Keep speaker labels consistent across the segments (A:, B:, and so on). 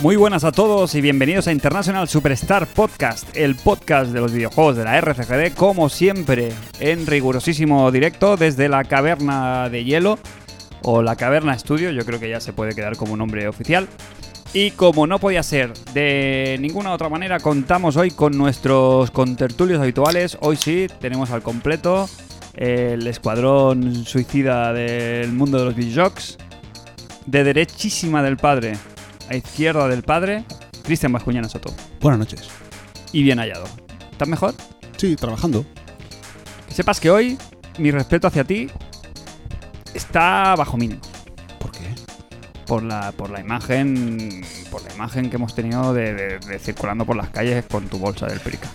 A: Muy buenas a todos y bienvenidos a International Superstar Podcast, el podcast de los videojuegos de la RCGD, como siempre, en rigurosísimo directo desde la caverna de hielo o la caverna estudio, yo creo que ya se puede quedar como nombre oficial. Y como no podía ser de ninguna otra manera, contamos hoy con nuestros contertulios habituales. Hoy sí, tenemos al completo el escuadrón suicida del mundo de los videojuegos. De derechísima del padre a izquierda del padre, Cristian Bascuñana Soto.
B: Buenas noches.
A: Y bien hallado. ¿Estás mejor?
B: Sí, trabajando.
A: Que sepas que hoy mi respeto hacia ti está bajo mínimo.
B: ¿Por qué?
A: por la, por la imagen por la imagen que hemos tenido de, de- de circulando por las calles con tu bolsa del perica.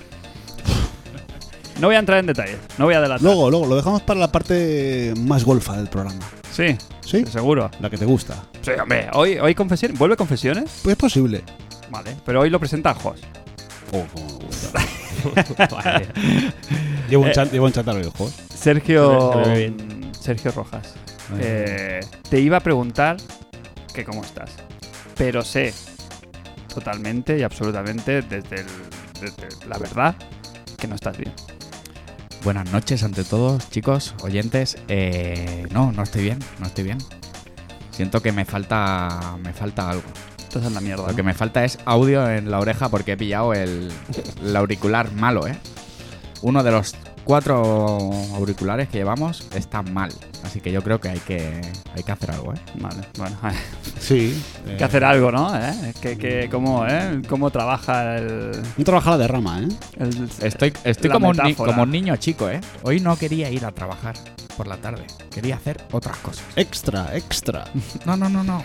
A: No voy a entrar en detalles, no voy a adelantar.
B: Luego, luego, lo dejamos para la parte más golfa del programa.
A: Sí,
B: ¿Sí?
A: seguro.
B: La que te gusta.
A: Sí, hombre, hoy, hoy confesiones, vuelve confesiones,
B: Pues es posible.
A: vale, pero hoy lo presenta Jos.
B: O como me gusta.
C: Vale.
B: oh, llevo, un
A: Eh.
B: chat, llevo un chat a los videojuegos.
A: Sergio mm,
C: Se ve- se ve
A: Sergio Rojas.
B: Ay.
A: Eh, te iba a preguntar que cómo estás, pero sé totalmente y absolutamente desde, el- desde la verdad que no estás bien.
C: Buenas noches ante todos, chicos, oyentes. Eh, no, no estoy bien, no estoy bien. Siento que me falta, me falta algo.
A: Estás en la mierda.
C: Lo
A: ¿no?
C: que me falta es audio en la oreja porque he pillado el, el auricular malo, ¿eh? Uno de los cuatro auriculares que llevamos está mal, así que yo creo que hay que, hay que hacer algo, ¿eh?
A: Vale, bueno.
B: Sí.
A: Hay
B: eh,
A: que hacer algo, ¿no? ¿Eh? Que, que, ¿cómo, eh? ¿Cómo trabaja el...
B: No trabaja la derrama, ¿eh?
A: el-
C: Estoy, estoy
A: La
C: como, un ni-
A: metáfora.
C: como un niño chico, ¿eh? Hoy no quería ir a trabajar por la tarde, quería hacer otras cosas.
B: Extra, extra.
C: No, no, no, no.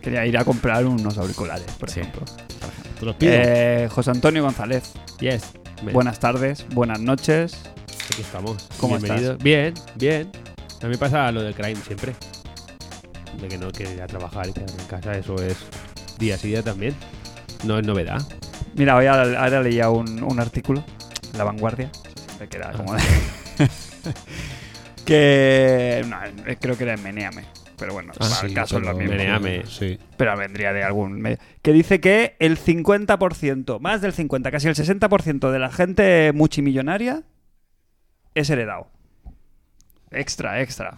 A: Quería ir a comprar unos auriculares, por
C: Sí.
A: ejemplo.
B: Te lo pido.
A: Eh, José Antonio González,
D: Yes. Bien,
A: buenas tardes, buenas noches.
D: aquí estamos.
A: ¿Cómo
D: Bienvenido. Bien, bien. A mí me pasa lo del crime siempre. De que no quiero ir a trabajar y quedarme en casa, eso es día sí día también. No es novedad.
A: Mira, hoy ahora, ahora leía un, un artículo, en La Vanguardia, siempre que era como de- que no, eh, creo que era en Meneame, pero bueno,
D: Ah,
A: para el
B: Sí,
A: caso es lo
B: pero-
A: mismo.
D: Meneame.
B: Sí.
A: pero vendría de algún medio, que dice que el 50%, más del 50, casi el 60% de la gente multimillonaria es heredado. Extra, extra.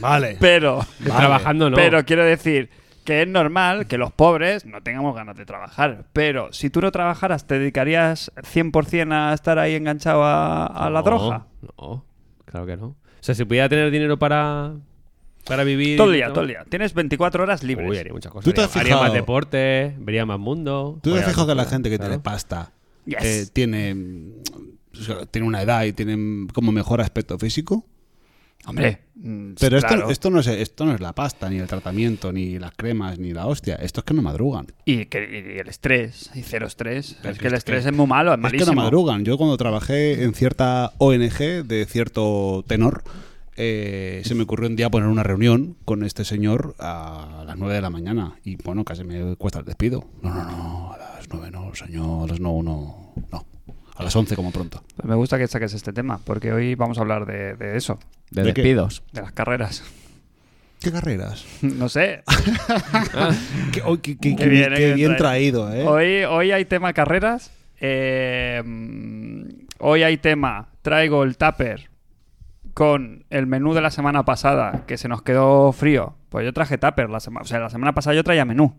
B: Vale.
A: Pero,
D: Trabajando no.
A: pero quiero decir que es normal que los pobres no tengamos ganas de trabajar, pero si tú no trabajaras, ¿te dedicarías 100% a estar ahí enganchado a, a la
D: No,
A: droga?
D: No, claro que no. O sea, si pudiera tener dinero para, para vivir.
A: Todo el día,
D: ¿no?
A: todo el día. Tienes 24 horas libres.
D: Uy, haría muchas cosas.
B: ¿Tú te
D: Haría-
B: has
D: haría,
B: fijado?
D: más deporte, vería más mundo.
B: ¿Tú te has
D: jugaría
B: fijado que la
D: más
B: gente que
D: cosas,
B: tiene pasta
A: Yes.
B: eh, tiene, mm, o sea, tiene una edad y tiene como mejor aspecto físico?
A: Hombre, mm,
B: Pero esto,
A: claro.
B: esto, no es, esto no es la pasta, ni el tratamiento, ni las cremas, ni la hostia. Esto es que no madrugan.
A: Y, que, y el estrés, y cero estrés.
B: Pero
A: es
B: si
A: que el
B: es que-
A: estrés es muy malo, es
B: Es que no
A: malísimo.
B: madrugan. Yo cuando trabajé en cierta ONG de cierto tenor, eh, se me ocurrió un día poner una reunión con este señor a las 9 de la mañana. Y bueno, casi me cuesta el despido. No, no, no, a las 9 no, señor, a las 9 no. No, a las 11 como pronto.
A: Me gusta que saques este tema, porque hoy vamos a hablar de, de eso,
C: De,
B: ¿De qué?
C: despidos.
A: de las carreras.
B: ¿Qué carreras?
A: No sé.
B: Qué, oh, qué-
A: Qué
B: qué- qué-
A: bien,
B: qué
A: eh,
B: bien
A: trae-
B: traído, ¿eh?
A: Hoy, hoy hay tema carreras. eh, mm, hoy hay tema. Traigo el tupper con el menú de la semana pasada que se nos quedó frío. Pues yo traje tupper. La sema- o sea, la semana pasada yo traía menú.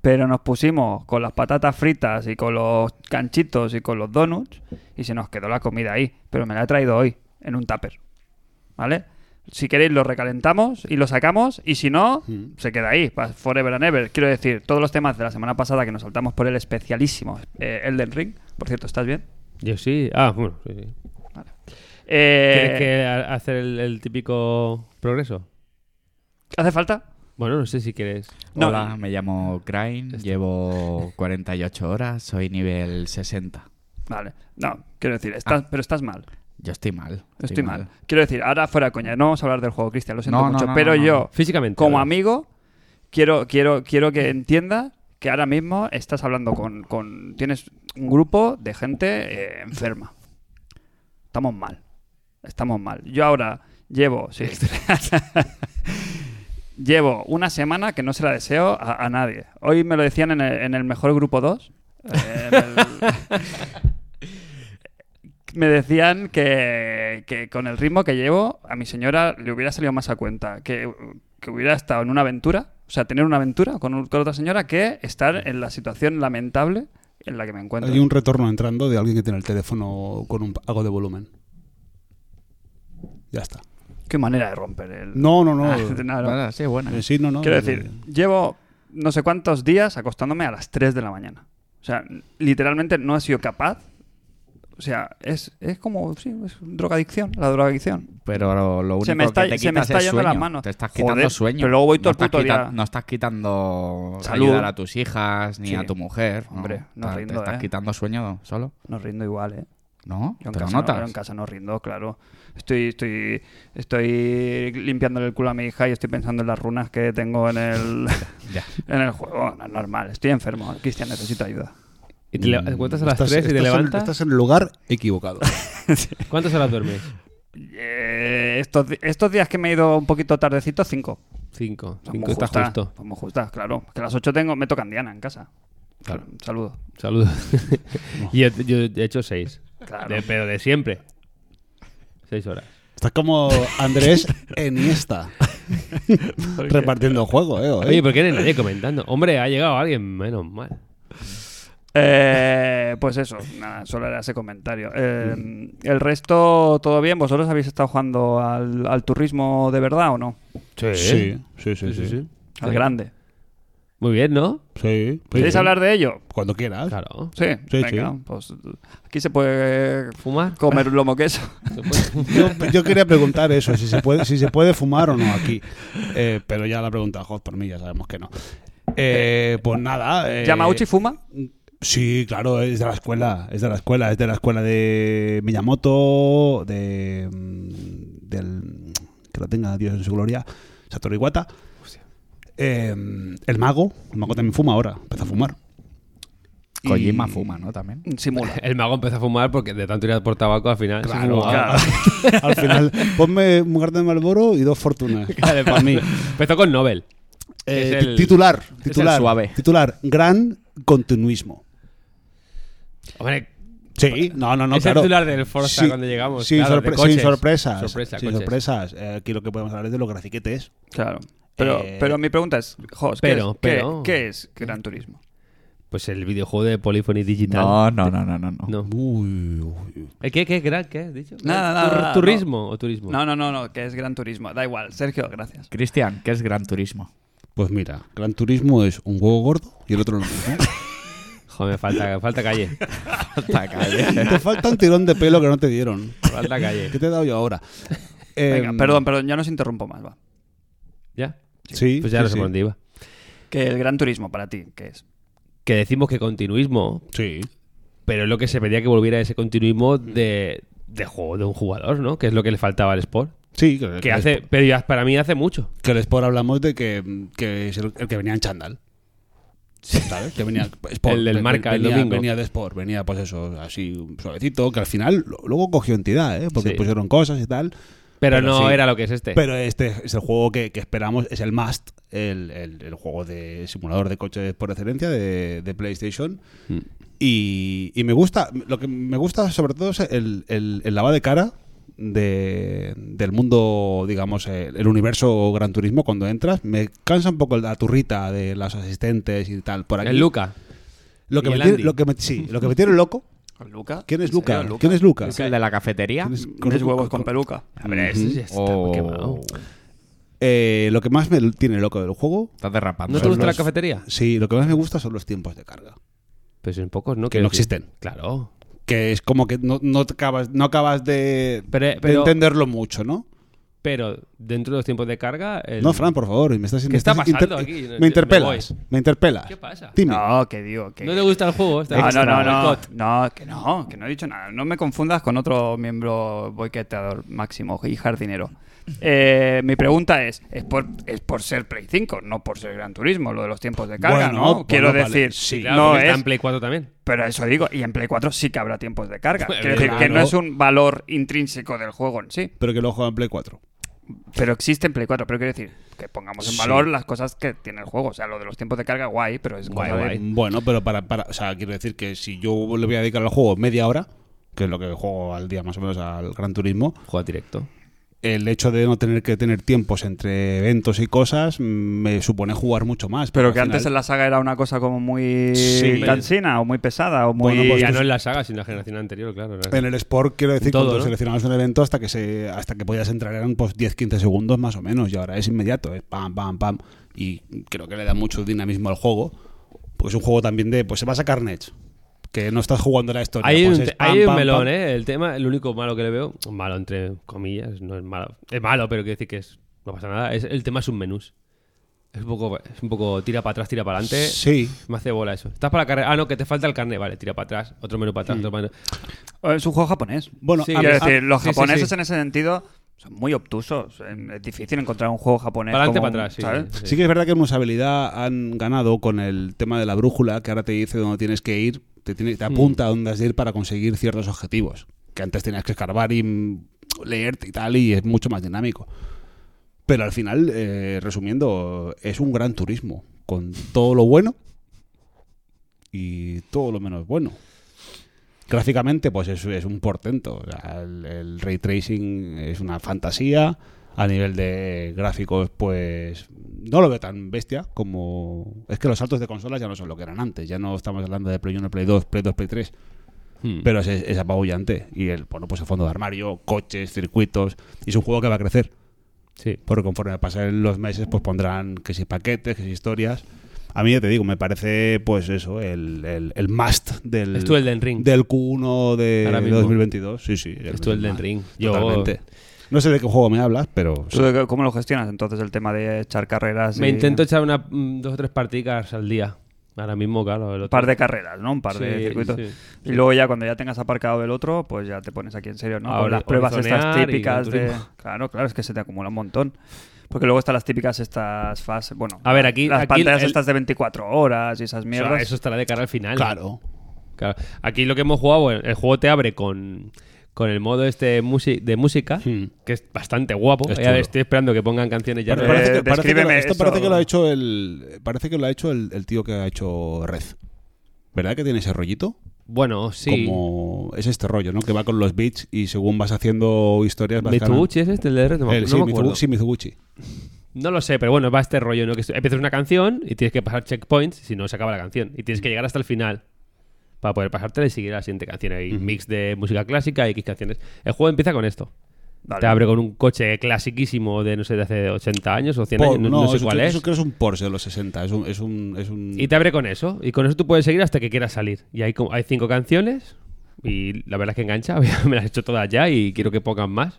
A: Pero nos pusimos con las patatas fritas y con los canchitos y con los donuts y se nos quedó la comida ahí. Pero me la he traído hoy en un tupper. ¿Vale? Si queréis lo recalentamos y lo sacamos y si no,
B: Mm.
A: se queda ahí, pa- forever and ever. Quiero decir, todos los temas de la semana pasada que nos saltamos por el especialísimo eh, Elden Ring. Por cierto, ¿estás bien?
D: ¿no? Yo sí. Ah, bueno, sí, sí.
A: Eh,
D: ¿Tienes que ha- hacer el, el típico progreso?
A: ¿Hace falta?
D: Bueno, no sé si quieres.
A: No.
C: Hola, me llamo Crane, llevo 48 horas, soy nivel 60.
A: Vale. No, quiero decir, estás, pero estás mal.
C: Yo Ah. estoy mal.
A: Estoy, mal. Quiero decir, ahora fuera coña, no vamos a hablar del juego, Cristian, lo siento
C: No, no,
A: mucho,
C: no,
A: pero
C: no, no.
A: yo,
D: Físicamente.
A: como
D: ahora.
A: amigo, quiero, quiero, quiero que entiendas que ahora mismo estás hablando con, con- tienes un grupo de gente eh, enferma. Estamos mal. Estamos mal. Yo ahora llevo. sí. Llevo una semana que no se la deseo a, a nadie. Hoy me lo decían en el, en el mejor grupo 2. eh, en el- me decían que, que con el ritmo que llevo, a mi señora le hubiera salido más a cuenta. Que, que hubiera estado en una aventura, o sea, tener una aventura con, un- con otra señora que estar en la situación lamentable en la que me encuentro.
B: Hay un retorno entrando de alguien que tiene el teléfono con un, algo de volumen. Ya está.
A: Qué manera de romper el.
B: No, no, no.
A: Ah, no, no.
C: Bueno, sí, buena.
B: Eh, sí, no, no.
A: Quiero
B: eh,
A: decir, llevo no sé cuántos días acostándome a las 3 de la mañana. O sea, literalmente no he sido capaz. O sea, es, es como, sí, es drogadicción, la drogadicción.
C: Pero lo, lo único
A: Se me está-
C: que te
A: se me
C: quitas
A: está
C: es
A: yendo
C: sueño.
A: las manos.
C: Te estás
A: Joder,
C: quitando sueño.
A: pero luego voy todo el
C: estás
A: puto
C: quita-
A: día.
C: No estás quitando
A: Salud.
C: ayudar a tus hijas ni
A: Sí.
C: a tu mujer.
A: Hombre, no
C: Te-
A: rindo,
C: Te estás
A: eh.
C: quitando sueño solo.
A: No rindo igual, ¿eh?
C: ¿No?
A: Yo en,
C: ¿Te lo
A: casa No, yo
C: notas?
A: en casa no rindo, claro. Estoy, estoy, estoy limpiándole el culo a mi hija y estoy pensando en las runas que tengo en el,
C: Ya.
A: en el juego. No es normal, estoy enfermo. Cristian, necesito ayuda.
D: Y te le- te cuentas a las
B: Mm, estás-
D: 3 y te
B: estás en-
D: levantas.
B: estás en el lugar equivocado.
D: ¿Cuántas horas duermes?
A: Eh, estos, di- estos días que me he ido un poquito tardecito, cinco.
D: 5.
A: Pues
D: 5
A: muy
D: está
A: justa,
D: justo.
A: pues muy justa, claro. Que a las 8 tengo, me tocan Diana en casa.
D: Claro.
A: Un Saludo.
D: Saludos. y yo, yo he hecho 6.
A: Claro.
D: pero de siempre. 6 horas.
B: Estás como Andrés Iniesta. repartiendo juego, eh.
D: Oye, ¿por qué no hay nadie comentando? Hombre, ha llegado alguien, menos mal.
A: Eh, pues eso, nada, solo era ese comentario. Eh, El resto, todo bien. ¿Vosotros habéis estado jugando al, al turismo de verdad o no?
D: Sí.
B: Sí, sí, sí, sí.
A: Al grande.
D: Muy bien, ¿no?
B: Sí,
A: ¿Queréis
B: sí.
A: hablar de ello?
B: Cuando quieras.
D: Claro.
A: Sí,
B: Sí,
A: venga,
B: sí.
A: pues aquí se puede
D: ¿Fumar?
A: comer un lomo queso.
B: Yo, yo quería preguntar eso, si se puede, si se puede fumar o no aquí. Eh, pero ya la pregunta, joder, por mí ya sabemos que no. Eh, pues nada. eh,
A: ¿Yamauchi fuma?
B: Sí, claro, es de la escuela, es de la escuela, es de la escuela de Miyamoto, de mm, del que lo tenga Dios en su gloria, Satoru Iwata. Eh, el mago, el mago también fuma ahora, empieza a fumar. Y-
C: Kojima fuma, ¿no? También.
A: Simula.
D: El mago empezó a fumar porque de tanto ir a por tabaco al final. se
B: Claro,
D: fumaba.
A: claro.
B: Al final, ponme un gran de Malboro y dos fortunas. para mí.
D: Empezó con Nobel.
B: Eh,
D: Es el-
B: titular,
C: el
B: titular,
C: suave.
B: titular, gran continuismo.
D: Hombre,
B: Sí, no, no, no,
D: Es el
B: claro.
D: Pues, titular del Forza
B: Sí,
D: cuando llegamos,
B: Sin,
D: claro, de
B: sorpre-
D: coches.
B: sin sorpresas.
D: Sorpresa,
B: sin
D: coches.
B: sorpresas. Eh, aquí lo que podemos hablar es de los grafiquetes.
A: Claro. Pero,
B: Eh,
A: pero mi pregunta es, Jos, ¿qué,
D: pero,
A: es, qué-
D: pero-
A: qué es Gran Turismo?
D: pues el videojuego de Polyphony Digital.
C: No, no, no, no, no. no.
D: No.
B: Uy, uy.
D: ¿Eh, ¿Qué, qué, gran, qué has dicho?
A: Nada, nada,
D: Tur-
A: nada,
D: ¿Turismo o turismo?
A: No, no, no, no, que es Gran Turismo. Da igual, Sergio, gracias.
C: Cristian, ¿qué es Gran Turismo?
B: Pues mira, Gran Turismo es un huevo gordo y el otro no. ¿no?
D: Joder, me falta, falta calle.
C: Falta calle.
B: te falta un tirón de pelo que no te dieron.
D: Falta calle.
B: ¿Qué te he dado yo ahora?
A: Venga,
B: Em,
A: perdón, perdón, ya no os interrumpo más, va.
D: ¿Ya?
B: Sí,
D: Pues ya
B: sí,
D: no
B: sí.
D: sé por dónde iba.
A: Que el Gran Turismo para ti, ¿qué es?
D: Que decimos que continuismo,
B: Sí.
D: pero es lo que se pedía que volviera ese continuismo de, de juego de un jugador, ¿no? Que es lo que le faltaba al Sport.
B: Sí, que,
D: Que hace, pero ya para mí hace mucho.
B: Que el Sport hablamos de que, que es el, el que venía en chandal. ¿Sabes? Que venía Sport,
D: El del
B: ven-
D: marca, el
B: venía,
D: domingo.
B: venía de Sport, venía pues eso, así suavecito, que al final lo- luego cogió entidad, ¿eh? porque
D: Sí.
B: pusieron cosas y tal.
D: Pero,
B: Pero
D: no
B: sí.
D: era lo que es este.
B: Pero este es el juego que, que esperamos, es el must, el, el- el juego de simulador de coches por excelencia de, de PlayStation.
D: Mm.
B: Y, y me gusta, lo que me gusta sobre todo es el, el, el lavado de cara de- del mundo, digamos, el, el universo Gran Turismo cuando entras. Me cansa un poco la turrita de las asistentes y tal. Por aquí.
D: El Luca.
B: Lo que,
D: y
B: me
D: el
B: tiene,
D: Andy.
B: lo que me- sí, lo que me tiene loco.
A: ¿Luca?
B: ¿Quién es
A: ¿En serio,
B: Luca? ¿Quién es Luca?
C: ¿Es el de la cafetería?
B: ¿Quién es-
A: Tres huevos con peluca.
D: A ver, este ya está
C: Oh.
D: quemado.
B: Eh, lo que más me tiene loco del juego,
C: Estás derrapando.
D: ¿No te gusta la
B: los-
D: cafetería?
B: sí, lo que más me gusta son los tiempos de carga.
D: Pues en pocos, ¿no?
B: Que
D: Quiero
B: no
D: decir.
B: existen.
D: Claro.
B: que es como que no, no te acabas, no acabas de,
D: Pero-
B: de
D: Eh, pero-
B: entenderlo mucho, ¿no?
D: Pero dentro de los tiempos de carga. el-
B: No, Fran, por favor, me estás
D: ¿Qué está
B: me estás
D: pasando
B: inter- eh,
D: aquí?
B: Me
D: Me
B: interpelas, me, interpelas.
D: ¿Qué pasa?
B: Timmy.
A: No, que digo, que...
D: ¿No te gusta el juego? Está-
A: no, no,
D: Extra
A: no, no,
D: boicot.
A: no, que no, que no he dicho nada. No me confundas con otro miembro boicoteador máximo y jardinero. Eh, mi pregunta es, es por, es por ser Play 5, no por ser Gran Turismo, lo de los tiempos de carga,
B: Bueno,
A: ¿no?
B: bueno,
A: Quiero
B: vale.
A: decir,
B: Sí,
D: Claro,
A: no
D: porque está
A: es,
D: en Play 4 también.
A: pero eso digo, y en Play 4 sí que habrá tiempos de carga.
D: Pues,
A: Quiero decir, que
B: claro.
A: no es un valor intrínseco del juego en sí.
B: Pero que lo juega en Play 4.
A: Pero existe en Play 4, pero quiero decir que pongamos en valor las cosas que tiene el juego. O sea, lo de los tiempos de carga, guay, pero es
D: Guay,
A: cosa de-
D: guay.
B: Bueno, pero para, para. O sea, quiero decir que si yo le voy a dedicar al juego media hora, que es lo que juego al día más o menos al Gran Turismo,
E: Juega directo.
B: el hecho de no tener que tener tiempos entre eventos y cosas mm, me supone jugar mucho más.
A: Pero
B: porque
A: que
B: al
A: antes en
B: final-
A: la saga era una cosa como muy
B: Sí.
A: cansina o muy pesada o muy...
B: Bueno, pues
D: ya
B: tú-
D: no en la saga, sino en la generación anterior, claro. ¿no?
B: En el Sport, quiero decir,
D: Todo,
B: cuando
D: ¿no?
B: seleccionabas un evento hasta que se hasta que podías entrar eran pues 10-15 segundos más o menos, y ahora es inmediato, es pam, pam, pam. Y creo que le da mucho dinamismo al juego, porque es un juego también de, pues se vas a Carnage, que no estás jugando la historia.
D: Hay
B: pues
D: un,
B: es
D: te-
B: pam,
D: hay un
B: pam,
D: melón,
B: pam.
D: ¿eh? El tema, el único malo que le veo, malo entre comillas, no es malo. Es malo, pero quiero decir que es, no pasa nada. Es, el tema submenús. Es un poco, es un poco tira para atrás, tira para adelante.
B: Sí,
D: Me hace bola eso. Estás para la carrera. Ah, no, que te falta el carnet. Vale, tira para atrás. Otro menú para atrás. Otro menú.
A: Es un juego japonés.
B: bueno,
D: Sí,
B: a-
A: Quiero
B: a-
A: decir, los
D: sí, sí,
A: japoneses
D: sí.
A: en ese sentido son muy obtusos. Eh, Es difícil encontrar un juego japonés
D: Para adelante,
A: como-
D: para atrás. Sí,
A: ¿sabes?
D: sí, sí.
B: Sí que es verdad que en usabilidad han ganado con el tema de la brújula, que ahora te dice dónde tienes que ir, te, tiene- te apunta a dónde has de ir para conseguir ciertos objetivos, que antes tenías que escarbar y mm, leerte y tal, y es mucho más dinámico. Pero al final, eh, resumiendo, es un gran turismo, con todo lo bueno y todo lo menos bueno. Gráficamente, pues es, es un portento. O sea, el, el ray tracing es una fantasía. A nivel de gráficos, pues no lo veo tan bestia como. Es que los saltos de consolas ya no son lo que eran antes. Ya no estamos hablando de Play 1, Play 2, Play 2, Play 3.
D: Hmm.
B: Pero es, es apabullante. Y el, bueno, pues el fondo de armario, coches, circuitos. Y es un juego que va a crecer.
D: Sí.
B: Porque conforme pasen los meses, pues pondrán que si paquetes, que si historias. A mí ya te digo, me parece, pues eso, el, el, el must del,
D: Es tu Elden Ring.
B: del Q1 de
D: Ahora mismo.
B: 2022. Sí, sí. el
D: Es tu Elden Ring. Yo-
B: Totalmente. No sé de qué juego me hablas, pero.
A: ¿Tú de qué- ¿Cómo lo gestionas entonces el tema de echar carreras?
D: Me
A: y-
D: intento echar una, mm, dos o tres partidas al día. Ahora mismo, claro. El
A: Un
D: otro.
A: par de carreras, ¿no? Un par de
D: Sí,
A: circuitos.
D: sí,
A: Y luego ya cuando ya tengas aparcado el otro, pues ya te pones aquí en serio, ¿no?
D: A
A: Con
D: hori-
A: las pruebas estas
D: horizonear y
A: típicas de...
D: turismo.
A: Claro, claro, es que se te acumula un montón. Porque luego están las típicas estas fases... Bueno,
D: A ver, aquí-
A: Las
D: aquí
A: pantallas
D: el-
A: estas de 24 horas y esas
D: O sea,
A: mierdas.
D: eso estará de cara al final.
B: Claro.
D: Claro. Aquí lo que hemos jugado, bueno, el juego te abre con, con el modo este musi- de música,
B: Hmm.
D: que es bastante guapo.
B: Es
D: Ya
B: chulo.
D: estoy esperando que pongan canciones ya.
B: Pare-
A: Eh,
D: de-
B: parece que, parece que lo,
A: descríbeme
B: esto
A: eso.
B: parece que lo ha hecho el. Parece que lo ha hecho el, el tío que ha hecho Red. ¿Verdad que tiene ese rollito?
D: Bueno, sí.
B: Como es este rollo, ¿no? Que va con los beats y según vas haciendo historias vas ganando.
D: Mitsubishi es este el de Red, no, me-
B: El-
D: no
B: sí,
D: me
B: Mitsubu-
D: acuerdo.
B: sí, Mitsubishi.
D: No lo sé, pero bueno, va este rollo, ¿no? Que empiezas una canción y tienes que pasar checkpoints, si no se acaba la canción. Y tienes que llegar hasta el final para poder pasártela y seguir a la siguiente canción. Hay
B: Ujú.
D: mix de música clásica y X canciones. El juego empieza con esto.
A: Vale.
D: Te abre con un coche clasiquísimo de, no sé, de hace 80 años o 100
B: Por-
D: años, no, no sé
B: eso
D: cuál
B: creo-
D: es.
B: Eso creo que es un Porsche de los 60. Es un. Es un, es un-
D: Y te abre con eso. Y con eso tú puedes seguir hasta que quieras salir. Y hay, como- hay cinco canciones. Y la verdad es que engancha. Me las he hecho todas ya y quiero que pongan más.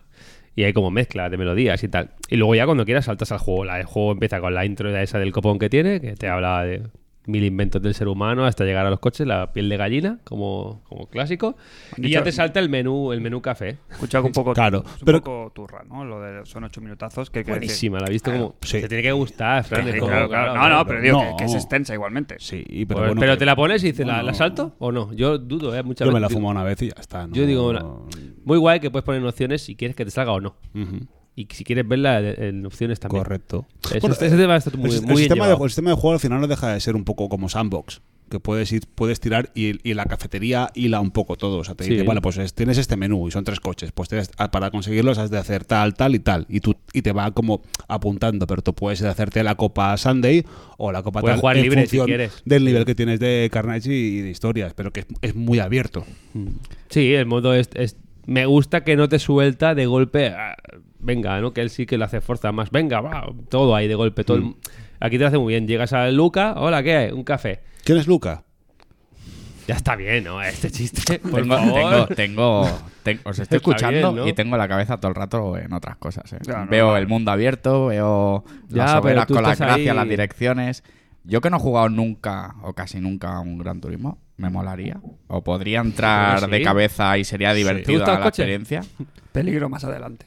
D: Y hay como mezcla de melodías y tal. Y luego ya cuando quieras saltas al juego. La, el juego empieza con la intro esa del copón que tiene, que te habla de mil inventos del ser humano hasta llegar a los coches, la piel de gallina, como, como clásico.
A: Han
D: Y ya
A: dicho-
D: te salta el menú, el menú café.
A: Escucha que un poco,
B: Claro,
A: es un
B: pero-
A: poco turra, ¿no? Lo de son ocho minutazos que hay que decir.
D: Buenísima, la he visto como...
B: sí.
D: Te tiene que gustar, Fran.
A: Sí,
D: es
A: claro,
D: como-
A: claro. No, no, pero eh, digo
B: no.
A: que, que es extensa igualmente.
B: Sí, pero
D: Pues, Pero,
B: bueno. que-
D: te la pones y dices, ¿la,
B: bueno,
D: la salto o no? Yo dudo, ¿eh? Muchas
B: Yo me
D: veces
B: la he
D: digo-
B: fumado una vez y ya está. ¿no?
D: Yo digo, la-
B: Ujú.
D: muy guay que puedes poner en opciones si quieres que te salga o no. Y si quieres verla en- en opciones también.
B: Correcto.
D: Eso
B: Bueno,
D: está- ese tema está muy,
B: el,
D: muy
B: el
D: bien
B: sistema de,
D: llevado.
B: el sistema de juego al final no deja de ser un poco como sandbox. Que puedes ir, puedes tirar y, y la cafetería hila un poco todo. O sea, te
D: Sí.
B: dice, vale, pues es- tienes este menú y son tres coches. Pues tienes- ah, para conseguirlos has de hacer tal, tal y tal. Y tú y te va como apuntando, pero tú puedes hacerte la copa Sunday o la copa
D: Puedes
B: tal
D: jugar
B: en
D: libre si
B: función
D: quieres.
B: del nivel que tienes de Carnage y, y de historias, pero que es, es muy abierto.
D: Sí, el modo es, es- Me gusta que no te suelta de golpe. ah, venga, ¿no? Que él sí que le hace fuerza más. Venga, va. Todo ahí de golpe.
B: Mm.
D: Todo el- Aquí te lo hace muy bien. Llegas a Luca. Hola, ¿qué hay? Un café.
B: ¿Quién es Luca?
D: Ya está bien, ¿no? Este chiste. Por
C: Tengo, tengo,
D: favor.
C: tengo, ten- os estoy
D: Está bien,
C: escuchando
D: ¿no?
C: y tengo la cabeza todo el rato en otras cosas. ¿eh?
A: Claro, no,
C: veo
A: no.
C: el mundo abierto, veo
D: Ya,
C: las
D: pero
C: hogueras
D: tú
C: con la
D: estás ahí-
C: gracia, las direcciones. Yo que no he jugado nunca o casi nunca a un Gran Turismo, me molaría. O podría entrar
D: Creo que Pues sí.
C: de cabeza y sería divertida
D: gustan los
C: la
D: coches?
C: experiencia.
A: Peligro más adelante.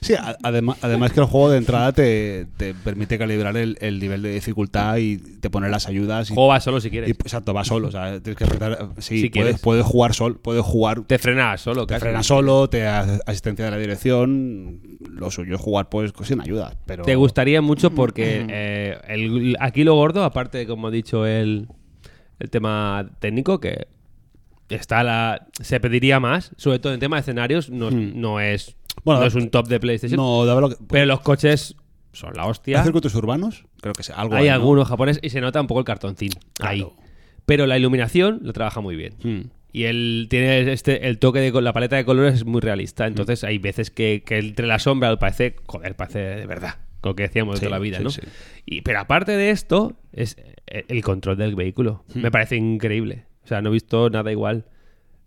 B: Sí, a- adema- además que el juego de entrada te, te permite calibrar el, el nivel de dificultad y te pone las ayudas. Y,
D: Juega solo si quieres.
B: y, exacto, va solo. O sea, tienes que apretar. Sí,
D: Si
B: puedes,
D: quieres.
B: puedes jugar sol, puedes jugar. Te,
D: Te frenas solo, casi.
B: frena solo, te hace asistencia de la dirección. lo suyo es jugar pues sin ayudas. Pero
D: Te gustaría mucho porque eh, el- aquí lo gordo, aparte de como ha dicho el, el tema técnico, que está la se pediría más, sobre todo en tema de escenarios, no, no es
B: Mm. Bueno,
D: no es un top de PlayStation,
B: No, daba lo que-
D: pero los coches son la hostia.
B: ¿Hay circuitos urbanos? Creo que sí, algo
D: Hay
B: ¿no?
D: algunos japoneses y se nota un poco el cartoncín ahí. Pero la iluminación lo trabaja muy bien.
B: Hmm.
D: Y él tiene este, el toque de co- la paleta de colores es muy
B: Hmm.
D: realista. Entonces hay veces que, que entre la sombra parece, joder, parece de verdad. Lo que decíamos de toda la vida,
B: sí,
D: ¿no?
B: sí.
D: Y, pero aparte de esto, es eh, el control del vehículo.
B: Hmm.
D: Me parece increíble. O sea, no he visto nada igual.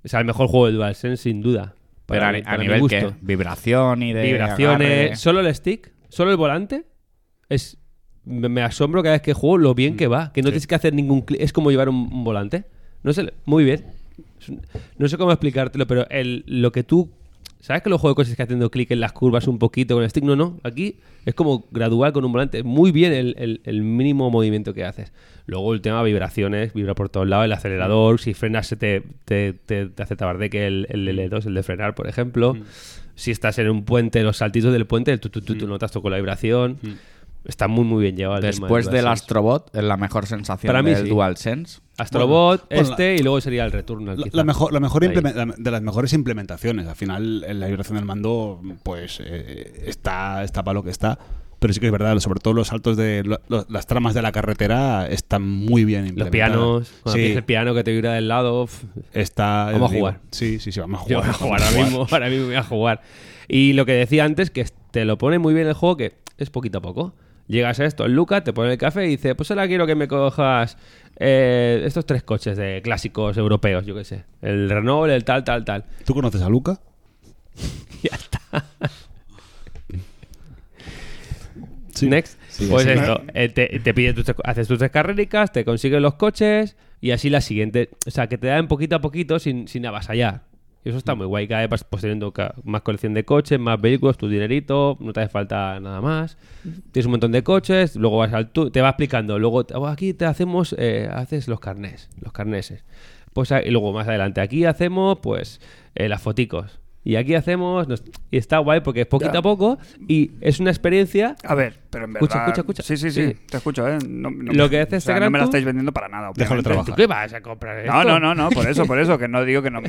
D: O sea, el mejor juego de DualSense, sin duda.
C: Pero
D: Para
C: a-
D: mi-
C: a,
D: para mi
C: nivel que
D: gusto.
C: vibración y de
D: Vibraciones,
C: agarre.
D: solo el stick, solo el volante. Es, me, me asombro cada vez que juego lo bien que va. Que no tienes que hacer ningún clic. Es como llevar un, un volante. No sé, muy bien. Es un- No sé cómo explicártelo, pero el, lo que tú. ¿Sabes que los juegos de cosas que haciendo clic en las curvas un poquito con el stick? No, no. Aquí es como gradual con un volante. Muy bien el, el- el mínimo movimiento que haces. Luego el tema de vibraciones, vibra por todos lados, el acelerador, si frenas se te, te, te- te hace tabardeque el, el L2, el de frenar, por ejemplo.
C: Mm.
D: Si estás en un puente, los saltitos del puente, tú, tú, tú,
B: Mm.
D: tú notas con la vibración. Está muy, muy bien llevado. el tema del
C: Después del
D: DualSense.
C: Astrobot, es la mejor sensación
D: Para mí
C: del
D: sí.
C: DualSense.
D: Astrobot,
B: Bueno,
D: este, y luego sería el Returnal.
B: La,
D: quizá.
B: la mejor, la mejor
D: Ahí.
B: implemen- la- de las mejores implementaciones. Al final, eh, la vibración del mando, pues eh, está, está para lo que está. Pero sí que es verdad, sobre todo los saltos de lo- lo- las tramas de la carretera están muy bien
D: Los
B: implementadas.
D: pianos, cuando
B: sí,
D: empieza el piano que te vibra del lado. pf,
B: está,
D: Vamos a
B: digo,
D: jugar.
B: Sí, sí, sí, vamos a jugar.
D: yo voy a jugar
B: vamos a
D: ahora mismo, ahora mismo voy a jugar. Y lo que decía antes, que te lo pone muy bien el juego, que es poquito a poco. Llegas a esto, Luca te pone el café y dice, pues ahora quiero que me cojas eh, estos tres coches de clásicos europeos, yo qué sé. El Renault, el tal, tal, tal.
B: ¿Tú conoces a Luca?
D: ya está.
B: Sí.
D: Next.
B: Sí,
D: pues
B: sí.
D: esto, eh, te, te pide tus tres- haces tus tres carrericas, te consigues los coches y así la siguiente. O sea, que te dan poquito a poquito sin, sin avasallar. Y eso está muy guay, cada vez vas pues, teniendo ca- más colección de coches, más vehículos, tu dinerito, no te hace falta nada más. Tienes un montón de coches, luego vas al tu- te va explicando, luego te- oh, aquí te hacemos, eh, haces los carnés, los carneses. Pues, ah, y luego más adelante, aquí hacemos pues eh, las foticos. Y aquí hacemos, nos- y está guay porque es poquito
A: Ya.
D: a poco y es una experiencia
A: A ver, pero en verdad.
D: Escucha, escucha, escucha.
A: Sí, sí, sí,
D: Sí.
A: Te escucho, ¿eh? No, no-
D: Lo que hace este
A: No
D: Gran
A: me la
D: Tour-
A: estáis vendiendo para nada.
B: Déjalo
A: obviamente.
B: trabajar.
D: ¿Tú qué vas a comprar esto?
A: No, no, no, no. Por eso, por eso. Que no digo que no.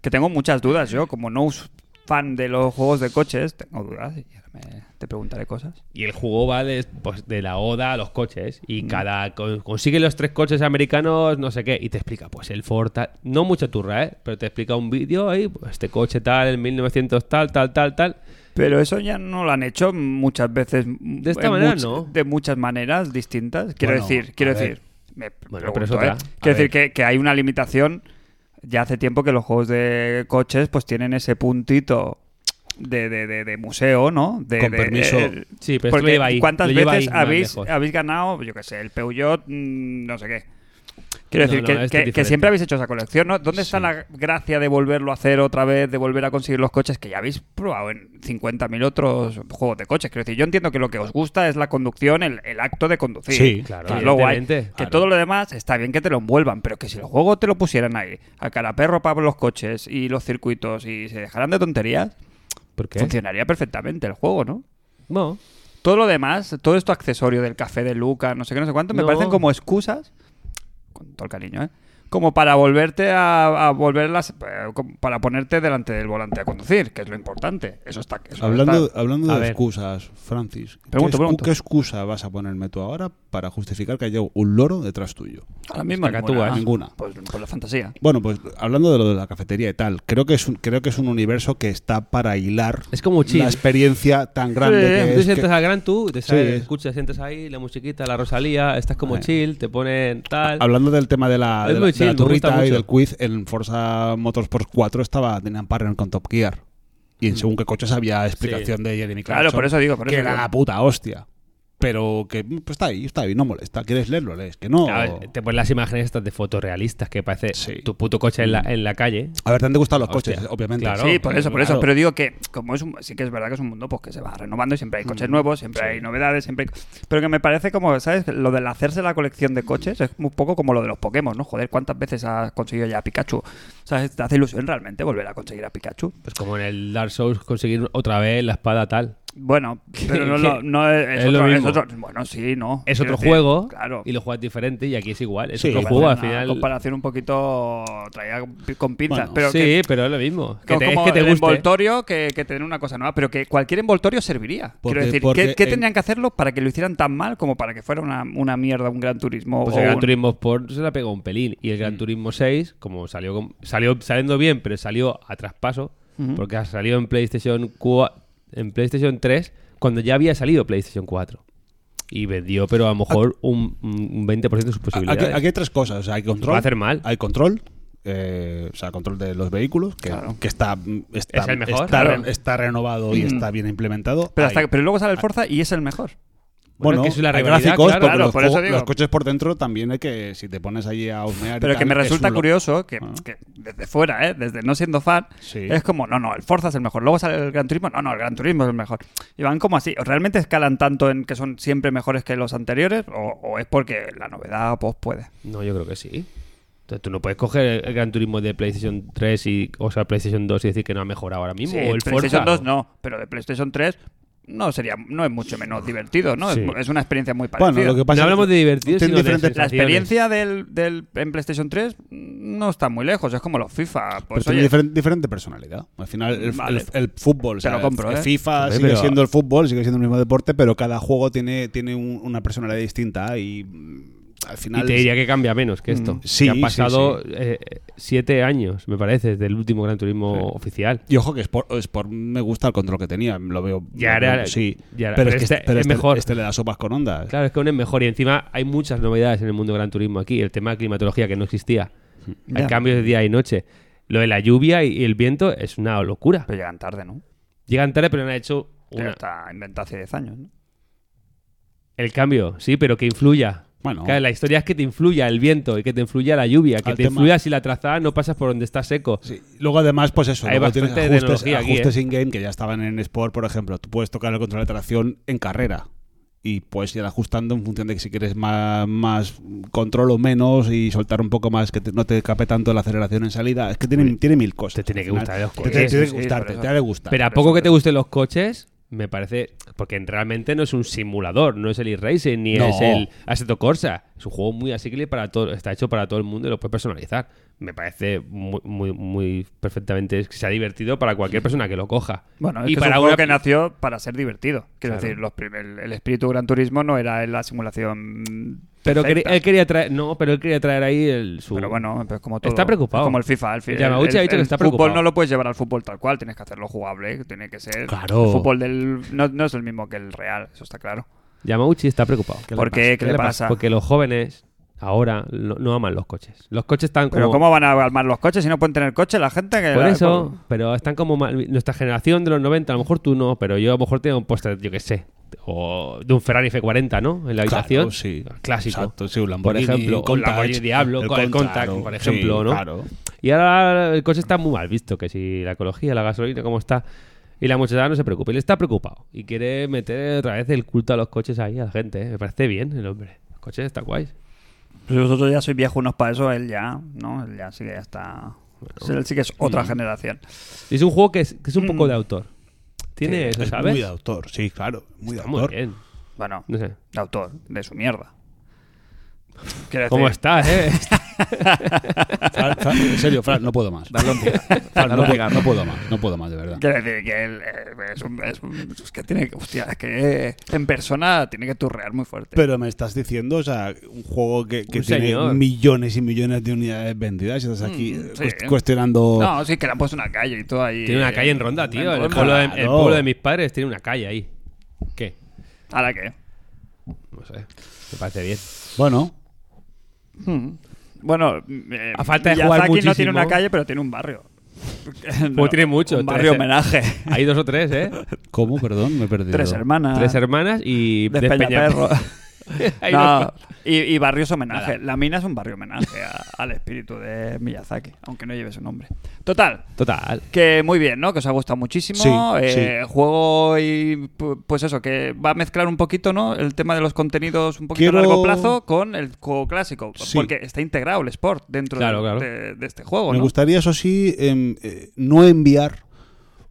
A: Que tengo muchas dudas. Yo, como no us- fan de los juegos de coches, tengo dudas. Y ahora me- te preguntaré cosas.
D: Y el juego va de, pues, de la oda a los coches. Y cada. con- consigue los tres coches americanos, no sé qué. Y te explica, pues el Ford tal. No mucha turra, ¿eh? Pero te explica un vídeo ahí, pues, este coche tal, el 1900 tal, tal, tal, tal.
A: Pero eso ya no lo han hecho muchas veces. De
D: esta manera, no.
A: De muchas maneras distintas. Quiero
B: Bueno,
A: decir, quiero
B: a ver.
A: decir. me pregunto,
D: Bueno, pero es
A: ¿eh?
D: otra.
A: Quiero
B: A
A: decir
B: ver.
A: que, que hay una limitación. Ya hace tiempo que los juegos de coches pues tienen ese puntito de, de- de- de museo, ¿no? De-
B: Con
A: de-
B: permiso.
D: Sí, pero esto
A: porque
D: lo lleva ahí,
A: ¿Cuántas
D: lo lleva
A: veces
D: ahí más
A: habéis,
D: lejos.
A: habéis ganado, yo qué sé, el Peugeot, mm, no sé qué? Quiero
D: No,
A: decir
D: no,
A: que-
D: este es
A: que, que
D: diferente.
A: siempre habéis hecho esa colección, ¿no? ¿Dónde está la gracia de volverlo a hacer otra vez, de volver a conseguir los coches que ya habéis probado en 50.000 otros juegos de coches? Quiero decir, yo entiendo que lo que os gusta es la conducción, el, el acto de conducir.
B: Sí,
D: claro,
A: Que es lo guay.
D: evidentemente.
A: Que
D: Claro.
A: todo lo demás está bien que te lo envuelvan, pero que si el juego te lo pusieran ahí, a cara perro para los coches y los circuitos y se dejaran de tonterías,
D: ¿Por qué?
A: funcionaría perfectamente el juego, ¿no?
D: No.
A: Todo lo demás, todo esto accesorio del café de Luca, no sé qué, no sé cuánto, me
D: No.
A: parecen como excusas, con todo el cariño, ¿eh? Como para volverte a, a volverlas, eh, com- para ponerte delante del volante a conducir, que es lo importante. Eso está. eso
B: Hablando,
A: está.
B: hablando
D: A
B: de
D: ver.
B: excusas, Francis, ¿qué
A: Pregunto,
B: excu-
A: pregunto.
B: ¿qué excusa vas a ponerme tú ahora para justificar que haya un loro detrás tuyo?
A: Ahora mismo
D: cacatúas.
A: ninguna.
B: Ninguna.
A: Pues, pues la fantasía.
B: Bueno, pues hablando de lo de la cafetería y tal, creo que es un, creo que es un universo que está para hilar
D: Es como chill.
B: la experiencia tan grande
A: Sí,
B: que
D: Tú
B: es. que-
D: sientas al Gran Tú, te
B: Sí,
D: sale-
B: es-
D: escuchas, sientas ahí la musiquita, la Rosalía, estás como
B: Eh.
D: chill, te ponen tal.
B: Hablando del tema de la, de
D: Es
B: la-
D: muy
B: de la
D: chill, me gusta
B: turrita y
D: mucho.
B: del quiz, en Forza Motorsport 4 estaba, tenían partner con Top Gear. Y
D: Mm.
B: en según qué coches había explicación de Jeremy Clarkson.
A: Claro, por eso digo, por
B: que
A: eso
B: era
A: digo.
B: la puta hostia. Pero que pues, está ahí, está ahí, no molesta. ¿Quieres leerlo? Lees. Que no.
D: A ver, te ponen las imágenes estas de fotos realistas que parece
B: Sí. Mm.
D: tu puto coche en la, en la calle.
B: A ver, te han gustado los coches,
D: Hostia,
B: obviamente.
D: claro.
A: Sí, por eso, por eso.
B: Claro.
A: Pero digo que, como es un- sí que es verdad que es un mundo pues, que se va renovando y siempre hay
D: Mm.
A: coches nuevos, siempre hay novedades, siempre hay- Pero que me parece como, ¿sabes? Lo del hacerse la colección de coches es un poco como lo de los Pokémon, ¿no? Joder, ¿cuántas veces has conseguido ya a Pikachu? ¿Sabes? ¿Te hace ilusión realmente volver a conseguir a Pikachu?
D: Pues como en el Dark Souls conseguir otra vez la espada tal.
A: Bueno, pero no, lo- no es,
D: Es lo
A: otro,
D: mismo.
A: es otro- Bueno, sí, no.
D: Es
A: Quiero
D: otro
A: decir,
D: juego
A: Claro.
D: y lo juegas diferente y aquí es igual. Es
B: Sí,
D: otro
B: vale,
D: juego al
A: Una
D: final.
A: comparación un poquito traía con pinzas,
B: Bueno,
A: pero
D: sí,
A: que,
D: pero es lo mismo.
A: que
D: Que te, es
A: como
D: que te
A: el
D: guste.
A: envoltorio que, que tener una cosa nueva, pero que cualquier envoltorio serviría.
B: Porque-
A: Quiero decir,
B: porque
A: ¿qué, qué
B: en-
A: tendrían que hacerlo para que lo hicieran tan mal como para que fuera una, una mierda un Gran Turismo?
D: Pues
A: o
D: el Gran
A: un- Mm.
D: Turismo Sport se la pegó un pelín. Y el Gran Turismo 6, como salió, con- salió saliendo bien, pero salió a traspaso, porque salió en PlayStation 4, en PlayStation 3 cuando ya había salido PlayStation 4. Y vendió, pero a lo mejor un, un 20% de sus
B: A- Aquí,
D: posibilidades.
B: aquí hay tres cosas. Hay control.
D: Va a hacer mal.
B: Hay control. eh, o sea, control de los vehículos, que,
A: Claro.
B: que está, está,
D: Es el mejor,
B: está,
D: claro. Mm.
B: está renovado y está bien implementado.
A: pero, hasta
B: Hay-
A: que- pero luego sale
D: Ah.
A: el Forza y es el mejor.
D: Bueno,
B: bueno,
D: que es la
B: hay
D: rivalidad,
B: gráficos,
D: claro.
B: porque
A: Claro,
B: los,
A: por eso
B: juegos-
A: digo.
B: los coches por dentro también hay que, si te pones allí a husmear y
A: Pero que
B: tal,
A: me
B: es
A: resulta
B: un lo-
A: curioso que,
B: Ah.
A: que desde fuera, ¿eh? desde no siendo fan,
B: Sí.
A: es como, no, no, el Forza es el mejor. Luego sale el Gran Turismo, no, no, el Gran Turismo es el mejor. Y van como así. ¿O ¿Realmente escalan tanto en que son siempre mejores que los anteriores? ¿O, o es porque la novedad pues puede?
D: No, yo creo que sí. Entonces, tú no puedes coger el Gran Turismo de PlayStation 3 y, o sea, PlayStation 2 y decir que no ha mejorado ahora mismo.
A: Sí,
D: o el
A: PlayStation
D: Forza.
A: 2 no, pero de PlayStation 3 no sería no es mucho menos divertido, ¿no?
D: Ah, Sí.
A: Es, es una experiencia muy parecida.
B: Bueno, lo que pasa
D: No
B: es que
D: hablamos de divertido,
B: tiene
D: sino de
B: diferentes-
A: la
D: sensaciones.
A: experiencia del, del en PlayStation 3 no está muy lejos, es como los FIFA.
B: Pero
A: Pues,
B: tiene
A: oye,
B: diferente, diferente personalidad. Al final, el,
A: Vale.
B: el- el fútbol, o sea,
A: lo compro,
B: el
A: ¿eh?
B: FIFA
D: Hombre,
B: sigue
D: pero-
B: siendo el fútbol, sigue siendo el mismo deporte, pero cada juego tiene, tiene un- una personalidad distinta y mm, al final.
D: Y te diría que cambia menos que esto.
B: Mm. Sí,
D: Que han
B: sí,
D: pasado
B: sí.
D: eh, siete años, me parece, desde el último Gran Turismo oficial.
B: Y ojo que Sport, Sport me gusta el control que tenía, lo veo.
D: Ya
B: lo veo-
D: era-
B: sí.
D: ya era-
B: pero,
D: pero
B: es que
D: este
B: este, pero
D: es
B: este-
D: mejor.
B: este le da sopas con ondas.
D: Claro, es que aún es mejor. Y encima hay muchas novedades en el mundo del Gran Turismo aquí. El tema de climatología que no existía.
A: Ya.
D: Hay cambios de día y noche. Lo de la lluvia y y el viento es una locura.
A: pero llegan tarde, ¿no?
D: Llegan tarde, pero no han hecho
A: Ya
D: una-
A: Está inventado hace 10 años, ¿no?
D: el cambio, sí, pero que influya.
B: Bueno.
D: Claro, la historia es que te influya el viento y que te influya la lluvia, que
B: Al
D: te
B: tema-
D: influya si la trazada no pasas por donde está seco.
B: Sí. Luego además, pues eso,
D: Hay
B: luego
D: bastante
B: tienes ajustes,
D: tecnología aquí,
B: ajustes
D: ¿eh?
B: in-game que ya estaban en Sport, por ejemplo. Tú puedes tocar el control de tracción en carrera y puedes ir ajustando en función de que si quieres más, más control o menos y soltar un poco más, que te- no te cape tanto la aceleración en salida. Es que tiene, tiene mil cosas.
D: te tiene
B: al
D: que
B: final.
D: gustar ¿eh? los
B: Te- Te
D: coches,
B: tiene
A: sí,
B: que
A: sí,
B: gustar,
A: por
B: te
A: eso.
B: tiene que gustar.
D: Pero a poco que te gusten los coches, me parece. Porque realmente no es un simulador, no es el e-racing, ni
B: No.
D: es el Assetto Corsa. Es un juego muy asequible para todo, está hecho para todo el mundo y lo puedes personalizar. Me parece muy, muy, muy perfectamente. Es que sea divertido para cualquier persona que lo coja.
A: Bueno, es
D: y
A: que
D: para
A: es un juego
D: una-
A: que nació para ser divertido. Quiero
D: Claro.
A: decir, los prim- el, el espíritu Gran Turismo no era la simulación.
D: Pero quer-
A: perfecta.
D: él quería traer. No, pero él quería traer ahí el su.
A: Pero bueno, pues como todo.
D: Está preocupado.
A: Es Como el FIFA. El, fi-
D: Yamauchi
A: el-
D: ha dicho
A: el
D: que está
A: fútbol
D: preocupado.
A: no lo puedes llevar al fútbol tal cual, tienes que hacerlo jugable, tiene que ser.
B: Claro.
A: El fútbol del. No, no es el mismo que el real, eso está claro.
D: Yamauchi está preocupado.
B: ¿Qué le
A: ¿Por
B: pasa?
A: qué? ¿Qué le pasa?
D: Porque los jóvenes ahora no, no aman los coches. Los coches están como.
A: Pero ¿cómo van a armar los coches si no pueden tener coche la gente? que
D: Por
A: la-
D: eso, pero están como mal- nuestra generación de los 90, a lo mejor tú no, pero yo a lo mejor tengo un póster, yo qué sé, o de un Ferrari F40, ¿no? En la
B: Claro,
D: habitación.
B: sí.
D: Clásico.
B: Exacto, sí, un
D: por
B: Lamborghini,
D: ejemplo, o
B: Countach,
D: el Lamborghini Diablo,
B: el
D: con el
B: Countach,
D: Contact, por
B: sí,
D: ejemplo, ¿no?
B: claro.
D: Y ahora el coche está muy mal visto, que si la ecología, la gasolina, cómo está. Y la muchachada no se preocupa, él está preocupado y quiere meter otra vez el culto a los coches ahí a la gente, ¿eh? Me parece bien el hombre. Los coches están guays.
A: Pues vosotros ya sois viejo unos para eso, él ya, ¿no? Él ya sí que ya está. Él sí que es otra generación.
D: Y es un juego que es, que es un poco de autor. Tiene ¿eh? eso,
B: Mm. Es
D: ¿sabes?
B: muy de autor, sí, claro. Muy de
D: Está muy
B: autor.
D: bien.
A: Bueno,
D: No sé.
A: de autor, de su mierda. Quiero
D: ¿Cómo
A: decir-
D: estás, eh?
B: Fran, Fran, en serio, Fran, no puedo más.
C: Dale un cigarro.
B: Fran,
C: Dale
B: no,
C: un
B: puedo-
C: cigarro.
B: no puedo más, no puedo más, de verdad.
A: Quiero decir que él eh, es, un, es un- es que tiene que. Hostia, es que en persona tiene que turrear muy fuerte.
B: Pero me estás diciendo, o sea, un juego que, que
D: Un
B: tiene
D: señor.
B: millones y millones de unidades vendidas y estás aquí eh,
A: sí.
B: cuest- cuestionando...
A: no, sí, que le han puesto una calle y todo ahí.
D: Tiene una
A: eh,
D: calle en Ronda, tío.
A: en
D: El
A: Ronda.
D: pueblo, de, el
B: Claro.
D: pueblo de mis padres tiene una calle ahí. ¿Qué?
A: ¿Ahora qué?
D: No sé. Me parece bien.
B: Bueno,
A: Bueno, eh,
D: A falta de jugar
A: Miyazaki no
D: muchísimo.
A: tiene una calle, pero tiene un barrio.
D: Pues tiene mucho,
A: Un barrio
D: tres-
A: homenaje.
D: Hay dos o tres, ¿eh?
B: ¿cómo? Perdón, me he perdido.
A: Tres hermanas.
D: Tres hermanas y
A: de
D: Despeña-
A: Peñaperro.
D: Hay
A: No,
D: dos-
A: y, y barrios homenaje. La mina es un barrio homenaje a- al espíritu de Miyazaki, aunque no lleve su nombre. Total,
D: Total.
A: Que muy bien, ¿no? Que os ha gustado muchísimo.
B: Sí,
A: Eh, Juego y pu- pues eso, que va a mezclar un poquito, ¿no? El tema de los contenidos un poquito
B: Quiero-
A: a largo plazo con el juego clásico.
B: Sí.
A: Porque está integrado el sport dentro
D: Claro,
A: de,
D: claro.
A: de- de este juego,
B: Me
A: ¿no?
B: gustaría, eso sí, em, eh, no enviar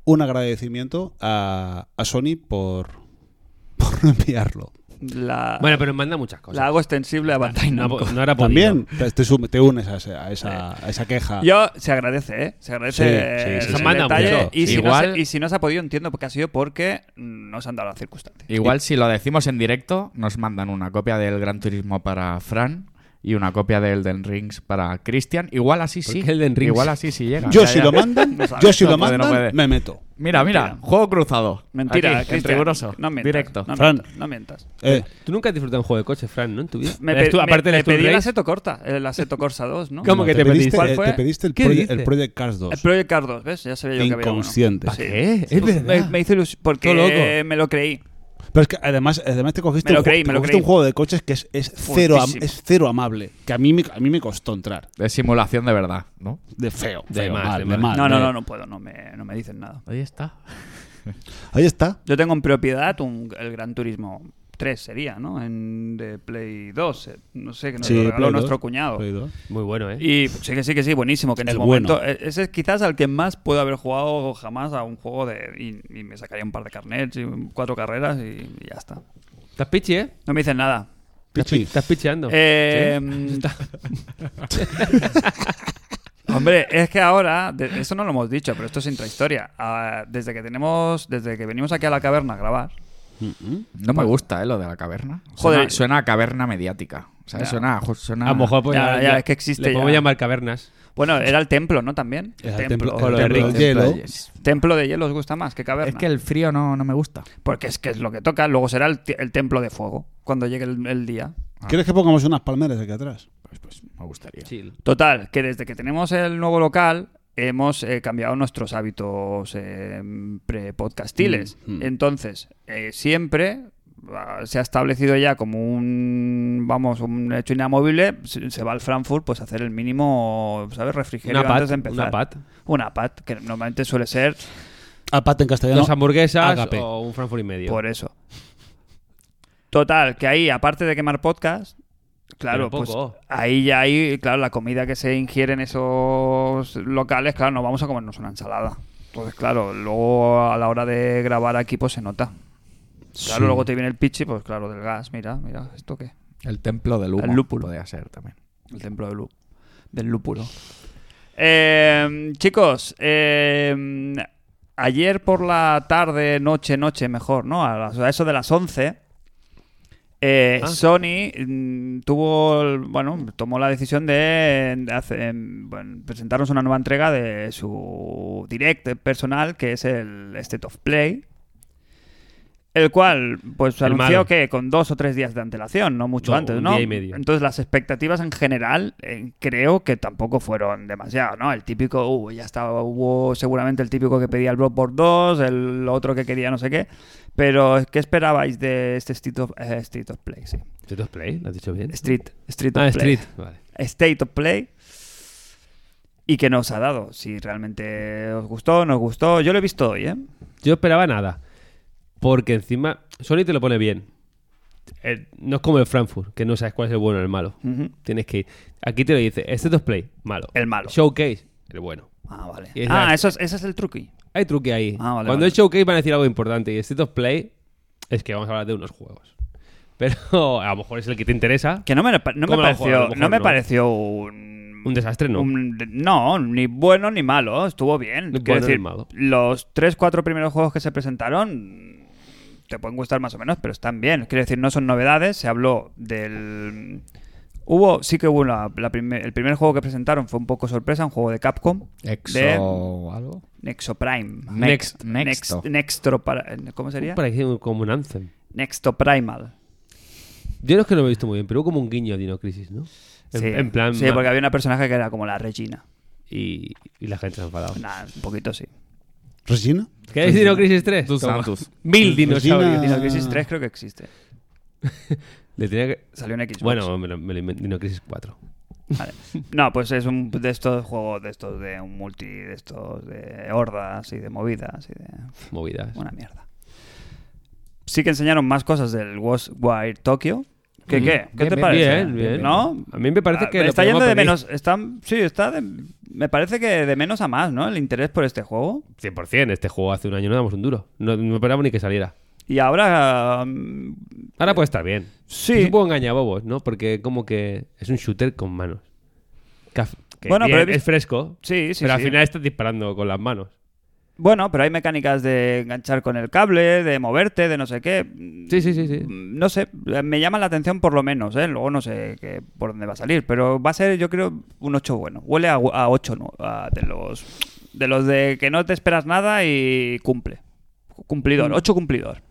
B: un agradecimiento a, a Sony por, por no enviarlo.
A: La,
D: Bueno, pero manda muchas cosas.
A: la hago extensible a Bandai
D: no,
A: Namco.
D: po- no era podido.
B: También te, te sum- te unes a, ese- a esa, a esa queja.
A: Yo se agradece, ¿eh? Se agradece
B: Sí, sí, sí,
A: el
B: sí.
D: Manda
A: detalle.
D: mucho.
A: Y si, no
C: Igual-
A: se, y si no se ha podido, entiendo que ha sido porque no se han dado las circunstancias.
C: Igual si lo decimos en directo, nos mandan una copia del Gran Turismo para Fran y una copia del Den Rings para Cristian. Igual así
D: ¿Por
C: sí.
D: qué el Elden Ring?
C: Igual así sí llega.
B: Yo
C: Ya,
B: si
C: ya.
B: lo mandan,
A: No sabes,
B: yo si
C: no
B: lo
C: puede, no
B: mandan,
C: puede.
B: me meto.
C: Mira, mira, juego cruzado.
A: Mentira,
C: Aquí, en
A: Cristian,
C: riguroso.
A: No mientas.
C: Directo.
A: No
B: Fran.
A: mientas. No mientas.
B: Eh,
D: Tú nunca has disfrutado un juego de coche, Fran, ¿no? En tu vida.
A: Me,
D: Eres
A: pe-
D: tú-
A: me-
D: aparte del
A: me pedí
D: Stunt
A: la
D: Race.
A: Seto Corta, eh, la Seto Corsa 2, ¿no?
D: ¿Cómo
B: no,
D: que te pediste?
A: ¿Cuál
B: eh,
A: fue?
B: te pediste el,
D: ¿Qué
B: proye-
D: dices?
B: el Project Cars 2.
A: El Project Cars 2, ¿ves? Ya sabía yo que había uno.
B: Inconsciente.
A: Sí.
D: ¿Qué? Es
A: Uf, me,
D: verdad.
A: me hizo ilusión porque
D: Todo loco.
A: eh, me lo creí.
B: Pero es que además, además te cogiste,
A: Me lo
B: un, ju-
A: creí,
B: te
A: me lo
B: cogiste
A: creí.
B: un juego de coches que es, es cero, am-
A: Fortísimo.
B: es cero amable. Que a mí, me, a mí me costó entrar.
C: De simulación de verdad, ¿no?
B: De feo.
D: De
B: feo,
D: más,
B: mal,
D: de
B: de
D: más.
B: mal,
A: No, no,
B: de-
A: no, no puedo, no me, no me dicen nada.
C: Ahí está.
B: Ahí está.
A: Yo tengo en propiedad un, el Gran Turismo 3, sería, ¿no? En, de Play 2, eh, no sé, que nos lo regaló
B: Play
A: nuestro
B: dos,
A: cuñado.
B: Play dos.
D: Muy bueno, ¿eh?
A: Y sí, que sí, que sí, buenísimo. Que en
B: El
A: su
B: bueno.
A: momento. e- Ese es quizás al que más puedo haber jugado jamás a un juego de. Y, y me sacaría un par de carnets y cuatro carreras y, y ya está.
D: Estás pichi, ¿eh?
A: No me dicen nada.
B: Pichi.
D: Estás picheando.
A: Eh, mm, Em, Hombre, es que ahora, de- eso no lo hemos dicho, pero esto es intrahistoria. Ah, desde que tenemos, desde que venimos aquí a la caverna a grabar,
C: No me gusta, ¿eh? Lo de la caverna.
A: Joder.
C: Suena, suena a caverna mediática. O sea,
A: Ya.
C: suena, ju- suena...
D: a lo mejor pues,
A: ya, ya, es que existe
D: Le
A: ya.
D: podemos llamar cavernas.
A: bueno, era el templo, ¿no? También.
B: Era el templo,
A: Templo,
B: el
D: de
B: templo del
D: Rick.
B: hielo.
C: Es
A: Templo de hielo os gusta más que caverna.
C: que el frío no, no me gusta.
A: Porque es que es lo que toca. Luego será el, ti- el templo de fuego cuando llegue el, el día.
B: ¿Quieres
D: Ah.
B: que pongamos unas palmeras aquí atrás?
C: Pues, pues me gustaría.
D: Chill.
A: Total, que desde que tenemos el nuevo local hemos eh, cambiado nuestros hábitos eh, pre-podcastiles.
B: Mm, mm.
A: Entonces, eh, siempre ah, se ha establecido ya como un vamos un hecho inamovible se, se va al Frankfurt pues a hacer el mínimo sabes refrigerio
D: Una pat,
A: antes de empezar
D: una pat.
A: una pat que normalmente suele ser
D: Ah,
B: Al pat en castellano.
D: Dos hamburguesas
B: Agape.
D: o un Frankfurt y medio.
A: Por eso. Total, que ahí, aparte de quemar podcast, claro,
D: Pero
A: pues
D: poco.
A: ahí ya hay, claro, la comida que se ingiere en esos locales, claro, nos vamos a comernos una ensalada. Entonces, claro, luego a la hora de grabar aquí, pues se nota. Claro,
B: Sí.
A: luego te viene el pichi, pues claro, del gas, mira, mira, ¿esto qué?
C: El templo del humo.
A: El lúpulo.
C: Podría ser también.
A: El templo del, lu- del lúpulo. Eh, chicos, eh, ayer por la tarde, noche, noche mejor, ¿no? A, las- a eso de las 11, eh,
D: Ah.
A: Sony mm, tuvo, el- bueno, tomó la decisión de, de hacer- bueno, presentarnos una nueva entrega de su direct personal, que es el State of Play. El cual, pues
D: El
A: anunció
D: malo.
A: que con dos o tres días de antelación, no mucho
D: No,
A: antes,
D: un
A: ¿no?
D: día y medio.
A: Entonces las expectativas en general eh, creo que tampoco fueron demasiado, ¿no? El típico, uh, ya estaba, hubo seguramente el típico que pedía el Bloodborne 2, el otro que quería no sé qué, pero ¿qué esperabais de este Street of, eh, State of Play? Sí.
D: ¿Street of Play? ¿Lo has dicho bien?
A: Street, Street of
D: Ah,
A: Play.
D: Street. Vale.
A: State of Play. Y que nos ha dado, si realmente os gustó, nos gustó. Yo lo he visto hoy, ¿eh?
D: Yo esperaba nada. Porque encima, Sony te lo pone bien. Eh, no es como el Frankfurt, que no sabes cuál es el bueno o el malo.
A: Ujú.
D: Tienes que ir. Aquí te lo dice, este dos play, malo.
A: El malo.
D: Showcase, el bueno.
A: Ah, vale.
D: Y es
A: Ah,
D: la-
A: eso es, ese es el truqui.
D: Hay truque ahí.
A: Ah, vale,
D: Cuando
A: vale.
D: es showcase van a decir algo importante. Y State of Play es que vamos a hablar de unos juegos. Pero a lo mejor es el que te interesa.
A: Que no me, no me
D: ¿Cómo lo juego? A
A: pareció,
D: lo mejor
A: no me
D: no.
A: pareció un...
D: Un desastre, ¿no?
A: un- no, ni bueno ni malo, estuvo bien.
D: Ni
A: Quiero
D: bueno ni
A: decir,
D: malo.
A: los 3-4 primeros juegos que se presentaron te pueden gustar más o menos, pero están bien. Quiero decir, no son novedades, se habló del... Hubo, sí que hubo una- la primer- el primer juego que presentaron fue un poco sorpresa, un juego de Capcom,
C: Exo
A: de
C: o algo.
A: Nexo Prime. Next-
C: Next- Nexto.
A: Nextro para- ¿Cómo sería?
D: Parece un- como un Anthem.
A: Nexto Primal.
D: Yo no es que lo he visto muy bien, pero hubo como un guiño a Dino Crisis, ¿no? En,
A: Sí,
D: en plan.
A: sí, porque había una personaje que era como la Regina.
D: y, y la gente se ha enfadado.
A: Nah, Pues un poquito sí.
B: ¿Regina?
D: ¿Qué es Dino Crisis 3?
C: Tus
D: Toma.
C: santos.
D: Mil dinosaurios.
A: Dino Crisis 3 creo que existe.
D: Le tenía que-
A: Salió en Xbox.
D: Bueno, me lo, me lo inventé. Dino Crisis 4.
A: Vale. No, pues es un de estos juegos, de estos de un multi, de estos de hordas y de movidas y de
D: Movidas.
A: una mierda. Sí que enseñaron más cosas del Wire Tokyo. ¿Qué qué? ¿Qué
C: Bien,
A: te
C: bien,
A: parece?
D: bien, bien.
A: ¿No? Ah,
D: A mí me parece que lo
A: está yendo
D: podemos
A: de
D: pedir.
A: menos. Está, sí, está de, me parece que de menos a más, ¿no? El interés por este juego.
D: 100%, este juego hace un año no damos un duro. No, no esperábamos ni que saliera.
A: Y ahora... mm,
D: Ahora puede estar bien.
A: Sí.
D: Es un poco engañabobos, ¿no? Porque como que es un shooter con manos. Que af- que
A: Bueno,
D: bien,
A: pero he
D: es
A: visto-
D: fresco.
A: Sí, sí,
D: pero al
A: sí.
D: final estás disparando con las manos.
A: Bueno, pero hay mecánicas de enganchar con el cable, de moverte, de no sé qué.
D: Sí, sí, sí, sí.
A: Mm, No sé, me llama la atención por lo menos, ¿eh? Luego no sé qué- por dónde va a salir, pero va a ser, yo creo, un 8 bueno. Huele a, a 8 ¿no? A- de los de los de que no te esperas nada y cumple.
D: Mm.
A: Cumplidor, 8 cumplidor.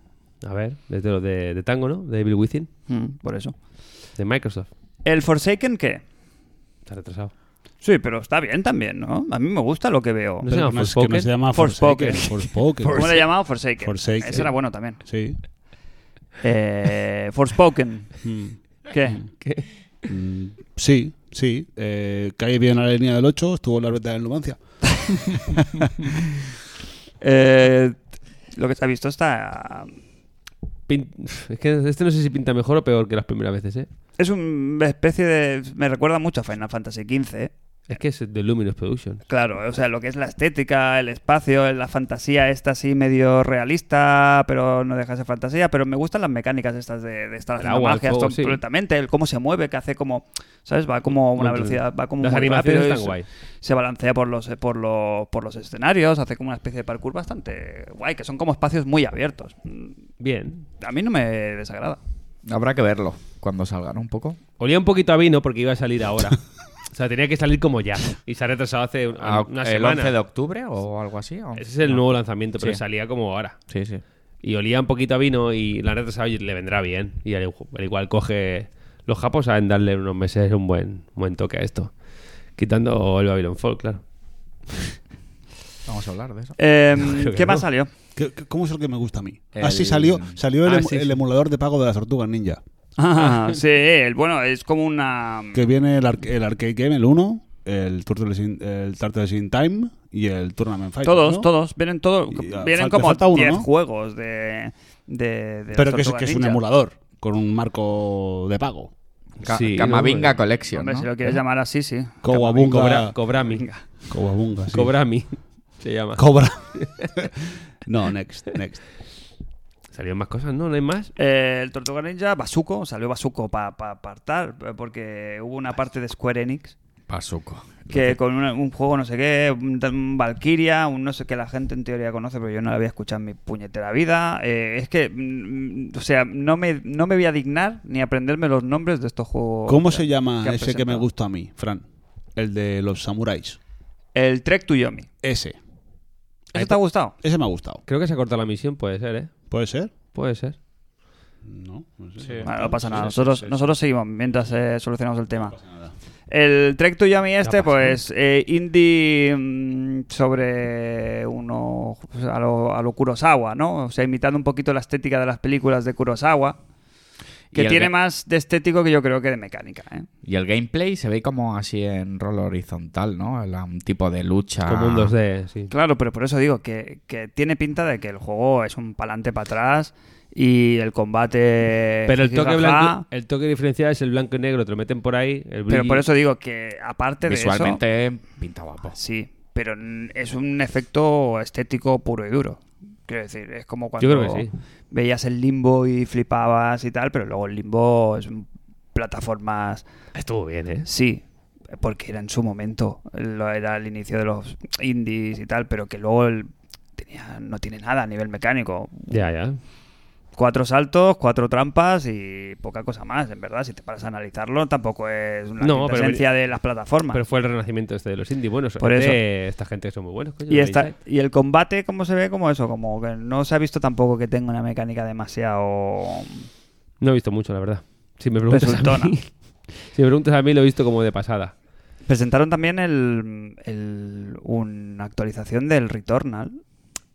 D: A ver, desde los de, de Tango, ¿no? De Evil Within,
A: Mm, por eso.
D: de Microsoft.
A: ¿El Forsaken qué?
D: Está retrasado.
A: Sí, pero está bien también, ¿no? A mí me gusta lo que veo.
D: No sé. se llama
B: no es que no
D: Forspoken?
B: se llama
A: Forspoken.
B: Forspoken. Forspoken.
A: ¿Cómo le llamaba? Forsaken.
B: Forsaken.
A: Ese era bueno también.
B: Sí.
A: Eh, Forspoken. ¿Qué?
D: Mm.
B: Mm, sí, sí. Eh, cae bien a la línea del 8, estuvo en la beta del Numancia.
A: Eh, lo que se ha visto está.
D: Pin- Es que este no sé si pinta mejor o peor que las primeras veces, ¿eh?
A: Es una especie de. Me recuerda mucho a Final Fantasy XV. ¿eh?
D: Es que es de Luminous Production.
A: Claro, o sea, lo que es la estética, el espacio, la fantasía esta así medio realista, pero no deja de ser fantasía. Pero me gustan las mecánicas estas de, de estar
D: El
A: haciendo
D: agua, el
A: magia
D: fuego,
A: esto
D: sí.
A: completamente, el cómo se mueve, que hace como, ¿sabes? Va como a una
D: Muy
A: velocidad, va como
D: Las
A: muy
D: animaciones
A: rápido y
D: están
A: se-
D: guay.
A: Se balancea por los, eh, por, los, por los escenarios, hace como una especie de parkour bastante guay, que son como espacios muy abiertos.
D: Bien.
A: A mí no me desagrada.
C: Habrá que verlo cuando salga, ¿no? Un poco.
D: Olía un poquito a vino porque iba a salir ahora. o sea, tenía que salir como ya. Y se ha retrasado hace un-
C: A-
D: una
C: Ah, ¿El
D: semana.
C: 11 de octubre o algo así? ¿o?
D: Ese es el nuevo lanzamiento, pero
C: Sí.
D: salía como ahora.
C: Sí, sí.
D: Y olía un poquito a vino y la han retrasado y le vendrá bien. Y al, igu- al igual coge... Los japos saben darle unos meses un buen, un buen toque a esto. Quitando el Babylon Fall, claro.
C: Vamos a hablar de eso.
A: Em,
D: creo que
A: ¿Qué más
D: no.
A: salió?
B: ¿Qué- qué- ¿Cómo es el que me gusta a mí?
C: El-
B: Así salió, salió el,
D: Ah,
B: emu-
D: sí, sí.
B: el emulador de pago de las tortugas ninja.
A: Ah, sí, el- bueno, es como una...
B: Que viene el, ar- el Arcade Game, el 1, el Turtles in, el Turtles in Time y el Tournament Fighter.
A: Todos,
B: ¿no?
A: todos, vienen todos,
B: Y, ah,
A: vienen
B: fal-
A: como
B: falta uno,
A: 10
B: ¿no?
A: juegos de... de, de
B: Pero
A: las
B: que es,
A: Tortugas
B: que es un
A: Ninja.
B: emulador con un marco de pago.
C: Ca-
D: Sí,
C: Camavinga
D: no,
C: Collection.
A: Hombre,
C: ¿no?
A: si lo quieres llamar así, sí.
B: Coabunga.
D: Cobra, cobrami.
B: Coabunga, sí.
D: Cobrami. Se llama.
B: Cobra. no, next, next.
D: Salieron más cosas, ¿no? ¿No hay más?
A: Eh, el Tortuga Ninja, Basuco, salió Basuco para apartar, porque hubo una parte de Square Enix
C: Pasuco.
A: que con una- un juego no sé qué, un, un Valkyria, un no sé qué la gente en teoría conoce, pero yo no la había escuchado en mi puñetera vida. Eh, es que, mm, mm, o sea, no me, no me voy a dignar ni aprenderme los nombres de estos juegos.
B: ¿Cómo se llama
A: Oh, que han
B: ese que me
A: presentado.
B: gusta a mí, Fran? El de los samuráis.
A: El Trek to Yomi.
B: Ese.
A: ¿Eso te ha gustado?
B: Ese me ha gustado.
D: Creo que se ha cortado la misión, puede ser, ¿eh?
B: ¿Puede ser?
D: Puede ser.
B: No, no sé.
A: Bueno, no pasa nada. Nosotros, nosotros seguimos mientras eh, solucionamos el tema.
B: nada.
A: El Trek to Yomi este,
D: pasa
A: pues, eh, indie mm, sobre uno pues, a lo, a lo Kurosawa, ¿no? O sea, imitando un poquito la estética de las películas de Kurosawa,
C: Y
A: que
C: el
A: tiene
C: ga-
A: más de estético que yo creo que de mecánica, ¿eh?
C: Y el gameplay se ve como así en rol horizontal, ¿no? La- Un tipo de
A: Ah.
C: lucha.
D: Como un 2D, sí.
A: Claro, pero por eso digo que, que tiene pinta de que el juego es un palante para atrás y el combate...
D: Pero el toque,
A: jijijaja.
D: blanco, el toque diferencial es el blanco y negro, te lo meten por ahí. El
A: Pero
D: brilli-
A: por eso digo que aparte de eso...
C: Visualmente pinta guapo.
A: Sí, pero n- es un efecto estético puro y duro. Quiero decir, es como cuando
D: creo que sí.
A: veías el limbo y flipabas y tal, pero luego el limbo es un- plataformas.
D: Estuvo bien, ¿eh?
A: Sí, porque era en su momento, lo era el inicio de los indies y tal, pero que luego el- tenía- no tiene nada a nivel mecánico.
D: Ya, ya.
A: Cuatro saltos, cuatro trampas y poca cosa más, en verdad. Si te paras a analizarlo, tampoco es una
D: No, pero-
A: esencia de las plataformas.
D: Pero fue el renacimiento este de los indie. Bueno,
A: Por
D: de
A: eso.
D: esta gente que son muy buenos. coño,
A: Y,
D: de
A: esta-
D: Inside.
A: y el combate, ¿cómo se ve? Como eso, como que no se ha visto tampoco que tenga una mecánica demasiado mm.
D: No he visto mucho, la verdad. Si me preguntas
A: resultona.
D: a mí, si me preguntas a mí, lo he visto como de pasada.
A: Presentaron también el, el- una actualización del Returnal,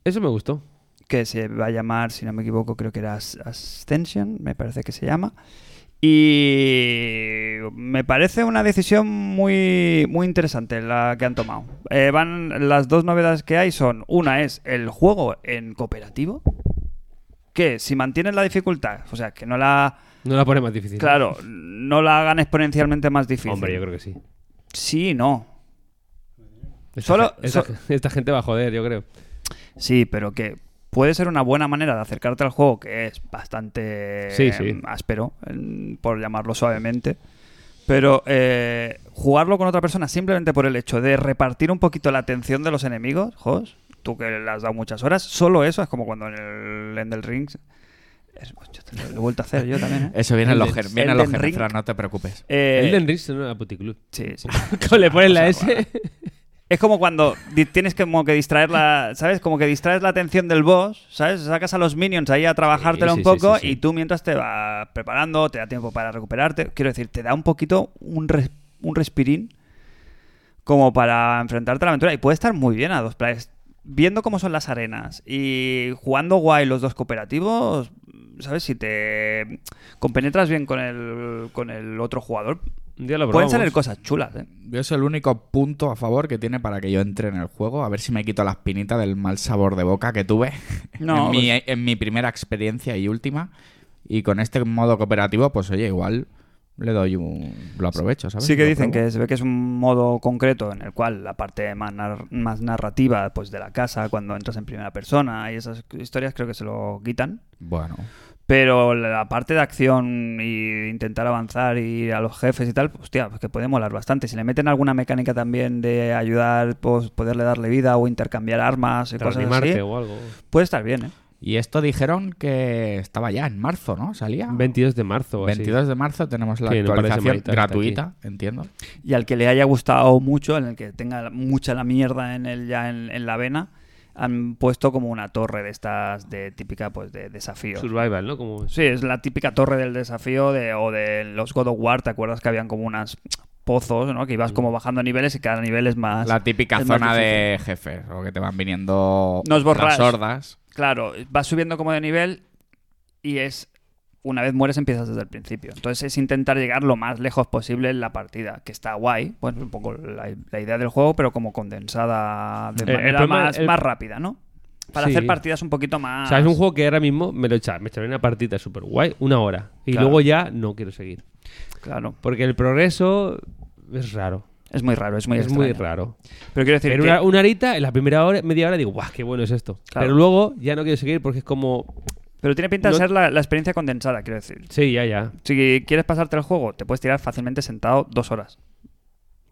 D: Eso me gustó.
A: que se va a llamar, si no me equivoco, creo que era As- Ascension, me parece que se llama. Y me parece una decisión muy, muy interesante la que han tomado. Eh, van, las dos novedades que hay son, una es el juego en cooperativo, que si mantienen la dificultad, o sea, que no la...
D: No la pone más difícil.
A: Claro, no la hagan exponencialmente más difícil.
D: Hombre, yo creo que sí.
A: Sí, no.
D: Esta
A: Solo-
D: ge- esta,
A: so-
D: esta gente va a joder, yo creo.
A: Sí, pero que puede ser una buena manera de acercarte al juego, que es bastante
D: Sí, sí.
A: em, áspero, em, por llamarlo suavemente. Pero eh, jugarlo con otra persona simplemente por el hecho de repartir un poquito la atención de los enemigos, Jos, tú que le has dado muchas horas, solo eso es como cuando en el Endel Rings. es- yo te lo he vuelto a hacer yo también. ¿eh?
C: Eso viene en los
A: Elden-
C: ger- viene en los
A: Elden
C: genes,
A: Ring.
C: Fran, no te preocupes.
A: Eh,
D: Elden Ring no era puticlub.
A: Sí, sí.
D: ¿Cómo le pones la
A: O
D: S?
A: sea, Es como cuando di- tienes que, como que distraer la, ¿sabes? Como que distraes la atención del boss, ¿sabes? Sacas a los minions ahí a trabajártela
D: Sí,
A: un
D: sí, sí,
A: poco
D: sí, sí.
A: y tú mientras te vas preparando, te da tiempo para recuperarte. Quiero decir, te da un poquito un, res- un respirín como para enfrentarte a la aventura. Y puede estar muy bien a dos players. Viendo cómo son las arenas y jugando guay los dos cooperativos, ¿sabes? Si te compenetras bien con el, con el otro jugador,
D: Un día lo
A: pueden
D: probamos.
A: salir cosas chulas, ¿eh?
C: Yo es el único punto a favor que tiene para que yo entre en el juego. A ver si me quito la espinita del mal sabor de boca que tuve
A: No, pues-
C: en, mi, en mi primera experiencia y última. Y con este modo cooperativo, pues oye, igual le doy un... Lo aprovecho, ¿sabes?
A: Sí que
C: Lo
A: dicen
C: pruebo.
A: que se ve que es un modo concreto en el cual la parte más, nar- más narrativa pues de la casa, cuando entras en primera persona y esas historias creo que se lo quitan.
C: Bueno,
A: Pero la parte de acción y intentar avanzar y ir a los jefes y tal, hostia, pues que puede molar bastante. Si le meten alguna mecánica también de ayudar, pues poderle darle vida o intercambiar armas y cosas
D: Reanimarte
A: así,
D: o algo.
A: puede estar bien, ¿eh?
C: y esto dijeron que estaba ya en marzo, ¿no? Salía.
D: 22 de marzo. o así.
C: 22 de marzo tenemos la
D: pues Sí, en un par de
C: actualización
D: semanitas está
C: gratuita, entiendo.
A: Y al que le haya gustado mucho, en el que tenga mucha la mierda en el, ya en, en la vena, han puesto como una torre de estas de típica pues de desafío.
D: Survival, ¿no? Como...
A: Sí, es la típica torre del desafío de, o de los God of War, ¿te acuerdas que habían como unas pozos, ¿no? Que ibas como bajando niveles y cada nivel es más...
C: La típica
A: Ah, es más
C: zona
A: difícil.
C: de jefes, o que te van viniendo
A: Nos borras.
C: las hordas.
A: Claro, vas subiendo como de nivel y es... Una vez mueres empiezas desde el principio. Entonces es intentar llegar lo más lejos posible en la partida, que está guay, pues un poco la, la idea del juego, pero como condensada de
D: Eh, El- el
A: manera
D: problema-
A: más,
D: el-
A: más rápida, ¿no? Para
D: Sí.
A: hacer partidas un poquito más...
D: O sea, es un juego que ahora mismo me lo echaba, me echaré una partida súper guay, una hora. Y
A: Claro.
D: luego ya no quiero seguir.
A: Claro,
D: Porque el progreso es raro.
A: es muy raro, es muy
D: es muy
A: extraño.
D: raro.
A: Pero quiero decir
D: Pero
A: que-
D: una, una horita, en la primera hora, media hora, digo, guau, qué bueno es esto.
A: Claro.
D: Pero luego ya no quiero seguir porque es como.
A: Pero tiene pinta de
D: No-
A: ser la, la experiencia condensada, quiero decir.
D: Sí, ya, ya.
A: Si quieres pasarte el juego, te puedes tirar fácilmente sentado dos horas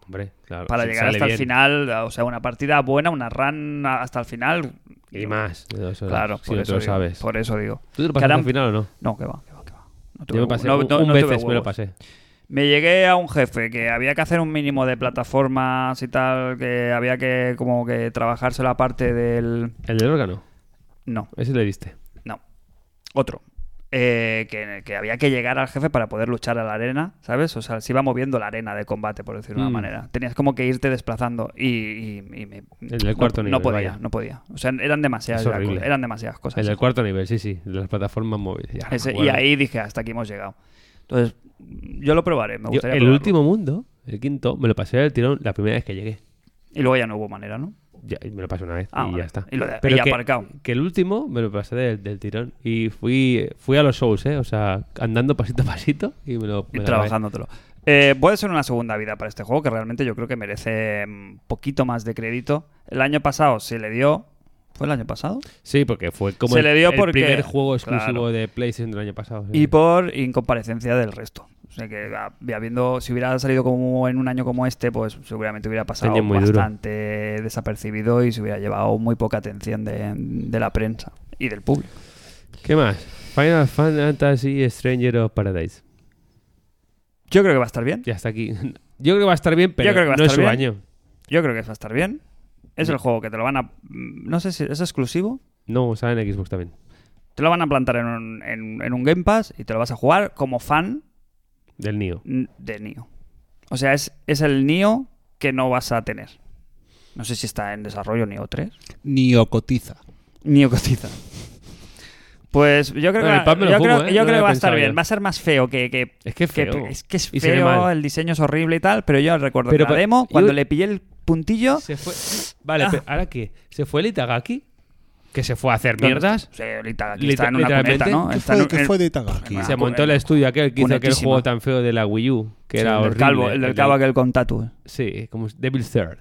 D: Hombre, claro.
A: para
D: se
A: llegar
D: sale
A: hasta el
D: bien.
A: final. O sea, una partida buena, una run a- hasta el final.
D: Y más. de dos horas,
A: Claro,
D: si
A: por
D: no te
A: eso
D: lo
A: digo,
D: sabes.
A: Por eso digo.
D: ¿Tú te lo pasaste
A: Caram-
D: al final o no?
A: No, que va, que va, que va. No
D: Yo
A: tuve
D: me
A: huevo-
D: pasé
A: no-
D: un,
A: no-
D: un
A: no tuve
D: veces me lo
A: huevos.
D: pasé.
A: Me llegué a un jefe que había que hacer un mínimo de plataformas y tal, que había que como que trabajarse la parte del...
D: ¿El del órgano?
A: No,
D: Ese le diste.
A: No. Otro. Eh, que, que había que llegar al jefe para poder luchar a la arena, ¿sabes? O sea, se iba moviendo la arena de combate, por decirlo de
D: Mm.
A: una manera. Tenías como que irte desplazando y, y- y me-
D: El del cuarto
A: no,
D: nivel,
A: no podía,
D: vaya.
A: no podía. O sea, eran demasiadas,
D: Es horrible.
A: eran demasiadas cosas.
D: El del cuarto nivel, sí, sí. De las plataformas móviles. Ya,
A: Ese- Y
D: bueno.
A: ahí dije, hasta aquí hemos llegado. Entonces, yo lo probaré, me
D: Yo,
A: gustaría
D: el
A: probarlo.
D: último mundo, el quinto, me lo pasé del tirón la primera vez que llegué.
A: Y luego ya no hubo manera, ¿no?
D: Ya, y me lo pasé una vez
A: Ah,
D: y
A: vale.
D: ya está.
A: Y lo de-
D: Pero
A: y
D: que,
A: aparcado.
D: que el último me lo pasé del, del tirón y fui fui a los shows, ¿eh? O sea, andando pasito a pasito y me lo.
A: Y
D: me lo
A: trabajándotelo. Eh, puede ser una segunda vida para este juego que realmente yo creo que merece un poquito más de crédito. El año pasado se le dio. ¿Fue el año pasado?
D: grabé. Sí, porque fue como
A: Se
D: el,
A: le dio
D: el
A: porque-
D: primer juego exclusivo
A: claro.
D: de PlayStation del año pasado. sí.
A: Y por incomparecencia del resto. O sea que ah, habiendo, si hubiera salido como en un año como este, pues seguramente hubiera pasado
D: Año muy duro.
A: bastante desapercibido y se hubiera llevado muy poca atención de, de la prensa y del público.
D: ¿Qué más? Final Fantasy Stranger of Paradise.
A: Yo creo que va a estar bien.
D: Ya está aquí. Yo creo que va a estar bien, pero
A: Yo creo que va a
D: no es su
A: estar bien.
D: año.
A: Yo creo que va a estar bien. Es
D: Mm.
A: el juego que te lo van a. mm, No sé si es exclusivo.
D: No, sale en Xbox también.
A: Te lo van a plantar en un, en- en un Game Pass y te lo vas a jugar como fan
D: Del Nio.
A: de Nio. O sea, es, es el Nio que no vas a tener. No sé si está en desarrollo Nio 3.
B: Niocotiza.
A: Nio cotiza. Pues yo creo
D: Bueno, el
A: que, va-
D: pan me lo
A: yo
D: fumo,
A: creo, yo
D: ¿eh? No
A: creo
D: lo
A: que
D: había
A: va a estar
D: pensado
A: bien.
D: yo.
A: Va a ser más feo que... que-
D: Es que es
A: que-
D: feo.
A: es que es
D: Y se ve
A: feo,
D: mal.
A: el diseño es horrible y tal, pero yo recuerdo
D: Pero
A: que la
D: pa-
A: demo, cuando
D: yo-
A: le pillé el puntillo...
D: Se fue. Vale,
A: Ah.
D: pero ¿ahora qué? ¿Se fue el Itagaki? ¿Que se fue a hacer
A: ¿dónde
D: mierdas?
A: está? Sí, ahorita aquí
D: Liter-
A: está en una
D: literalmente.
A: cuneta, ¿no?
B: ¿Qué
A: Está en
B: fue,
A: un-
B: qué
A: en-
B: fue de Itagaki?
A: Ah,
D: se montó el
A: bueno.
D: estudio aquel que hizo aquel
A: Cunetísima.
D: juego tan feo de la Wii U, que
A: sí,
D: era
A: el del
D: horrible.
A: calvo, el del calvo aquel con tatu.
D: Sí, como Devil Third.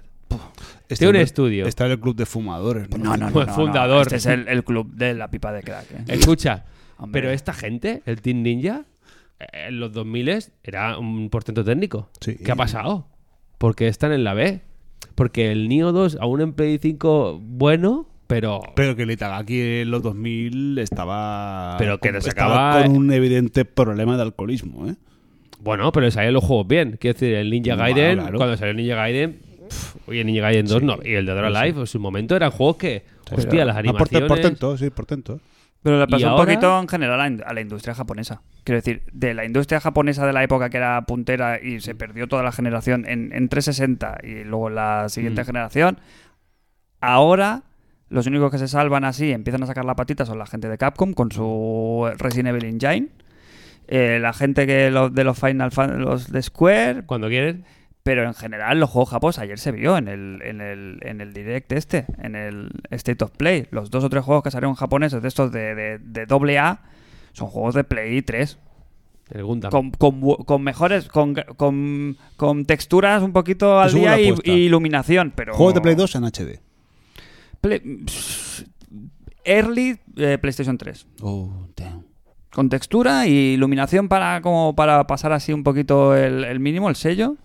B: Este
D: Tiene un
B: hombre
D: estudio.
B: Está en el club de fumadores.
A: No, no, no.
D: Pues
A: no, no.
D: fundador.
A: Este es el, el club de la pipa de crack. ¿eh?
D: Escucha,
A: Hombre.
D: pero esta gente, el Team Ninja, eh, en los 2000 era un portento técnico.
B: Sí.
D: ¿Qué ha pasado? ¿Por qué están en la B? Porque el Neo 2 aún en Play 5 bueno, pero...
B: Pero que el Itagaki en los 2000 estaba.
D: Pero que le
B: estaba
D: sacaba-
B: Con un evidente problema de alcoholismo, ¿eh?
D: Bueno, pero salían los juegos bien. Quiero decir, el Ninja
B: Bueno,
D: Gaiden,
B: claro.
D: cuando salió el Ninja Gaiden... pf, Oye, Ninja Gaiden 2 no, y el de Dora Life, en su momento eran juegos que, hostia, las
B: Ah, por-
D: animaciones...
B: Por tanto, sí, por tanto.
A: Pero le pasó
D: ¿Y
A: un
D: ahora?
A: poquito en general a la, in- a la industria japonesa. Quiero decir, de la industria japonesa de la época que era puntera y se perdió toda la generación en, en 360 y luego la
D: Mm.
A: siguiente generación, ahora los únicos que se salvan así empiezan a sacar la patita son la gente de Capcom con su Resident Evil Engine, eh, la gente que lo- de los Final Fan, los de Square,
D: Cuando quieren.
A: pero en general los juegos japos ayer se vio en el, en el, en el direct este, en el State of Play. Los dos o tres juegos que salieron japoneses de estos de, de, de doble A son juegos de Play 3.
D: El Gundam.
A: Con, con bu- con mejores, con, con- con texturas un poquito al
B: Te subo
A: día
B: la
A: y,
B: apuesta.
A: y iluminación, pero...
B: Juegos de Play 2 en HD.
A: Play- early eh, PlayStation 3.
B: Oh, damn.
A: Con textura y iluminación para como para pasar así un poquito el, el mínimo, el sello.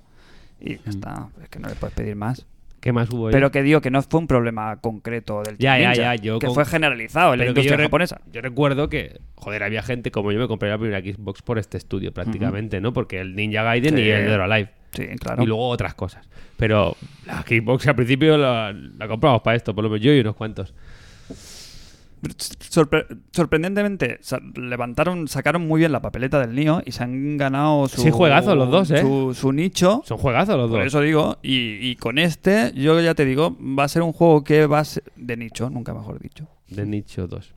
A: Y ya está, es que no le puedes pedir más.
D: ¿Qué más hubo ahí?
A: Pero que digo que no fue un problema concreto del
D: Ya,
A: Team
D: ya,
A: Ninja,
D: ya, yo
A: que
D: con-
A: fue generalizado en la
D: Pero que
A: industria
D: yo re-
A: japonesa.
D: Yo recuerdo que, joder, había gente como yo me compré la primera Xbox por este estudio prácticamente, ¿no? Porque el Ninja Gaiden
A: Sí.
D: y el Dead or Alive.
A: Sí, claro.
D: Y luego otras cosas. Pero la Xbox al principio la, la compramos para esto, por lo menos yo y unos cuantos.
A: Sorpre- sorprendentemente sa- levantaron, sacaron muy bien la papeleta del Nio y se han ganado su
D: Sí, juegazo los dos, ¿eh?
A: Su, su nicho.
D: Son juegazos los
A: Por
D: dos.
A: eso digo, y, y con este, yo ya te digo, va a ser un juego que va a ser de nicho, nunca mejor dicho.
D: De nicho 2.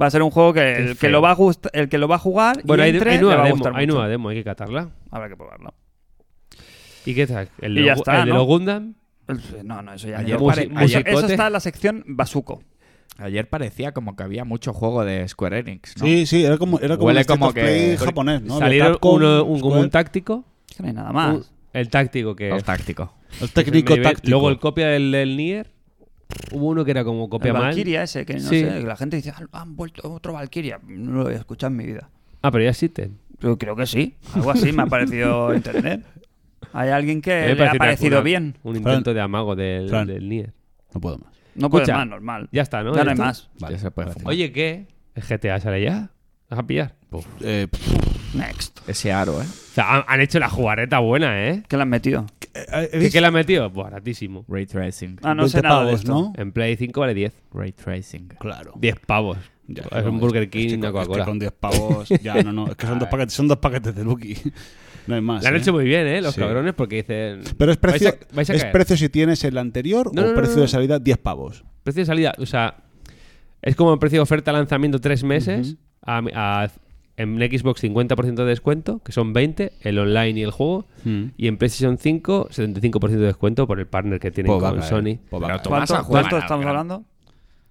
A: Va a ser un juego que
D: Qué
A: el que
D: feo.
A: lo va a gust- el que lo va a jugar
D: Bueno,
A: y
D: hay,
A: entre,
D: hay
A: le
D: nueva
A: va a
D: demo,
A: gustar
D: hay
A: mucho.
D: nueva demo, hay que catarla.
A: Habrá que probarlo.
D: ¿Y qué tal? ¿El,
A: Y
D: de,
A: ya
D: los-
A: está,
D: el de
A: ¿no?
D: los Gundam?
A: No, no, eso ya ni lo
C: Ayer
D: musi-
A: pare. Eso- Eso
D: musicote.
A: está en la sección Bazuco.
C: Ayer parecía como que había mucho juego de Square Enix, ¿no?
B: Sí, sí, era como, era como el
C: Huele
B: State
C: como
B: of
C: que-
B: Play
C: porque
B: japonés, ¿no? De
D: Salieron
B: Capcom,
D: uno- un, como
B: Square.
D: un táctico.
A: Es que no hay nada más.
D: un- el táctico que...
C: El táctico.
B: El
D: que es el
B: técnico
D: medieval.
B: táctico.
D: Luego el copia del, del Nier. Hubo uno que era como
A: El
D: copia mal.
A: Valkyria ese, que no
D: Sí.
A: sé, que la gente dice, "Ah, han vuelto otro Valkyria. No lo había escuchado en mi vida.
D: Ah, pero ya existen.
A: Yo creo que sí, algo así me ha parecido entender. Hay alguien que
D: Me
A: le Eh, ha parecido
D: una-
A: bien.
D: Un
B: Fran.
D: intento de amago del,
B: Fran.
D: del Nier.
B: No puedo más.
A: No puede
D: Escucha,
A: más, normal.
D: Ya está, ¿no?
A: Ya no hay
D: está.
A: más.
B: Vale,
C: Ya se puede
B: gracias.
C: pues, fumar.
D: Oye, ¿qué? ¿El GTA sale ya? ¿Vas a pillar?
B: Eh, pff,
A: Next.
C: Ese aro, ¿eh?
D: O sea, han, han hecho la jugareta buena, ¿eh?
A: ¿Qué le han metido?
B: eh,
D: ¿Qué,
B: ¿habéis-
D: qué le han metido? Baratísimo.
C: Ray Tracing.
A: Ah, no
B: 20
A: sé nada de
B: pavos,
A: esto.
B: ¿no?
D: En Play 5 vale 10.
C: Ray Tracing.
B: Claro.
D: 10 pavos.
B: Ya,
D: es
B: no,
D: un Burger
B: es que
D: King y
B: con-
D: una
B: es que
D: Coca-Cola.
B: con 10 pavos, ya, no, no. Es que son dos paquetes, son dos paquetes de Lucky. No hay más.
D: La han
B: ¿eh?
D: hecho muy bien, ¿eh? Los
B: Sí.
D: cabrones, porque dicen.
B: Pero es precio,
D: Vais a- vais a
B: es
D: caer.
B: precio si tienes el anterior
D: No,
B: o
D: no, no,
B: precio
D: no.
B: de salida 10 pavos.
D: Precio de salida, o sea, es como el precio de oferta lanzamiento 3 meses a- a- en Xbox 50% de descuento, que son 20, el online y el juego,
B: Mm.
D: y en PlayStation 5 75% de descuento por el partner que tienen
B: Pues va a
D: eh. con
B: caer,
D: Sony.
B: pues va a
C: Pero
B: caer.
C: tú vas
A: ¿Cuánto,
C: a jugar
A: cuánto
C: al
A: estamos
C: gran-
A: hablando?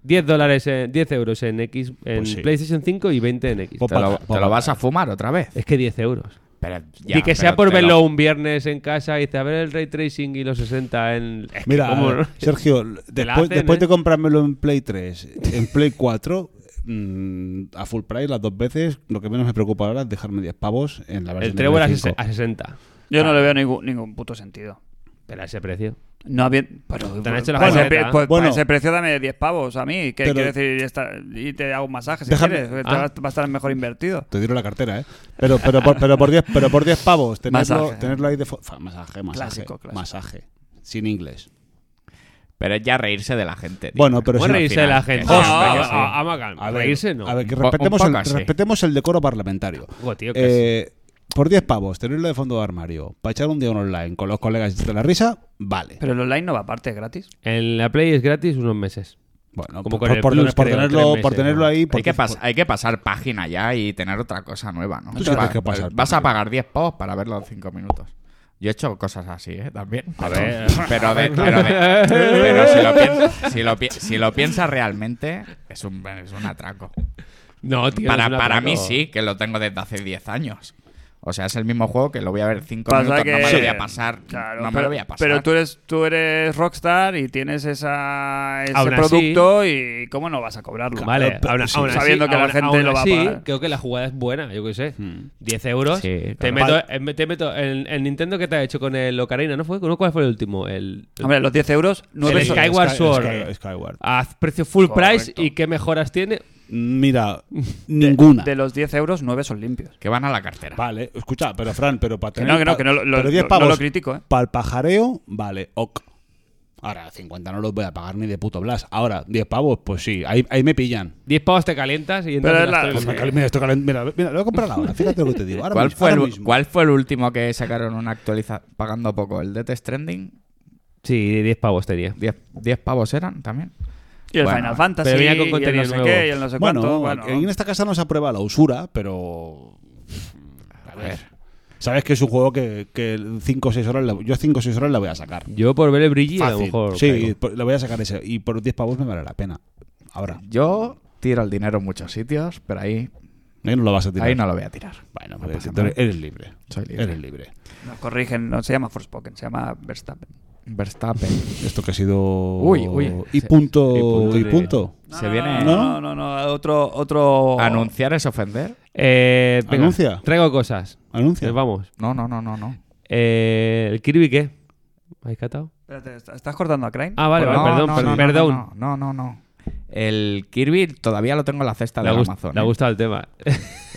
D: 10 dólares, en- 10 euros en X en
B: Pues sí.
D: PlayStation 5 y 20 en X.
B: Pues
C: ¿Te lo,
B: Opa,
C: te
B: opa.
C: lo vas a fumar otra vez?
D: Es que 10 euros.
C: Pero
D: y que
C: pero
D: sea por
C: te lo-
D: verlo un viernes en casa y dice, a ver el ray tracing y los 60 en... es que
B: Mira,
D: cómo no.
B: Sergio,
D: Te la
B: después,
D: hacen,
B: después
D: ¿eh?
B: de comprármelo en Play 3, en Play 4, mm, a full price las dos veces, lo que menos me preocupa ahora es dejarme 10 pavos en la versión
D: el
B: de
D: Trevor a,
B: Play 5.
D: 60 a 60.
A: Yo no le veo ningún, ningún puto sentido.
D: Pero a ese precio.
A: No había. Pero,
D: Te han hecho la
A: para ese
D: jugareta.
A: pre- pues,
B: Bueno.
A: para ese precio dame 10 pavos a mí. Que
B: Pero-
A: quiero decir, ya está- y te hago un masaje si
B: Déjame-
A: quieres. que te va,
D: Ah.
A: va a estar mejor invertido.
B: Te dieron la cartera, ¿eh? Pero, pero, por, pero, por, 10, pero por 10 pavos, tenerlo,
A: Masaje.
B: tenerlo ahí de fo- fa- Masaje, masaje.
A: Clásico, clásico.
B: Masaje. Sin inglés.
C: Pero es ya reírse de la gente. tío.
B: Bueno, pero
D: Bueno,
B: sí, al
D: reírse de la
C: final,
D: gente.
C: que
D: Ah,
C: sí,
D: ah,
C: hombre, que sí.
D: ah, ah, Magan,
B: A ver,
D: reírse no.
B: A ver, que
C: Un po-
B: respetemos,
C: un
B: el,
D: ¿eh?
C: poco sí.
B: respetemos el decoro parlamentario.
D: Joder, tío, que
B: Eh, por 10 pavos, tenerlo de fondo de armario, para echar un día un online con los colegas de la risa, vale.
A: Pero el online no va aparte, es gratis.
D: En la Play es gratis unos meses.
B: Bueno,
D: Como
B: por,
D: con el
B: por-
D: Plus,
B: por
D: creo,
B: tenerlo,
D: tres meses,
B: por tenerlo
D: ¿no?
B: ahí.
C: Hay
B: porque-
C: que, pas- hay que pasar página ya y tener otra cosa nueva, ¿no?
B: ¿Tú qué tienes que
C: vas-
B: pasar
C: vas a
B: página?
C: pagar 10 pavos para verlo en 5 minutos. Yo he hecho cosas así, ¿eh? También.
D: A ver.
C: Pero, de- pero, de- pero si, lo piensas, si, lo pi- si lo piensas realmente, es un, es un atraco.
D: No, tío.
C: Para,
D: es una
C: para
D: placa.
C: mí sí, que lo tengo desde hace 10 años. O sea, es el mismo juego que lo voy a ver cinco
A: Pasa
C: minutos, no
A: que-
C: me lo voy a pasar.
A: Claro,
C: no me
A: pero,
C: lo voy a pasar.
A: pero tú eres, tú eres Rockstar y tienes esa, ese
D: Aún así-
A: producto y ¿cómo no vas a cobrarlo?
D: Vale,
B: pero-
D: aún,
B: sí.
D: aún así,
A: Sabiendo que la
D: aún-
A: gente
D: aún
A: lo va a
D: así,
A: pagar.
D: Creo que la jugada es buena, yo qué sé. 10 euros.
C: Sí,
D: te,
C: claro.
D: meto, en, te meto en, en Nintendo que te ha hecho con el Ocarina, ¿no fue? ¿No? ¿Cuál fue el último? El,
A: Hombre, los 10 euros, nueve
D: El
A: son-
D: Sky- Skyward Sword.
B: Sky- Skyward.
D: a precio full
C: Correcto.
D: price y qué mejoras tiene.
B: Mira, ninguna.
A: de los 10 euros, 9 son limpios.
C: Que van a la cartera.
B: Vale, escucha, pero Fran, pero para
A: Que
B: tener.
A: no, que no, que no lo- lo- no- no lo critico, ¿eh?
B: Para el pajareo, vale, ok. Ahora, 50 no los voy a pagar ni de puto Blas. Ahora, 10 pavos, pues sí, ahí, ahí me pillan.
D: 10 pavos te calientas y
A: Pero
D: entras
A: es
D: en
A: la-
D: la
B: Pues
D: Store.
B: me cal- mira, esto calen- mira, mira, lo he comprado ahora, fíjate lo que te digo. Ahora
C: ¿Cuál
B: mismo,
C: fue,
B: ahora
C: el,
B: mismo.
C: ¿Cuál fue el último que sacaron una actualización pagando poco? ¿El Death Stranding?
D: Sí, 10 pavos tenía.
C: 10 10 pavos eran también?
A: Y el
C: Bueno,
A: Final Fantasy,
D: pero venía con
A: y el
D: contenido
A: no sé
D: nuevo.
A: qué, y el no sé
B: Bueno,
A: cuánto.
B: en esta casa no se aprueba la usura, pero.
C: A ver.
B: Sabes que es un juego que, que 5 o 6 horas. la- yo 5 o 6 horas la voy a sacar.
D: Yo por ver el brilli a lo
B: Fácil.
D: mejor.
B: sí,
D: caigo.
B: por- la voy a sacar ese. Y por 10 pavos me vale la pena. Ahora.
C: Yo tiro el dinero en muchos sitios, pero ahí,
B: Ahí no lo vas a tirar.
C: ahí no lo voy a tirar.
B: Bueno,
C: No
B: pues,
C: pasa
B: tú eres-
C: nada.
B: eres libre.
C: Soy libre.
B: Eres libre.
A: Nos corrigen, no se llama Forspoken, se llama Verstappen.
C: Verstappen.
B: Esto que ha sido.
C: Uy, uy.
B: Y
C: Se-
B: punto.
D: y punto
B: Y
D: de-
B: punto.
C: Se viene-
A: No, no, no, no, otro... otro...
C: ¿Anunciar es ofender?
D: Eh, venga,
B: Anuncia.
D: Traigo cosas.
B: Anuncia.
D: Pues vamos.
C: No, no, no, no, no.
D: Eh, ¿El Kirby qué? ¿Habéis catado?
A: Espérate, ¿est- ¿estás cortando a Crane?
D: Ah, vale,
C: No,
D: vale, perdón,
C: no,
D: per-
C: no, no,
D: perdón.
C: No, no, no, no. El Kirby todavía lo tengo en la cesta
D: Le ha
C: del
D: gust-
C: Amazon.
D: le ha
C: ¿eh?
D: gustado el tema.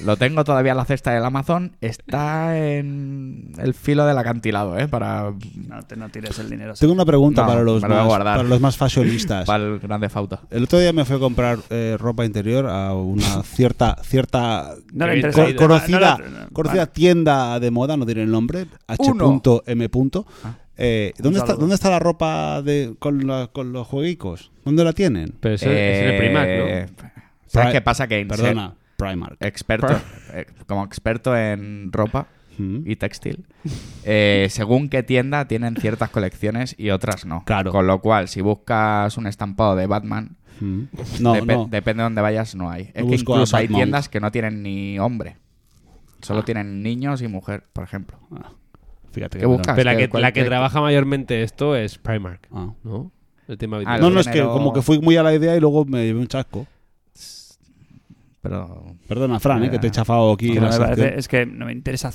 C: Lo tengo todavía en la cesta del Amazon. Está en el filo del acantilado, ¿eh? Para,
A: No, te, no tires el dinero. así.
B: Tengo una pregunta
C: No,
B: para, los
C: me lo voy a
B: más,
C: guardar.
B: para los más fashionistas.
C: para el grande fauta.
B: El otro día me fui a comprar eh, ropa interior a una cierta cierta
A: No
D: le
B: co-
D: interesa.
B: co- conocida,
A: No le- no, no,
B: conocida
A: vale.
B: tienda de moda, no diré el nombre,
C: Uno.
B: H.M. Eh, ¿dónde, está,
A: saludo.
B: ¿Dónde está la ropa de, con, la- con los jueguicos? ¿Dónde la tienen?
D: Pero eso es en el Primark, ¿no?
C: Primark, Eh, ¿Sabes
B: Pri-
C: qué pasa? Que en
B: Perdona, Primark.
C: ser experto, eh, como experto en ropa
B: Mm.
C: y textil, eh, según qué tienda tienen ciertas colecciones y otras no.
B: Claro.
C: Con lo cual, si buscas un estampado de Batman,
B: Mm. No,
C: depe-
B: no.
C: depende de donde vayas, no hay.
B: No
C: Es que
B: busco a
C: incluso hay
B: Batman.
C: tiendas que no tienen ni hombre. Solo tienen niños y mujer, por ejemplo.
B: Ah, Fíjate.
C: ¿Qué
B: que me
C: buscas?
B: da-
D: Pero la que,
C: ¿cuál-
D: la que
C: cuál-
D: trabaja mayormente esto es Primark,
B: Ah.
D: ¿no? El
C: Ah,
D: tema habitual.
B: No, no, es que
C: género-
B: como que fui muy a la idea y luego me llevé un chasco.
C: Pero
B: Perdona, Fran, eh, que te he chafado aquí.
A: Que
B: la
A: Pues no me
B: sección.
A: parece- es que no me interesa,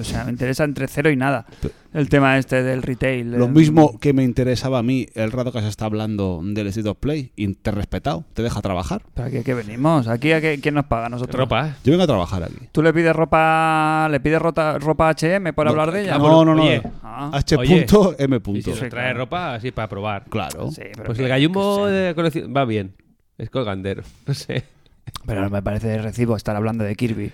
A: o sea, me interesa entre cero y nada el tema este del retail.
B: Lo
A: el-
B: mismo que me interesaba a mí el rato que se está hablando del State of Play, y te he respetado, te deja trabajar.
A: ¿Pero aquí a qué venimos? ¿Aquí a qué- quién nos paga? ¿Nosotros?
D: Ropa.
B: Yo vengo a trabajar aquí.
A: ¿Tú le pides ropa, le pides rota- ropa HM por hablar de ella?
B: No, no, no.
D: Oye.
A: Ah.
B: H.M.
D: Y si
A: Sí,
D: nos trae
A: claro.
D: ropa así para probar.
B: Claro.
A: Sí, pero
D: Pues
A: que-
D: el gallumbo
A: que sí.
D: de colección va bien. Es colgandero. No sé.
A: Eh, Pero no me parece de recibo estar hablando de Kirby,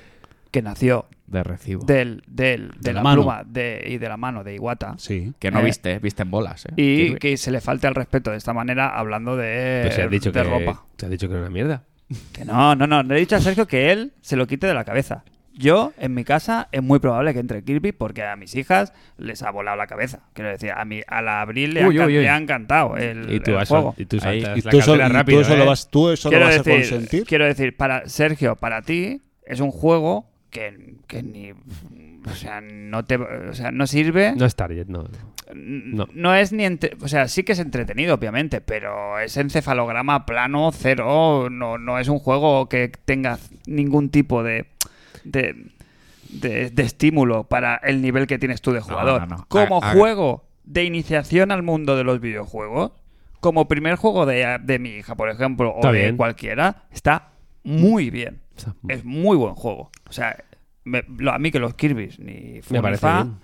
A: que nació
C: de recibo.
A: del, del, de,
B: De
A: la,
B: la mano.
A: pluma de, y de la mano de Iwata.
B: Sí.
C: Que no
A: Eh,
C: viste, viste en bolas. ¿eh?
A: Y
C: Kirby.
A: que se le falte al respeto de esta manera hablando de,
D: Pues se has dicho
A: de
D: que
A: ropa.
D: Te has dicho que era una mierda.
A: Que no, no, no. Le he dicho a Sergio que él se lo quite de la cabeza. Yo, en mi casa, es muy probable que entre Kirby porque a mis hijas les ha volado la cabeza. Quiero decir, a, mi, a la Abril le,
C: Uy,
A: ha,
C: uy, uy.
A: le ha encantado el,
D: Y tú,
A: el
D: vas
A: juego.
D: y tú
C: Ahí.
D: saltas
B: Y
D: la
B: tú solo,
D: cartera
B: y tú
D: rápido,
B: solo
D: ¿eh?
B: vas, tú solo
A: Quiero
B: vas a
A: decir,
B: consentir.
A: quiero decir, para Sergio, para ti, es un juego que, que ni... O sea, no te, o sea, no sirve.
D: No es Target, no.
A: no. es ni... entre- o sea, sí que es entretenido, obviamente, pero es encefalograma plano, cero. No, no es un juego que tenga ningún tipo de... de de, de estímulo para el nivel que tienes tú de jugador.
C: no, no.
A: Como
C: A- a-
A: juego de iniciación al mundo de los videojuegos, como primer juego de, de mi hija, por ejemplo, o
D: Está
A: de
D: bien.
A: cualquiera, está muy bien.
D: Está muy-
A: Es muy buen juego. O sea, me- lo- a mí que los Kirby ni fu
D: Me
A: ni
D: parece
A: fa,
D: bien.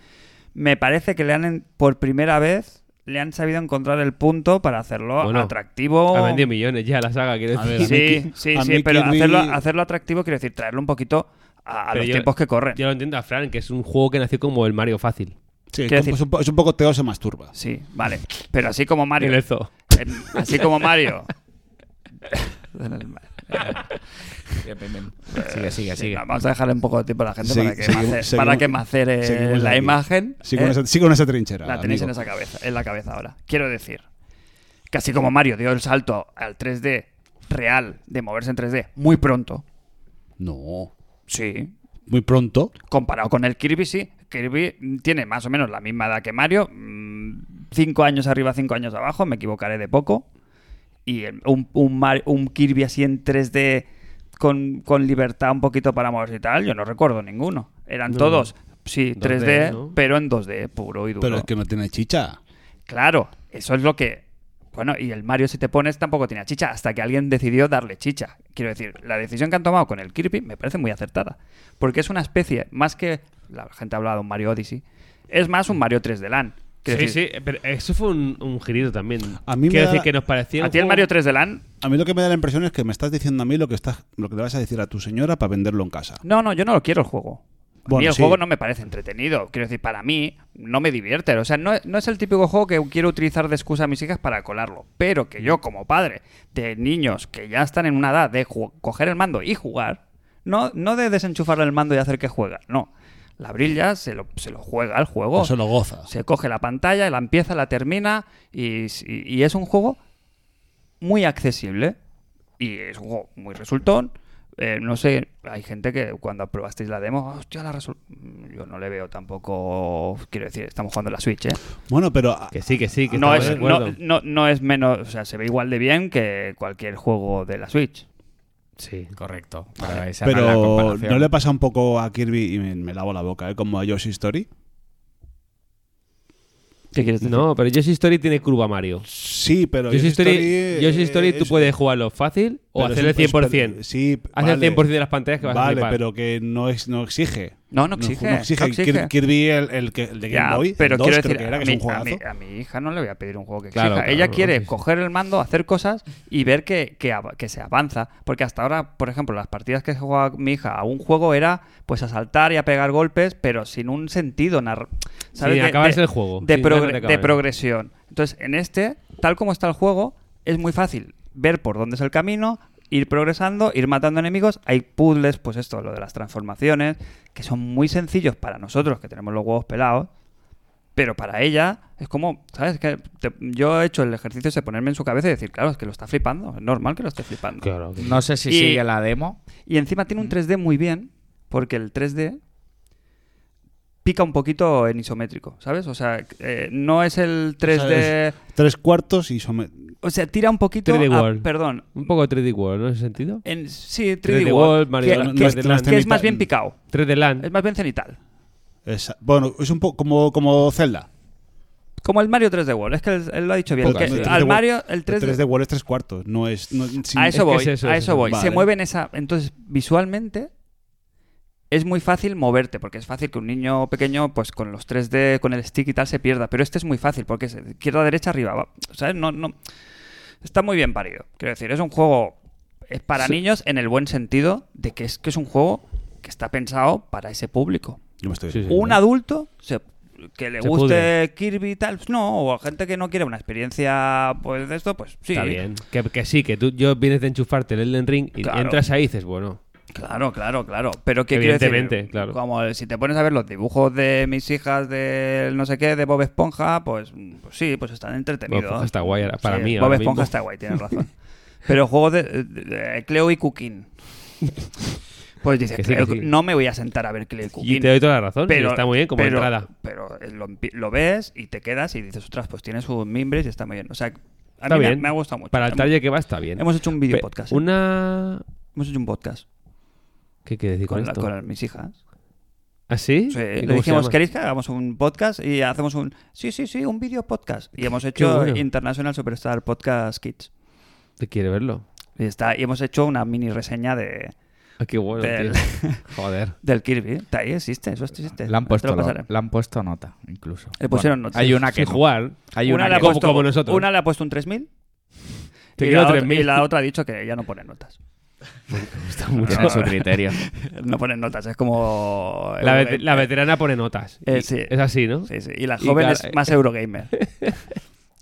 A: me parece que le han en- por primera vez le han sabido encontrar el punto para hacerlo
D: Bueno,
A: Oh, atractivo.
D: Ha vendido millones ya la saga, quiero
B: A
D: decir.
B: ver, a mí
A: Sí,
B: Ki-
A: sí,
B: a
A: sí,
B: mí
A: pero
B: Kirby-
A: hacerlo, hacerlo atractivo quiere decir traerlo un poquito a, a
D: Pero
A: los
D: yo-
A: tiempos que corren.
D: Yo lo entiendo a Fran, que es un juego que nació como el Mario fácil.
B: Sí,
A: quiero
B: es, como-
A: decir-
B: es un, po- es un poco teo se masturba.
A: Sí, vale. Pero así como Mario.
D: En el zoo.
A: Eh, Así como Mario.
C: Bien, bien, bien. Sigue, sigue,
A: Sí,
C: sigue.
A: vamos a dejarle un poco de tiempo a la gente
B: Segui-
A: para, que
B: seguimos-
A: mace-
B: seguimos-
A: para que macere
B: seguimos
A: la
B: aquí.
A: imagen.
B: Sigo, en
A: ¿eh?
B: esa, sigo en esa trinchera.
A: La tenéis en,
B: amigo.
A: esa cabeza, en la cabeza ahora. Quiero decir, que así como Mario dio el salto al 3D real de moverse en 3D muy pronto,
B: No.
A: sí,
B: muy pronto.
A: Comparado con el Kirby, sí. Kirby tiene más o menos la misma edad que Mario. mm, Cinco años arriba, cinco años abajo, me equivocaré de poco. Y el- un, un Mar- un Kirby así en 3D con, con libertad un poquito para moverse y tal, yo no recuerdo ninguno. Eran
D: No.
A: todos, sí,
D: 2D,
A: 3D,
D: ¿no?
A: pero en 2D, puro y duro.
B: Pero es que no tiene chicha.
A: Claro, eso es lo que... Bueno, y el Mario si te pones tampoco tenía chicha, hasta que alguien decidió darle chicha. Quiero decir, la decisión que han tomado con el Kirby me parece muy acertada, porque es una especie, más que... La gente ha hablado de un Mario Odyssey, es más un Mario 3D Land. Quiero
D: Sí,
A: decir,
D: sí, pero eso fue un, un girito también.
B: A mí me
D: Quiero
B: da-
D: decir que nos parecía.
A: A
D: un
A: ti el
D: juego-
A: Mario 3D Land...
B: A mí lo que me da la impresión es que me estás diciendo a mí lo que, estás, lo que le vas a decir a tu señora para venderlo en casa.
A: No, no, yo no lo quiero el juego. A mí
B: Bueno,
A: el
B: sí.
A: juego no me parece entretenido. Quiero decir, para mí no me divierte. O sea, no, no es el típico juego que quiero utilizar de excusa a mis hijas para colarlo. Pero que yo, como padre de niños que ya están en una edad de ju- coger el mando y jugar, no, no de desenchufarle el mando y hacer que juega. No. La brilla, se lo, se lo juega al juego.
B: Eso lo goza.
A: Se coge la pantalla, la empieza, la termina y, y- y es un juego muy accesible y es un juego muy resultón. Eh, no sé, hay gente que cuando aprobasteis la demo, hostia, la resol- mm, Yo no le veo tampoco. Quiero decir, estamos jugando en la Switch, ¿eh?
B: Bueno, pero a-
D: Que sí, que sí, que
A: No
D: estaba
A: es,
D: de acuerdo.
A: no, no- no es menos. O sea, se ve igual de bien que cualquier juego de la Switch.
D: Sí.
C: Correcto. Pero, esa no es la
B: Pero
C: comparación.
B: ¿no le pasa un poco a Kirby y me, me lavo la boca, ¿eh? como a Yoshi Story?
A: ¿Qué quieres decir?
D: No, pero Yoshi Story tiene curva Mario.
B: Sí, pero
D: Yoshi Story, Yoshi
B: eh,
D: Story tú
B: es-
D: puedes jugarlo fácil o
B: pero
D: hacer el
B: es un-
D: 100%.
B: Sí,
D: Haz el
B: vale.
D: 100% de las pantallas que vas a
B: Vale,
D: flipar.
B: pero que no, es, no exige.
A: No, no exige,
B: No exige.
A: no exige.
B: Kir- Kirby, el, el que- el de Game
A: Ya,
B: Boy, el
A: pero
B: 2
A: quiero
B: creo
A: decir,
B: que era,
A: a,
B: que
A: mi,
B: es un
A: a mi-
B: jugazo.
A: a mi hija no le voy a pedir un juego que
C: Claro,
A: exija.
C: claro,
A: Ella
D: no,
A: quiere
D: sí, sí.
A: coger el mando, hacer cosas y ver que, que, av- que se avanza. Porque hasta ahora, por ejemplo, las partidas que jugaba mi hija a un juego era pues a saltar y a pegar golpes, pero sin un sentido. narr- ¿sabes?
D: Sin acabarse el juego,
A: De,
D: sin
A: progre-
D: ganas de acabar.
A: de progresión. Entonces, en este, tal como está el juego, es muy fácil ver por dónde es el camino, ir progresando, ir matando enemigos. Hay puzzles, pues esto, lo de las transformaciones, que son muy sencillos para nosotros, que tenemos los huevos pelados. Pero para ella es como, ¿sabes? Que te- yo he hecho el ejercicio de ponerme en su cabeza y decir, claro, es que lo está flipando, es normal que lo esté flipando.
D: Claro. que-
C: No sé si
A: Y-
C: sigue la demo.
A: Y encima tiene un 3D muy bien, porque el 3D pica un poquito en isométrico, ¿sabes? O sea, eh, no es el 3D...
B: Tres cuartos y some-
A: O sea, tira un poquito.
D: 3D
A: a-
D: World.
A: perdón.
D: Un poco 3D World, ¿no? En ese sentido.
A: En, sí, 3D,
D: 3D World,
A: World.
D: Mario
A: que-
D: Land,
A: que,
D: 3D Land.
A: que es más bien picado.
D: 3D Land.
A: Es más bien cenital.
B: esa- Bueno, es un poco como, como Zelda.
A: Como el Mario 3D World. Es que él, él lo ha dicho bien.
B: Porque
A: que
B: el 3D
A: al
B: World-
A: Mario, el
B: El
A: 3D.
B: 3D World es tres cuartos. No es. no- sin-
A: a eso
D: que
A: voy.
D: es eso,
A: a
D: es
A: eso
D: eso.
A: voy. Se
B: Vale.
A: mueve en esa. Entonces, visualmente. Es muy fácil moverte, porque es fácil que un niño pequeño, pues con los 3D, con el stick y tal, se pierda. Pero este es muy fácil, porque es izquierda, derecha, arriba. va- ¿Sabes? No, no. Está muy bien parido. Quiero decir, es un juego es para niños en el buen sentido de que es que es un juego que está pensado para ese público.
B: Yo me estoy.
D: Sí, sí.
A: Un adulto se- que le
D: Se
A: guste
D: pudre.
A: Kirby y tal, pues no, o gente que no quiere una experiencia pues de esto, pues sí.
D: Está bien. Que, que sí, que tú yo vienes de enchufarte el Elden Ring y
A: Claro.
D: entras ahí y dices, bueno,
A: Claro, claro, claro. Pero que quiero decir,
D: Evidentemente, claro.
A: como el- si te pones a ver los dibujos de mis hijas de no sé qué, de Bob Esponja, pues, pues sí, pues están entretenidos.
D: Bob Esponja está guay ahora- para
A: Sí,
D: mí.
A: Bob
D: ahora
A: Esponja
D: mismo.
A: está guay, tienes razón. Pero juego de, de- de Cleo y Cooking. Pues dices,
D: Que sí, que
A: Cleo-
D: sí.
A: no me voy a sentar a ver Cleo y Cooking.
D: Y te doy toda la razón. y está muy bien como
A: pero-
D: entrada.
A: Pero eh, lo, empi- lo ves y te quedas y dices, ostras, pues tiene sus mimbres y está muy bien. O sea, a
D: Está
A: mí me-
D: bien.
A: Me, ha gustado mucho.
D: Para el
A: Hemos-
D: taller que va está bien.
A: Hemos hecho un video
D: Pe-
A: podcast. ¿eh?
D: Una...
A: Hemos hecho un podcast
D: ¿Qué quiere decir con,
A: con, la-
D: esto?
A: con mis hijas.
D: ¿Ah, sí?
A: Sí,
D: ¿Y
A: le
D: cómo se
A: dijimos,
D: llama?
A: ¿queréis que hagamos un podcast? Y hacemos un... Sí, sí, sí, un video podcast. Y hemos hecho
D: bueno.
A: International Superstar Podcast Kids.
D: ¿Te quiere verlo?
A: Y, está, y hemos hecho una mini reseña de,
D: Ah, qué bueno,
A: Del-
D: tío. Joder.
A: del Kirby. Está ahí, existe, eso existe.
C: Le han,
A: Eh, Te lo
C: puesto lo-
A: pasaré.
C: le han puesto nota, incluso.
A: Le pusieron nota.
C: Hay una
D: Sin
C: que no.
D: jugar.
C: Hay una,
A: le ha
C: que no.
D: como-
A: puesto,
D: como nosotros.
A: Una le ha puesto un 3000
D: Te
A: y,
D: quiero
A: la otra,
D: 3.000.
A: y la otra ha dicho que ya no pone notas.
D: Está
C: No,
D: mucho.
C: tiene su criterio.
A: No ponen notas, es como...
D: La,
A: Eurogame.
D: vet- la veterana pone notas.
A: Eh,
D: Y-
A: sí.
D: Es así, ¿no?
A: Sí, sí. Y la
D: Y
A: joven
D: claro,
A: es más Eurogamer.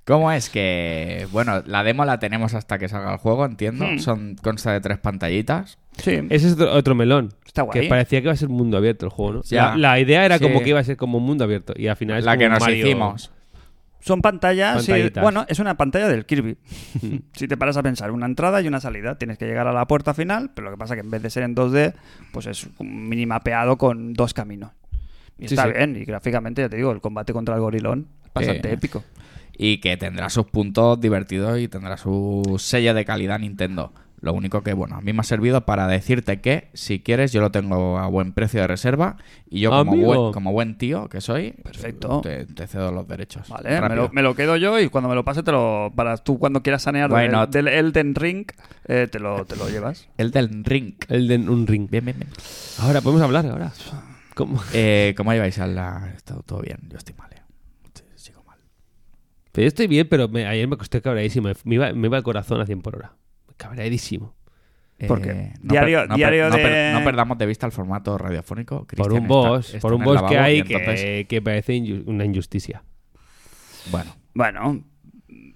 C: ¿Cómo es que.? Bueno, la demo la tenemos hasta que salga el juego, entiendo.
A: Hmm.
C: Son, consta de tres pantallitas.
A: Sí.
D: Ese es otro, otro melón.
A: Está guay.
D: Que parecía que iba a ser mundo abierto el juego, ¿no?
C: Ya.
D: La, la idea era
C: Sí.
D: como que iba a ser como un mundo abierto. Y al final es
C: la
D: como
C: que
D: un
C: nos
D: Mario-
C: hicimos.
A: Son pantallas. sí.
D: Pantallitas.
A: bueno, es una pantalla del Kirby. si te paras a pensar, una entrada y una salida. Tienes que llegar a la puerta final, pero lo que pasa es que en vez de ser en 2D, pues es un mini mapeado con dos caminos. Y
D: Sí,
A: está
D: sí.
A: bien, y gráficamente, ya te digo, el combate contra el gorilón es bastante
C: Sí.
A: épico.
C: Y que tendrá sus puntos divertidos y tendrá su sello de calidad Nintendo. Lo único que, bueno, a mí me ha servido para decirte que, si quieres, yo lo tengo a buen precio de reserva. Y yo, como
D: Amigo.
C: buen, como buen tío que soy,
A: Perfecto.
C: te, te cedo los derechos.
A: Vale, me
C: Rápido.
A: lo, me lo quedo yo y cuando me lo pase, te lo. Para tú, cuando quieras sanear
C: Why
A: del-
C: not?
A: del, Elden Ring, eh, te, lo, te lo llevas.
C: El del ring.
D: El de un ring.
C: Bien, bien, bien.
D: Ahora podemos hablar, ahora. ¿Cómo?
C: Eh, ¿Cómo lleváis a la...? Está todo bien, yo estoy mal. eh. Sí, Sigo mal.
D: Pero yo estoy bien, pero me- ayer me acosté cabreadísimo. Me iba, me iba el corazón a 100 por hora. Cabreadísimo.
A: ¿Por qué?
C: Eh, no
A: Diario-
C: per- no per-
A: diario
C: no per-
A: de-
C: no perdamos de vista el formato radiofónico.
D: Por
C: Cristian
D: un
C: está-
D: boss,
C: está
D: por
C: en
D: un
C: el
D: boss
C: lavabo
D: que
C: y
D: hay
C: entonces-
D: que, que parece inju- una injusticia.
C: Bueno,
A: Bueno,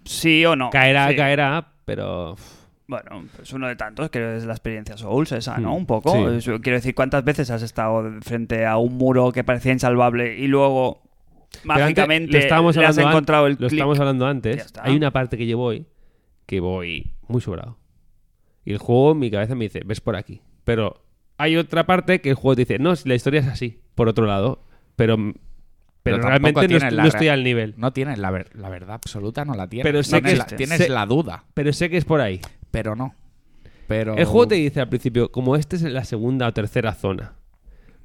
A: sí o no.
D: Caerá,
A: Sí.
D: caerá, pero. uf,
A: Bueno, es uno de tantos, que es la experiencia Souls esa, ¿no?
D: Mm,
A: Un poco.
D: sí.
A: Es- Quiero decir, ¿cuántas veces has estado frente a un muro que parecía insalvable y luego
D: Pero antes-
A: mágicamente
D: lo estábamos
A: le has
D: hablando an-
A: encontrado el
D: Lo
A: clic?
D: estábamos hablando
A: Ya
D: antes.
A: está.
D: Hay una parte que llevo hoy que voy muy sobrado. Y el juego en mi cabeza me dice, ves por aquí. Pero hay otra parte que el juego te dice, no, si la historia es así, por otro lado. Pero, pero,
C: tampoco
D: realmente no,
C: tienes
D: est-
C: la
D: no
C: re-
D: estoy al nivel.
C: no tienes la, ver- la verdad absoluta, no la tienes.
D: Pero
C: No
D: sé
A: que
C: tienes
A: es-
C: la, tienes
D: sé-
C: la duda,
D: Pero sé que es por ahí.
C: pero no. Pero...
D: El juego te dice al principio, como esta es la segunda o tercera zona,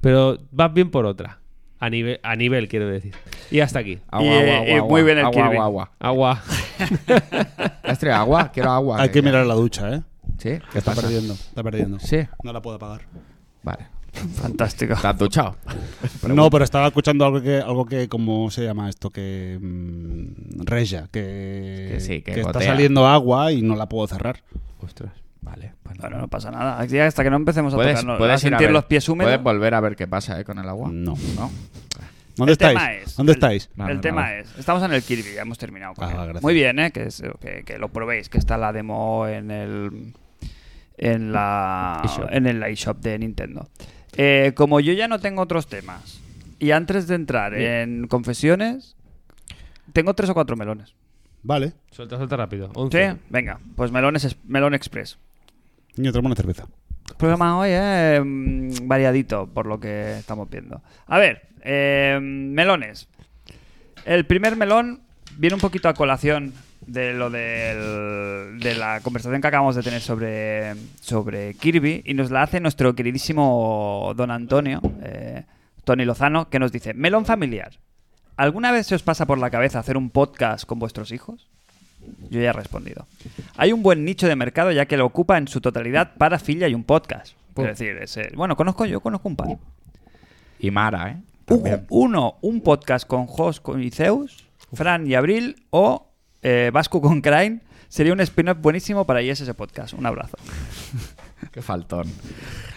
D: pero vas bien por otra. A nivel, a nivel quiero decir. Y hasta aquí.
C: Agua,
A: Y,
C: agua,
A: eh,
C: agua,
A: y
C: agua,
A: muy bien el
C: agua,
A: Kirby.
C: agua, agua.
D: Agua.
C: ¿Has traído agua? Quiero agua.
B: Hay que mirar la ducha, ¿eh?
C: ¿Sí? ¿Qué
B: Está
C: pasa?
B: perdiendo, está perdiendo.
C: Sí.
B: No la puedo apagar.
C: Vale.
A: Fantástico.
C: ¿Te has duchado?
B: no, pero estaba escuchando algo que, algo que, ¿cómo se llama esto? Que mm, reya, que,
C: Que sí, que
B: está
C: gotea.
B: saliendo agua y no la puedo cerrar.
C: Ostras. Vale. pues no.
A: Bueno, no pasa nada. Aquí Hasta que no empecemos a,
C: Puedes,
A: tocarnos-
C: puedes
A: a
C: ir a
A: sentir
C: ver-
A: los pies húmedos.
C: Puedes volver a ver qué pasa eh, con el agua.
D: Mm.
B: No.
C: ¿No?
A: El
B: ¿Dónde estáis?
A: tema es-
B: ¿Dónde
A: el-
B: estáis?
C: No,
A: el
C: no,
A: tema
C: no.
A: es, estamos en el Kirby, ya hemos terminado con
B: Ah,
A: él.
B: gracias.
A: Muy bien, ¿eh? que, es- que- que lo probéis, que está la demo en el en la
D: eShop.
A: en el eShop de Nintendo. Eh, como yo ya no tengo otros temas y antes de entrar en confesiones tengo tres o cuatro melones.
B: Vale.
D: Suelta, suelta rápido.
A: ¿Sí?
D: 11.
A: Venga, pues melones es- melón express.
B: Niño, tráeme una cerveza.
A: Programa hoy eh, mm, variadito por lo que estamos viendo. A ver, eh, melones. El primer melón viene un poquito a colación de lo del- de la conversación que acabamos de tener sobre, sobre Kirby y nos la hace nuestro queridísimo don Antonio, eh, Tony Lozano, que nos dice, melón familiar. ¿Alguna vez se os pasa por la cabeza hacer un podcast con vuestros hijos? Yo ya he respondido. Hay un buen nicho de mercado ya que lo ocupa en su totalidad para filla y un podcast. Es decir, es el- bueno, conozco yo, conozco un par.
C: Y Mara, ¿eh?
A: Hugo,
C: También.
A: Uno, un podcast con Jos con- y Zeus, Fran y Abril o eh, Vasco con Crane. Sería un spin-off buenísimo para ISS Podcast. Un abrazo.
D: ¿Eh?
C: Qué faltón.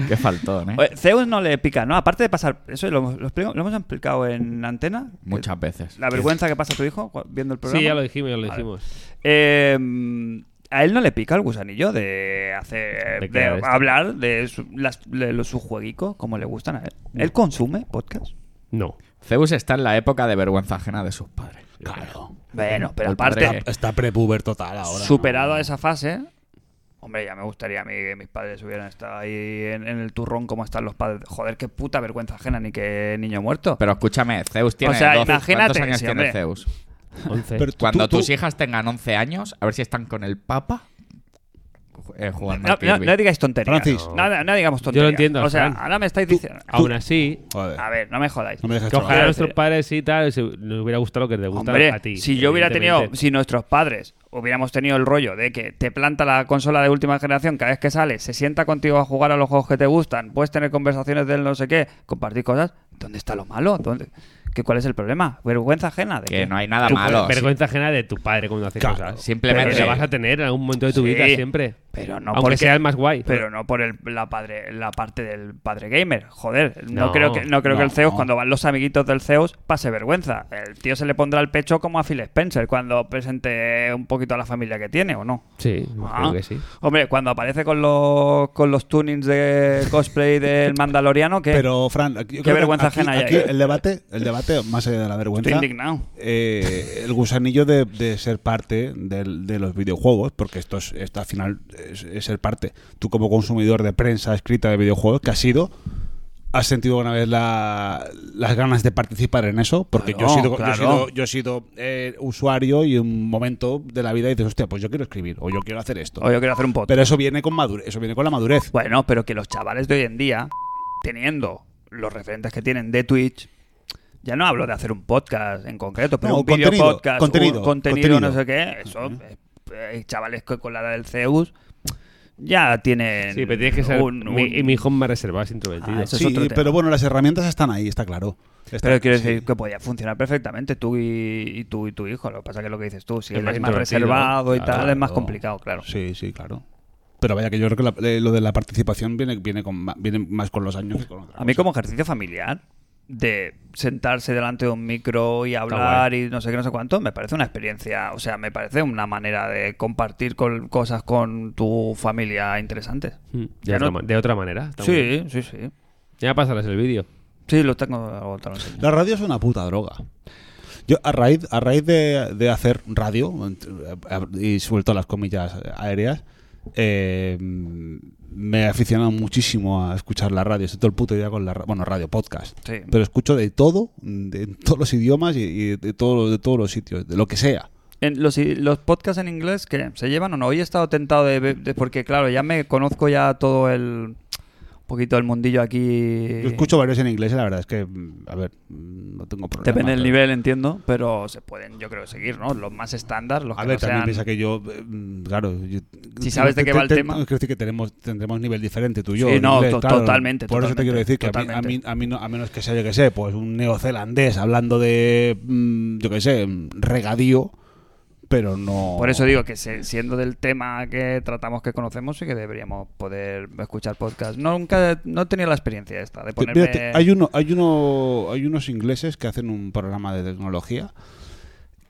C: Qué faltón, ¿eh?
A: Oye, Zeus no le pica, ¿no? Aparte de pasar... Eso lo, hemos- lo explico- lo hemos explicado en antena. que
C: Muchas veces.
A: La vergüenza que pasa tu hijo cu- viendo el programa.
D: Sí, ya lo dijimos, ya lo
A: Vale.
D: dijimos.
A: Eh, a él no le pica el gusanillo de hacer
D: De
A: de,
D: crear esto.
A: hablar de, su, las- de los- su jueguico como le gustan a él. Él consume podcast.
D: No.
C: Zeus está en la época de vergüenza ajena de sus padres.
B: Claro.
A: Bueno, pero
D: pues
C: Al
A: aparte,
C: padre.
B: Está, está prepuber total ahora.
A: superado a esa fase, hombre, ya me gustaría a mí que mis padres hubieran estado ahí en, en el turrón como están los padres. Joder, qué puta vergüenza ajena, ni qué niño muerto.
C: Pero escúchame, Zeus tiene.
A: sea,
C: 12.
A: imagínate,
C: ¿Cuántos años
A: sí,
C: tiene
A: hombre.
C: Zeus?
D: 11.
B: Pero tú-
C: Cuando
B: tú-
C: tus hijas tengan 11 años, a ver si están con el Papa eh, jugando
A: no, no-
C: al Kirby.
A: no digáis tonterías.
B: Francis.
A: No, no- no digamos tonterías.
D: entiendo,
A: O sea,
D: Fran.
A: ahora me estáis diciendo.
D: Aún así,
B: Joder,
A: A ver, no me jodáis.
B: no me dejes
D: que ojalá
B: trabajar.
D: a nuestros padres sí tal, se- nos hubiera gustado lo que te gusta
A: Hombre,
D: a ti.
A: si yo hubiera tenido,
D: evidentemente.
A: si nuestros padres hubiéramos tenido el rollo de que te planta la consola de última generación cada vez que sales, se sienta contigo a jugar a los juegos que te gustan, puedes tener conversaciones del no sé qué, compartir cosas, ¿dónde está lo malo? ¿Dónde- ¿Qué, ¿Cuál es el problema? Vergüenza ajena. ¿de
C: Que
A: qué?
C: no hay nada
D: Tu
C: malo.
D: eh, vergüenza ajena de tu padre cuando hace
B: Claro.
D: cosas.
C: Simplemente-
D: Pero la vas a tener en algún momento de tu
A: Sí,
D: vida siempre.
A: pero no
D: Aunque
A: porque-
D: sea el más guay.
A: Pero no por el- la, padre, la parte del padre gamer. Joder, no,
D: No,
A: creo, que, no creo que el
B: no.
A: Zeus, cuando van los amiguitos del Zeus, pase vergüenza. El tío se le pondrá el pecho como a Phil Spencer cuando presente un poquito a la familia que tiene, ¿o no?
D: Sí, imagino
A: Ah.
D: que sí.
A: Hombre, cuando aparece con los, con los tunings de cosplay del Mandaloriano, que
B: Pero, Fran, aquí- yo creo que
A: vergüenza
B: aquí-
A: ajena hay
B: aquí
A: ahí.
B: el debate, el debate aparte, más allá de la
A: Estoy
B: vergüenza,
A: indignado.
B: eh, el gusanillo de, de ser parte del- de los videojuegos, porque esto, es, esto al final es, es ser parte. Tú como consumidor de prensa escrita de videojuegos, que has sido, has sentido alguna vez la- las ganas de participar en eso, porque
A: Claro,
B: yo, he sido, yo he
A: claro.
B: sido- yo he sido, eh, usuario y un momento de la vida dices, hostia, pues yo quiero escribir o yo quiero hacer esto.
A: O Oh, yo quiero hacer un podcast.
B: Pero eso viene con madurez, eso viene con la madurez.
A: Bueno, pero que los chavales de hoy en día, teniendo los referentes que tienen de Twitch, ya no hablo de hacer un podcast en concreto, pero
B: No,
A: un video
B: contenido,
A: podcast,
B: contenido,
A: un contenido,
B: contenido.
A: no sé qué, eso, eh, eh, chavales que con la edad del Zeus ya tienen
D: Sí, pero tienes que ser
A: un-
D: mi,
A: un-
D: mi hijo más reservado, es introvertido.
A: Ah, eso es
B: Sí,
A: otro tema.
B: pero bueno, las herramientas están ahí, está claro. Está-
A: Pero quiero
B: sí.
A: decir que podía funcionar perfectamente tú y, y tú y tu hijo. Lo que pasa que lo que dices tú, si
D: Es
A: él
D: más
A: es más
D: introvertido,
A: reservado y
D: claro.
A: tal, es más complicado, claro.
B: Sí, sí, claro. Pero vaya que yo creo que la- eh, lo de la participación viene, viene, con, ma- viene más con los años que con otra
A: A mí
B: cosa.
A: como ejercicio familiar, de sentarse delante de un micro y hablar y no sé qué, no sé cuánto, me parece una experiencia, o sea, me parece una manera de compartir col- cosas con tu familia interesantes.
D: Mm, De,
A: Ya
D: otra,
A: no-
D: ma- de otra manera. está muy bien.
A: Sí, sí, sí.
D: Ya pasarás el vídeo.
A: Sí, lo tengo algo te lo enseño.
B: La radio es una puta droga. Yo a raíz, a raíz de, de hacer radio eh, y suelto las comillas aéreas, eh, me he aficionado muchísimo a escuchar la radio. Estoy todo el puto día con la ra- bueno radio podcast,
A: Sí.
B: pero escucho de todo, de en todos los idiomas y, y de, todo, de todos los sitios, de lo que sea.
A: En los, los podcasts en inglés que se llevan o no. Hoy he estado tentado de, ver- de- porque claro, ya me conozco ya todo el un poquito el mundillo aquí.
B: Yo escucho varios en inglés y la verdad es que, mm, a ver, mm, no tengo problema.
A: Depende del
B: pero-
A: nivel, entiendo, pero se pueden, yo creo, seguir, ¿no? Los más estándar, los
B: A
A: que
B: ver,
A: no
B: también
A: sean-
B: piensa que yo, eh, mm, claro. yo-
A: Si sabes de qué va el tema.
B: Quiero decir que tenemos, tendremos nivel diferente tú y yo.
A: Sí,
B: en
A: no,
B: inglés,
A: to-
B: claro.
A: totalmente,
B: Por eso
A: totalmente,
B: te quiero decir que a mí- a mí,
A: totalmente.
B: a, mí no- a menos que sea, yo que sé, pues un neozelandés hablando de, mm, yo que sé, mm, regadío, pero no.
A: Por eso digo que se- siendo del tema que tratamos, que conocemos, sí que deberíamos poder escuchar podcast. Nunca, no he tenido la experiencia esta de
B: Te-
A: ponerme...
B: mírate, hay uno, hay uno, hay unos ingleses que hacen un programa de tecnología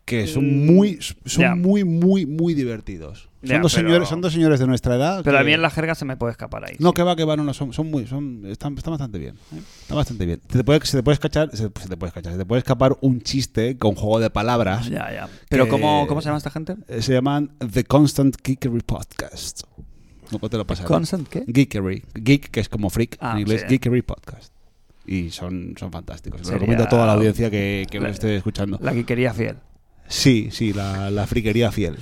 B: que son muy, son
A: Mm, ya.
B: muy, muy, muy divertidos. Son
A: Ya,
B: dos
A: pero-
B: señores, son dos señores de nuestra edad.
A: Pero a
B: que-
A: mí en la jerga se me puede escapar ahí.
B: No,
A: sí.
B: que va, que va, no, no, son, son muy, son, están, están bastante bien. ¿eh? Están bastante bien. Se te puede, se te puede escachar- se, se te puede escachar, se te puede escapar un chiste con juego de palabras.
A: Ya, ya. Pero
B: Que-
A: ¿cómo, ¿cómo se llama esta gente?
B: Eh, Se llaman The Constant Geekery Podcast. No te lo pasaré.
A: ¿Constant qué?
B: Geekery. Geek, que es como freak
A: Ah,
B: en inglés,
A: sí.
B: Geekery Podcast. Y son, son fantásticos. Se
A: Sería-
B: lo recomiendo a toda la audiencia que, que
A: la-
B: lo esté escuchando.
A: La que quería fiel.
B: Sí, sí, la, la friquería fiel.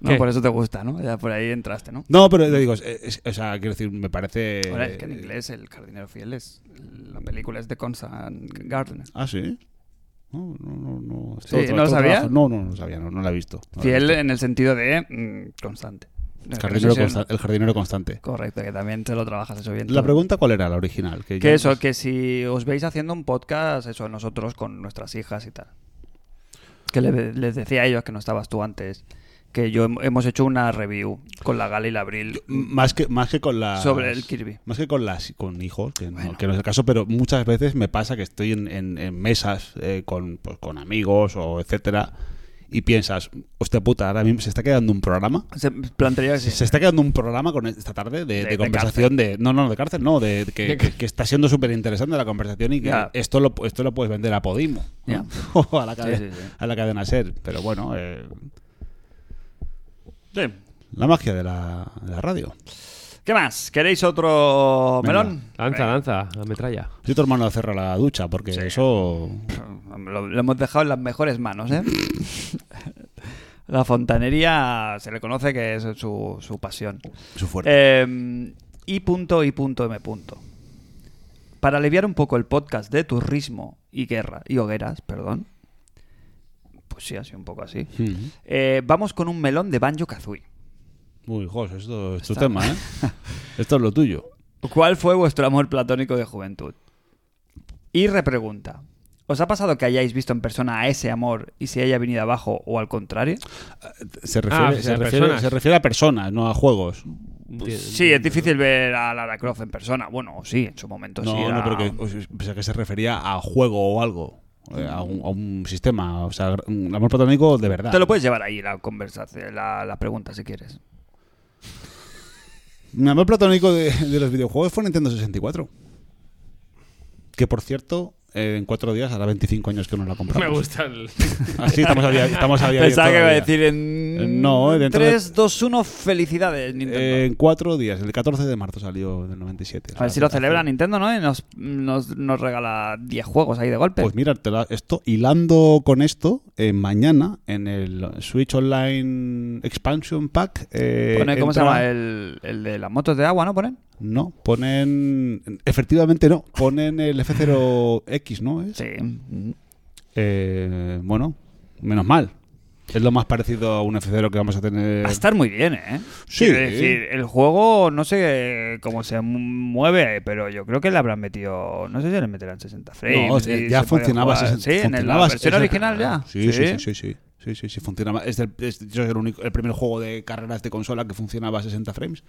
A: No,
D: ¿Qué?
A: por eso te gusta, ¿no? Ya por ahí entraste, ¿no?
B: No, pero te digo, es- es- o sea, quiero decir, me parece.
A: Ahora, es que en inglés el jardinero fiel es... La película es de Constant Gardener.
B: Ah, sí. No, no, no. no.
A: Sí, ¿no lo sabía?
B: trabajo- No, no, no sabía, no, no la he visto. No la he
A: Fiel
B: visto.
A: en el sentido de mm, constante.
B: El
A: Que no
B: jardinero,
A: sé si-
B: consta- el jardinero constante.
A: Correcto, que también te lo trabajas eso bien.
B: La
A: tú.
B: pregunta, ¿cuál era la original? yo-
A: Que eso, que si os veis haciendo un podcast, eso, nosotros con nuestras hijas y tal. Que le- les decía a ellos que no estabas tú antes, que yo hem- hemos hecho una review con la Gala y la Abril.
B: Más que, más que con las...
A: Sobre el Kirby.
B: Más que con las con hijos, que,
A: Bueno.
B: no, que no es el caso, pero muchas veces me pasa que estoy en, en- en mesas eh, con, pues, con amigos o etcétera y piensas, hostia puta, ahora mismo se está quedando un programa.
A: Se plantearía que sí.
B: Se está quedando un programa con esta tarde de,
A: De-
B: de
A: de
B: conversación de, No, no, de cárcel, no, de, de que,
D: De cárcel.
B: que está siendo súper interesante la conversación y que
A: Ya.
B: esto, lo, esto lo puedes vender a Podimo.
A: Ya.
B: ¿no? o a la, cadena,
A: sí, sí.
B: a la cadena Ser. Pero bueno, eh,
A: Sí.
B: la magia de la, de la radio.
A: ¿Qué más? ¿Queréis otro
B: Venga.
A: melón?
D: Lanza, lanza, ametralla.
B: Si tu hermano cerra la ducha, porque eso.
A: Lo, lo hemos dejado en las mejores manos, ¿eh? la fontanería se le conoce que es su, su pasión.
B: Su fuerte.
A: Eh, I.I.M. Para aliviar un poco el podcast de turismo y guerra y hogueras, perdón. Pues sí, así un poco así.
B: Mm.
A: Eh, vamos con un melón de Banjo Kazooie.
B: Uy, Jos, esto es tu tema, ¿eh? esto es lo tuyo.
A: ¿Cuál fue vuestro amor platónico de juventud? Y repregunta. ¿Os ha pasado que hayáis visto en persona a ese amor y se haya venido abajo o al contrario?
B: Se refiere,
D: Ah,
B: se,
D: a
B: refiere,
D: personas.
B: se refiere a personas, no a juegos. Pues
A: Pues Sí, es difícil ver a Lara Croft en persona. Bueno, sí, en su momento sí.
B: no,
A: era-
B: no, porque o sea, pensé que se refería a juego o algo. eh, A un, a un sistema, o sea, un amor platónico de verdad.
A: Te lo puedes llevar ahí la conversación, la, la pregunta si quieres.
B: Mi amor platónico de, de los videojuegos fue Nintendo 64. Que por cierto, eh, en cuatro días hará 25 años que no la
D: Me
B: compramos.
D: gusta el...
B: Así estamos a día, estamos a día
A: Pensaba que
B: abierto
A: iba a
B: todavía. Eh,
A: decir en.
B: No, dentro de-
A: 3, 2, 1, felicidades, Nintendo.
B: Eh, en cuatro días, el 14 de marzo salió del 97.
A: a ver si lo celebra Nintendo, ¿no? Y nos, nos, nos regala 10 juegos ahí de golpe.
B: Pues mira, te la- esto, hilando con esto, eh, mañana en el Switch Online Expansion Pack. eh,
A: Pone, ¿Cómo se
B: entra-
A: llama? El, el de las motos de agua, ¿no? Ponen.
B: No, ponen. Efectivamente no, ponen el F0X, ¿no? ¿Es?
A: Sí.
B: Mm, Eh, bueno, menos mal. Es lo más parecido a un F0 que vamos a tener.
A: Va a estar muy bien, ¿eh?
B: Sí.
A: Quiero decir, el juego no sé cómo se mu- mueve, pero yo creo que le habrán metido. No sé si le meterán 60 frames.
B: No,
A: si
B: ya
A: se puede
B: funcionaba.
A: jugar.
B: sesen-
A: Sí, en el- la
B: funcionaba
A: versión
B: ese-
A: original ya.
B: Sí, sí, sí, sí, sí. Sí, sí, sí, funcionaba. Es, del- es- yo es el, único, el primer juego de carreras de consola que funcionaba a 60 frames.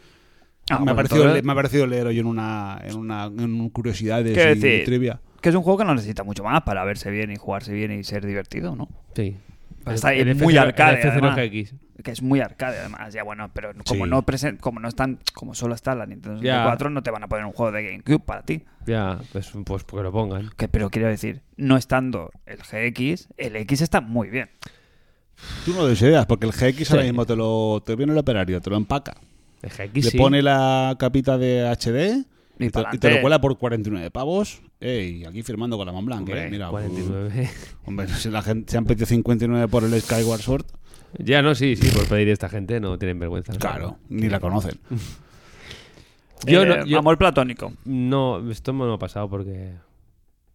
A: Ah,
B: me,
A: bueno,
B: ha parecido,
A: entonces-
B: le- me ha parecido leer hoy en una, en una en un curiosidades
A: Quiero
B: y
A: decir-
B: trivia.
A: Que es un juego que no necesita mucho más para verse bien y jugarse bien y ser divertido, ¿no?
D: Sí.
A: Está ahí muy arcade, además.
D: F0GX.
A: Que es muy arcade, además. Ya bueno, pero como
B: Sí.
A: no presen- como no están, como solo está la Nintendo
D: Ya.
A: 64, no te van a poner un juego de GameCube para ti.
D: Ya, pues, pues que lo pongan.
A: Que, pero quiero decir, no estando el GX, el X está muy bien.
B: Tú no deseas, porque el GX ahora
D: Sí.
B: mismo te lo te viene el operario, te lo empaca.
D: El GX
B: le
D: sí.
B: pone la capita de HD
A: Y
B: y, te,
A: pa'lante.
B: y te lo cuela por 49 pavos. Ey, aquí firmando con la mano blanca.
D: Hombre,
B: eh, mira,
D: 49.
B: uh, hombre, si la gente se han pedido 59 por el Skyward Sword,
D: ya, no, sí, sí, por pedir a esta gente no tienen vergüenza.
B: claro, ni la conocen.
D: Yo,
A: Eh,
D: no, yo-
A: Amor platónico.
D: no, esto me lo ha pasado porque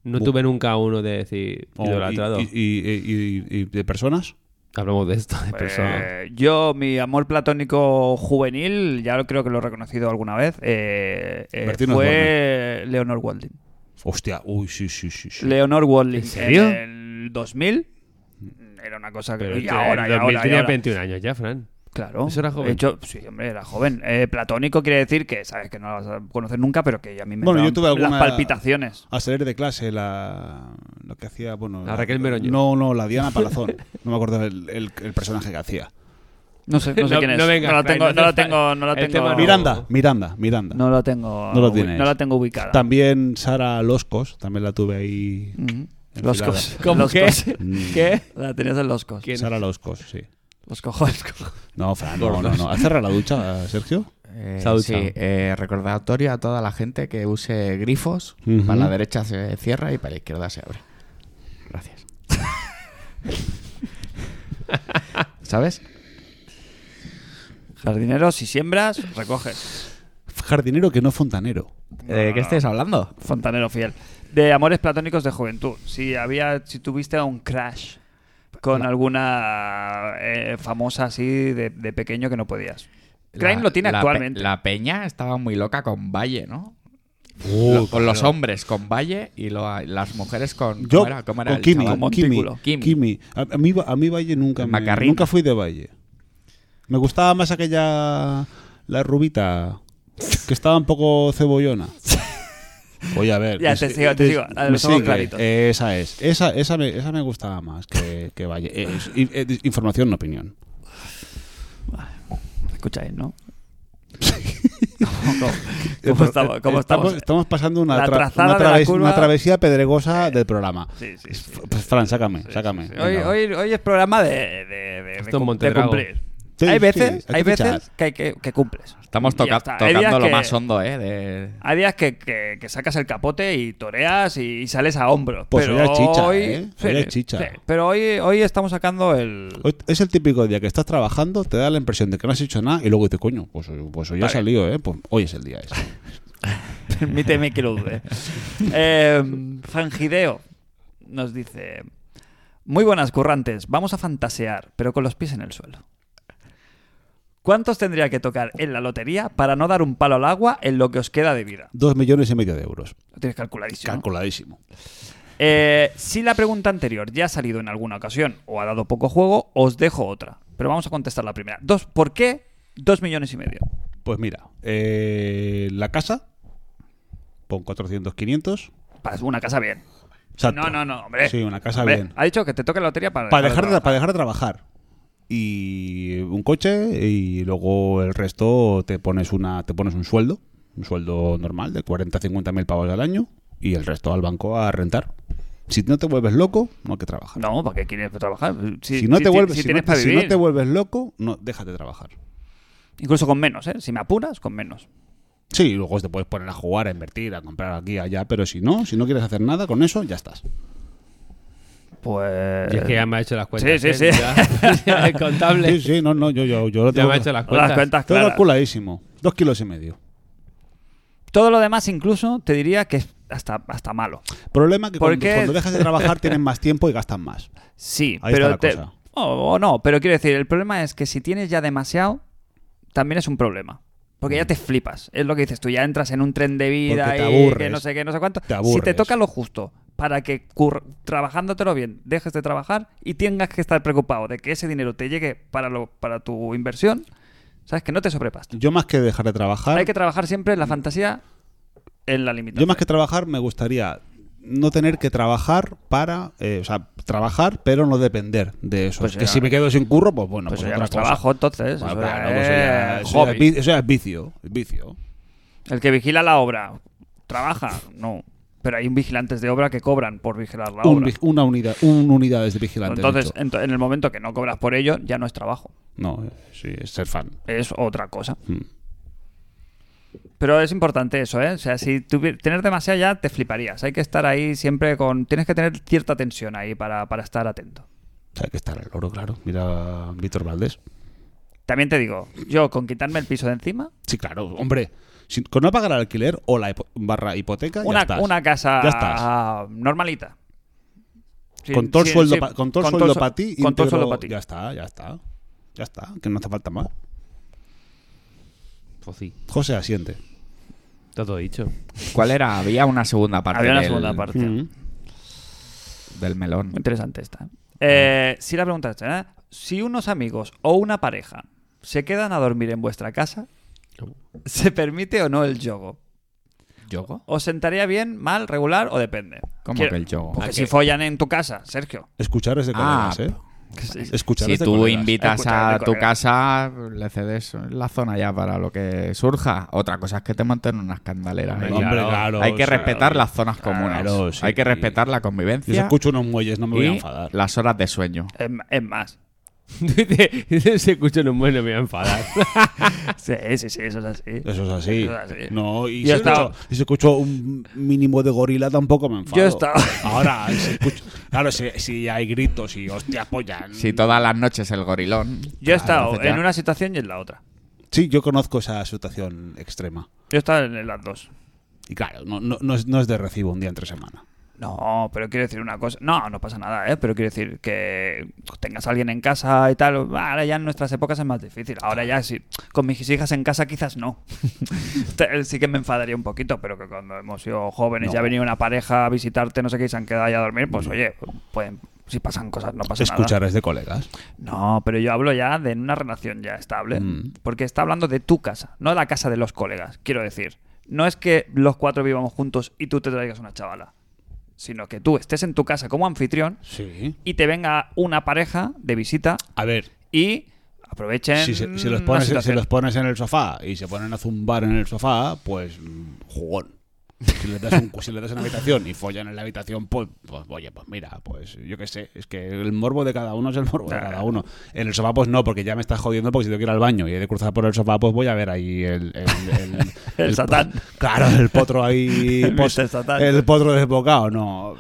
D: no tuve nunca uno de decir
B: O-
D: idolatrado.
B: Oh, y, y- y- y- y de personas.
D: Hablamos de esto, de personas.
A: Eh, yo, mi amor platónico juvenil, ya lo creo que lo he reconocido alguna vez, eh, eh,
B: Bertino
A: fue Leonor Walding.
B: Hostia, uy, sí, sí, sí. sí.
A: Leonor Walding.
D: ¿En serio?
A: el 2000 era una cosa que...
D: Pero
A: y
D: que
A: ahora,
D: en
A: y
D: 2000
A: ahora, y
D: tenía
A: ahora.
D: 21 años ya, Fran.
A: Claro.
D: Eso era joven.
A: De hecho, sí, hombre, era joven. Eh, platónico quiere decir que sabes que no la vas a conocer nunca, pero que a mí me
B: Bueno, yo
A: entraban
B: tuve alguna-
A: las palpitaciones.
B: A salir de clase, la, lo que hacía, bueno...
D: La Raquel Meroño.
B: No, no, la Diana Palazón. No me acuerdo el, el- el personaje que hacía.
A: No sé, no sé quién es.
D: no venga,
A: la
D: Fran,
A: tengo,
D: no
A: no la
D: hace
A: tengo, no la
D: el
A: tengo.
D: tema no-
B: Miranda, Miranda, Miranda.
A: No la tengo.
B: No lo
A: ubi-
B: tienes.
A: la tengo ubicada. Mm.
B: También Sara Loscos, también la tuve ahí.
A: Ujú. Los
B: Enfilada.
A: cos.
D: ¿Cómo
A: los
D: qué?
A: cos.
D: ¿Qué?
A: La tenías en los cos.
D: ¿Quién?
B: Sara Loscos, sí.
A: Los cojones. cojo-
B: No, Fran, no, no, no. ¿Has cerrado la ducha, Sergio?
C: Eh,
D: Salud,
C: sí,
D: salud.
C: eh, recordatorio a toda la gente que use grifos.
B: Ujú.
C: Para la derecha se cierra y para la izquierda se abre. Gracias. ¿Sabes?
A: Jardinero, si siembras, recoges.
B: Jardinero que no fontanero.
C: ¿De qué estáis hablando?
A: Fontanero fiel. De amores platónicos de juventud. Si había, si tuviste un crash con alguna eh, famosa así de, de pequeño que no podías. Crane
C: La-
A: lo tiene
C: la pe-
A: actualmente.
C: la peña estaba muy loca con Valle, ¿no? Lo- con los hombres con Valle y lo- las mujeres con.
B: Yo,
C: ¿Cómo era? ¿Cómo era
B: con
C: el
B: Kimi,
C: chaval?
A: Con
B: Kimi,
A: Montículo.
C: Kimi.
B: Kimi. A, a mí, a mí Valle nunca
C: El
B: me...
C: Macarrino.
B: Nunca fui de Valle. Me gustaba más aquella... La rubita, que estaba un poco cebollona. Voy a ver.
A: Ya,
B: es-
A: te sigo, te
B: es-
A: sigo. A ver,
B: me
A: somos
B: sigue.
A: claritos.
B: Esa es. Esa, esa, me, esa me gustaba más que, que Valle. Es- i- eh, información, no opinión.
A: Escucháis, ¿no? ¿Cómo, cómo- cómo estamos? ¿Cómo eh, estamos?
B: eh, Estamos pasando una,
A: La
B: tra-
A: trazada
B: una
A: de la
B: traves-
A: curva.
B: una travesía pedregosa del programa.
A: Sí, sí, sí.
B: F- Fran, sácame, sácame.
A: Sí, Hoy,
B: Venga, va.
A: hoy, hoy es programa de, de, de-
D: Esto
A: de
D: en
A: cum- de
D: Montedrago.
A: cumplir.
B: Sí,
A: hay
B: sí,
A: veces,
B: hay que
A: hay
B: fichar.
A: veces que, hay que, que cumples.
C: Estamos toca-
A: Ya está. Hay días
C: tocando lo
A: que-
C: más hondo, ¿eh? De-
A: Hay días que, que- que sacas el capote y toreas y, y sales a hombros.
B: Pues
A: pero
B: hoy hay chicha,
A: hoy,
B: ¿eh? Hoy hay chicha.
A: pero hoy, hoy estamos sacando el.
B: Hoy Es el típico día que estás trabajando, te da la impresión de que no has hecho nada y luego dices, coño, pues, pues hoy ha salido, ¿eh? Pues hoy es el día ese.
A: Permíteme que lo dude. Eh, Fangideo nos dice: Muy buenas, currantes. Vamos a fantasear, pero con los pies en el suelo. ¿Cuántos tendría que tocar en la lotería para no dar un palo al agua en lo que os queda de vida?
B: Dos millones y medio de euros.
A: Lo tienes calculadísimo. ¿no?
B: Calculadísimo.
A: Eh, si la pregunta anterior ya ha salido en alguna ocasión o ha dado poco juego, os dejo otra. Pero vamos a contestar la primera. Dos, ¿Por qué dos millones y medio?
B: Pues mira, eh, la casa, pon 400, 500.
A: Para una casa bien.
B: Exacto.
A: No, no, no, hombre.
B: Sí, una casa
A: Hombre,
B: bien.
A: Ha dicho que te toque la lotería para,
B: Para dejar, de,
A: trabajar.
B: para dejar de trabajar. Y un coche y luego el resto te pones una te pones un sueldo, un sueldo normal de 40 50 mil pavos al año y el resto al banco a rentar. Si no te vuelves loco, no hay que trabajar.
A: No, ¿para qué quieres trabajar?
B: Si no, te
A: ti-
B: vuelves,
A: si
B: si, no,
A: tienes para
B: si no
A: vivir,
B: te vuelves loco, no, déjate trabajar.
A: incluso con menos, ¿eh? Si me apuras, con menos.
B: Sí, y luego te puedes poner a jugar, a invertir, a comprar aquí, allá, pero si no, si no quieres hacer nada con eso, ya estás.
A: Pues...
D: Y es que ya me ha hecho las cuentas.
A: sí,
D: ¿eh?
A: sí.
D: Ya- ya el contable
B: Sí, sí, no, no, yo, yo, yo lo
D: ya
B: tengo,
D: me ha hecho las cuentas.
A: las cuentas
B: tengo
A: claras.
B: calculadísimo. Dos kilos y medio.
A: Todo lo demás incluso te diría que es hasta, hasta malo.
B: Problema que
A: ¿Por
B: cuando,
A: qué?
B: cuando dejas de trabajar tienes más tiempo y gastas más.
A: Sí,
B: Ahí
A: pero
B: está la
A: te-
B: cosa.
A: O, o no, pero quiero decir, el problema es que si tienes ya demasiado, también es un problema. Porque ya te flipas. Es lo que dices tú, ya entras en un tren de vida
B: Mm. Porque te
A: y que
B: aburres.
A: no sé qué, no sé cuánto.
B: Te
A: si te
B: aburres.
A: toca lo justo para que cur- trabajándotelo bien dejes de trabajar y tengas que estar preocupado de que ese dinero te llegue para, lo, para tu inversión, sabes que no te sobrepaste.
B: Yo más que dejar de trabajar,
A: Hay que trabajar siempre en la fantasía en la limitación. Pues
B: yo más que trabajar me gustaría no tener que trabajar para, eh, o sea, trabajar pero no depender de eso.
A: Pues
B: que
A: ya-
B: si me quedo sin curro, pues bueno,
A: pues
B: pues,
A: eso ya
B: otra
A: no es
B: cosa.
A: trabajo, entonces.
B: Bueno,
A: eso
B: claro,
A: ya
B: pues eso ya-
A: es
B: eso ya es
A: hobby.
B: vi- eso ya es vicio, es vicio.
A: El que vigila la obra, ¿trabaja? No. Pero hay vigilantes de obra que cobran por vigilar la
B: Un
A: obra.
B: vi- una unidad, un unidades de vigilante. de
A: Entonces, eh.
B: hecho.
A: ento- en el momento que no cobras por ello, ya no es trabajo.
B: no, eh, sí, es ser fan.
A: Es otra cosa.
B: Mm.
A: Pero es importante eso, ¿eh? O sea, si tuvi- tener demasiado ya te fliparías. Hay que estar ahí siempre con... Tienes que tener cierta tensión ahí para, para estar atento.
B: O sea, hay que estar el oro, claro. Mira a Víctor Valdés.
A: También te digo, yo con quitarme el piso de encima,
B: Sí, claro, hombre. Si- con no pagar el alquiler o la hipo- barra hipoteca, ya
A: una,
B: estás.
A: una casa
B: Ya estás.
A: normalita. Sin-
B: con todo el
A: sin-
B: sueldo,
A: sin-
B: pa- con todo el
A: con
B: sueldo
A: su-
B: para
A: Con
B: ti.
A: todo el
B: íntegro-
A: sueldo para ti.
B: Ya está, ya está. Ya está, que no hace falta más.
D: Pues sí,
B: José asiente.
D: está todo dicho.
C: ¿Cuál era? Había una segunda parte.
A: Había una
C: del-
A: segunda parte.
C: Del melón.
A: Muy interesante esta. ¿eh? Eh, si la pregunta está, ¿eh? si unos amigos o una pareja se quedan a dormir en vuestra casa, ¿se permite o no el yogo?
C: ¿Yogo?
A: ¿Os sentaría bien, mal, regular o depende?
C: ¿Cómo
A: Quiero-
C: que el yogo?
A: Porque
D: ¿A
A: si
D: qué?
A: follan en tu casa, Sergio.
B: Escuchar es de
C: Ah,
B: colegas, ¿eh?
A: Sí, sí.
B: Escuchar
C: Si
B: es de
C: tú
B: colegas.
C: invitas
A: Escuchar de
C: a tu
A: colegas.
C: casa, le cedes la zona ya para lo que surja. Otra cosa es que te monten unas candaleras.
B: Hombre,
C: ahí.
D: Claro.
B: claro,
C: Hay que
B: o sea,
C: respetar las zonas comunes.
B: claro, sí.
C: Hay que respetar la
B: Yo si
C: convivencia
B: escucho unos muelles, no me voy a
C: y
B: enfadar.
C: las horas de sueño.
A: Es, es más.
D: Dice, dice, se escucha en un bueno, me voy a enfadar.
A: Sí, sí, sí, eso es así.
B: Eso es así.
A: Eso es así.
B: No, y,
A: Yo
B: si
A: he estado-
B: escucho, y si escucho un mínimo de gorila tampoco me enfado.
A: Yo he estado-
B: Ahora, si escucho- claro, si, si hay gritos y hostias, pues ya-
C: Si todas las noches el gorilón.
A: Yo he
C: Ah,
A: estado
C: entonces ya.
A: en una situación y en la otra.
B: Sí, yo conozco esa situación extrema.
A: Yo he estado en las dos.
B: Y claro, no, no, no es, no es de recibo un día entre semana.
A: No, pero quiero decir una cosa. No, no pasa nada, ¿eh? Pero quiero decir que tengas a alguien en casa y tal. Ahora ya en nuestras épocas es más difícil. Ahora ya sí. Con mis hijas en casa quizás no. Te- sí que me enfadaría un poquito, pero que cuando hemos sido jóvenes
B: No.
A: ya ha venido una pareja a visitarte, no sé qué, y se han quedado ya a dormir, pues oye, pueden... Si pasan cosas, no pasa nada.
B: Escuchar es de colegas.
A: No, pero yo hablo ya de una relación ya estable.
B: Mm.
A: Porque está hablando de tu casa, no de la casa de los colegas, quiero decir. No es que los cuatro vivamos juntos y tú te traigas una chavala, sino que tú estés en tu casa como anfitrión
B: Sí.
A: y te venga una pareja de visita
B: A ver,
A: y aprovechen.
B: si, se- si los
A: la
B: pones, si
A: situación.
B: los pones en el sofá y se ponen a zumbar en el sofá, pues mm, jugón. Si les, das un, si les das una habitación y follan en la habitación, pues, pues, oye, pues mira, pues yo qué sé, es que el morbo de cada uno es el morbo de cada uno. En el sofá, pues no, porque ya me estás jodiendo, porque si tengo que ir al baño y he de cruzar por el sofá, pues voy a ver ahí el. El, el,
A: El satán.
B: Claro, el potro ahí.
A: El
B: pos-
A: Mr. Satán.
B: el potro desbocado, no.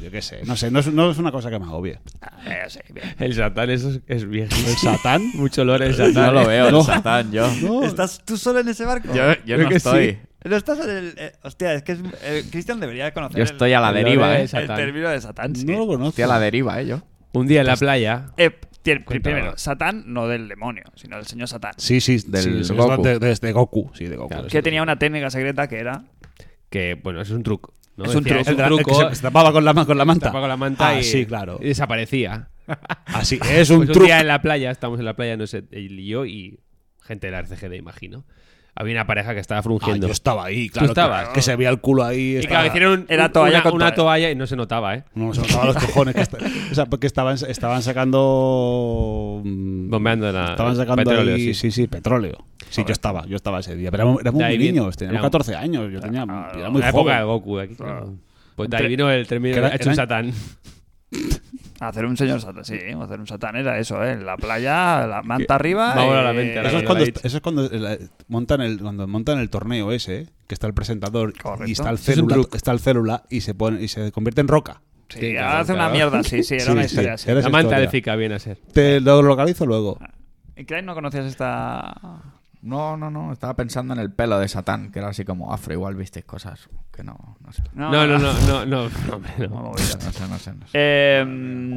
B: Yo qué sé, no sé, no es, no es una cosa que me agobie.
A: Eh, sí, bien.
D: El satán, eso es, es viejo.
B: El satán.
D: Mucho olor el satán.
C: No lo veo,
B: No.
C: el satán, yo.
B: No,
A: Uh, ¿Estás tú solo en ese barco?
C: Yo, yo
D: Creo
C: no
D: que sí.
C: estoy.
A: No estás en el. eh, hostia, es que es, eh, Cristian debería conocer.
C: Yo
A: el-
C: estoy a la
D: el
C: deriva,
D: olor
C: eh.
D: es- Satán.
A: El término de Satán, sí.
B: no lo conozco.
C: Estoy a la deriva, eh, yo.
D: Un día en la playa.
A: Eh, tier-
D: Cuéntalo.
A: primero, Satán no del demonio, sino del señor Satán.
B: Sí, sí,
C: Del
B: sí, eso
C: Goku.
B: es de, de- de Goku. Sí, de Goku.
D: Claro,
A: Que tenía una técnica secreta que era.
D: Que, bueno, eso es un truco. ¿no?
A: Es un
D: Decía,
A: truco.
D: El truco.
B: se, se tapaba con la, ma- con la manta.
D: tapaba con la manta
B: Ah,
D: y,
B: sí, claro.
D: y desaparecía.
B: Así, es un
D: Pues un
B: truco. Ah,
D: día en la playa, estamos en la playa, no sé, él y yo y gente de la RCGD, imagino. Había una pareja que estaba
B: Ah,
D: frungiendo.
B: yo estaba ahí, claro. que-
D: estabas.
B: Que, se veía el culo ahí.
D: y
B: estaba-
D: claro, hicieron un-
A: Era
D: un-
A: toalla
D: una,
A: con
D: una
A: toalla.
D: toalla y no se notaba, ¿eh?
B: No, se notaban los cojones. Que esta- o sea, porque estaban, estaban sacando. mm,
D: Bombeando la-
B: Estaban sacando
D: petróleo,
B: ahí-
D: sí.
B: sí, sí, petróleo. Sí, yo estaba, yo estaba ese día. Pero éramos, éramos
D: De ahí
B: muy
D: viene-
B: niños, teníamos
D: éramos-
B: 14 años. Yo tenía. Era muy
D: la época de
B: joven.
D: Goku aquí. claro. Pues de
B: Tre-
D: ahí vino el
B: que
D: término
B: era-
D: hecho un
B: era-
D: satán.
A: Hacer un señor satán, sí, hacer un satán era eso, ¿eh? En la playa, la manta arriba.
D: Vamos
A: eh,
D: a la mente, a la
B: Eso es
D: lo
B: cuando,
D: he dicho.
B: eso es cuando eh, la- montan el cuando montan el torneo ese, ¿eh? que está el presentador y
A: Correcto.
B: está el
D: Eso es un
B: célula,
D: truco.
B: está el célula y se pone y se convierte en roca.
A: Sí,
D: Sí, claro,
A: hace una
D: claro.
A: mierda, sí, sí, era
B: Sí,
A: una
B: sí,
A: historia así.
B: era
D: La
B: esa
D: manta
B: historia.
D: de Zika viene a ser.
B: Te lo localizo luego.
A: ¿Y Klein no conocías esta...?
C: No, no, no. Estaba pensando en el pelo de Satán, que era así como afro. Igual visteis cosas que no, no sé.
D: No, no, no, no, no, no, hombre, no.
A: No,
C: No
A: movida.
C: sé, no sé, no sé. no sé.
A: Eh,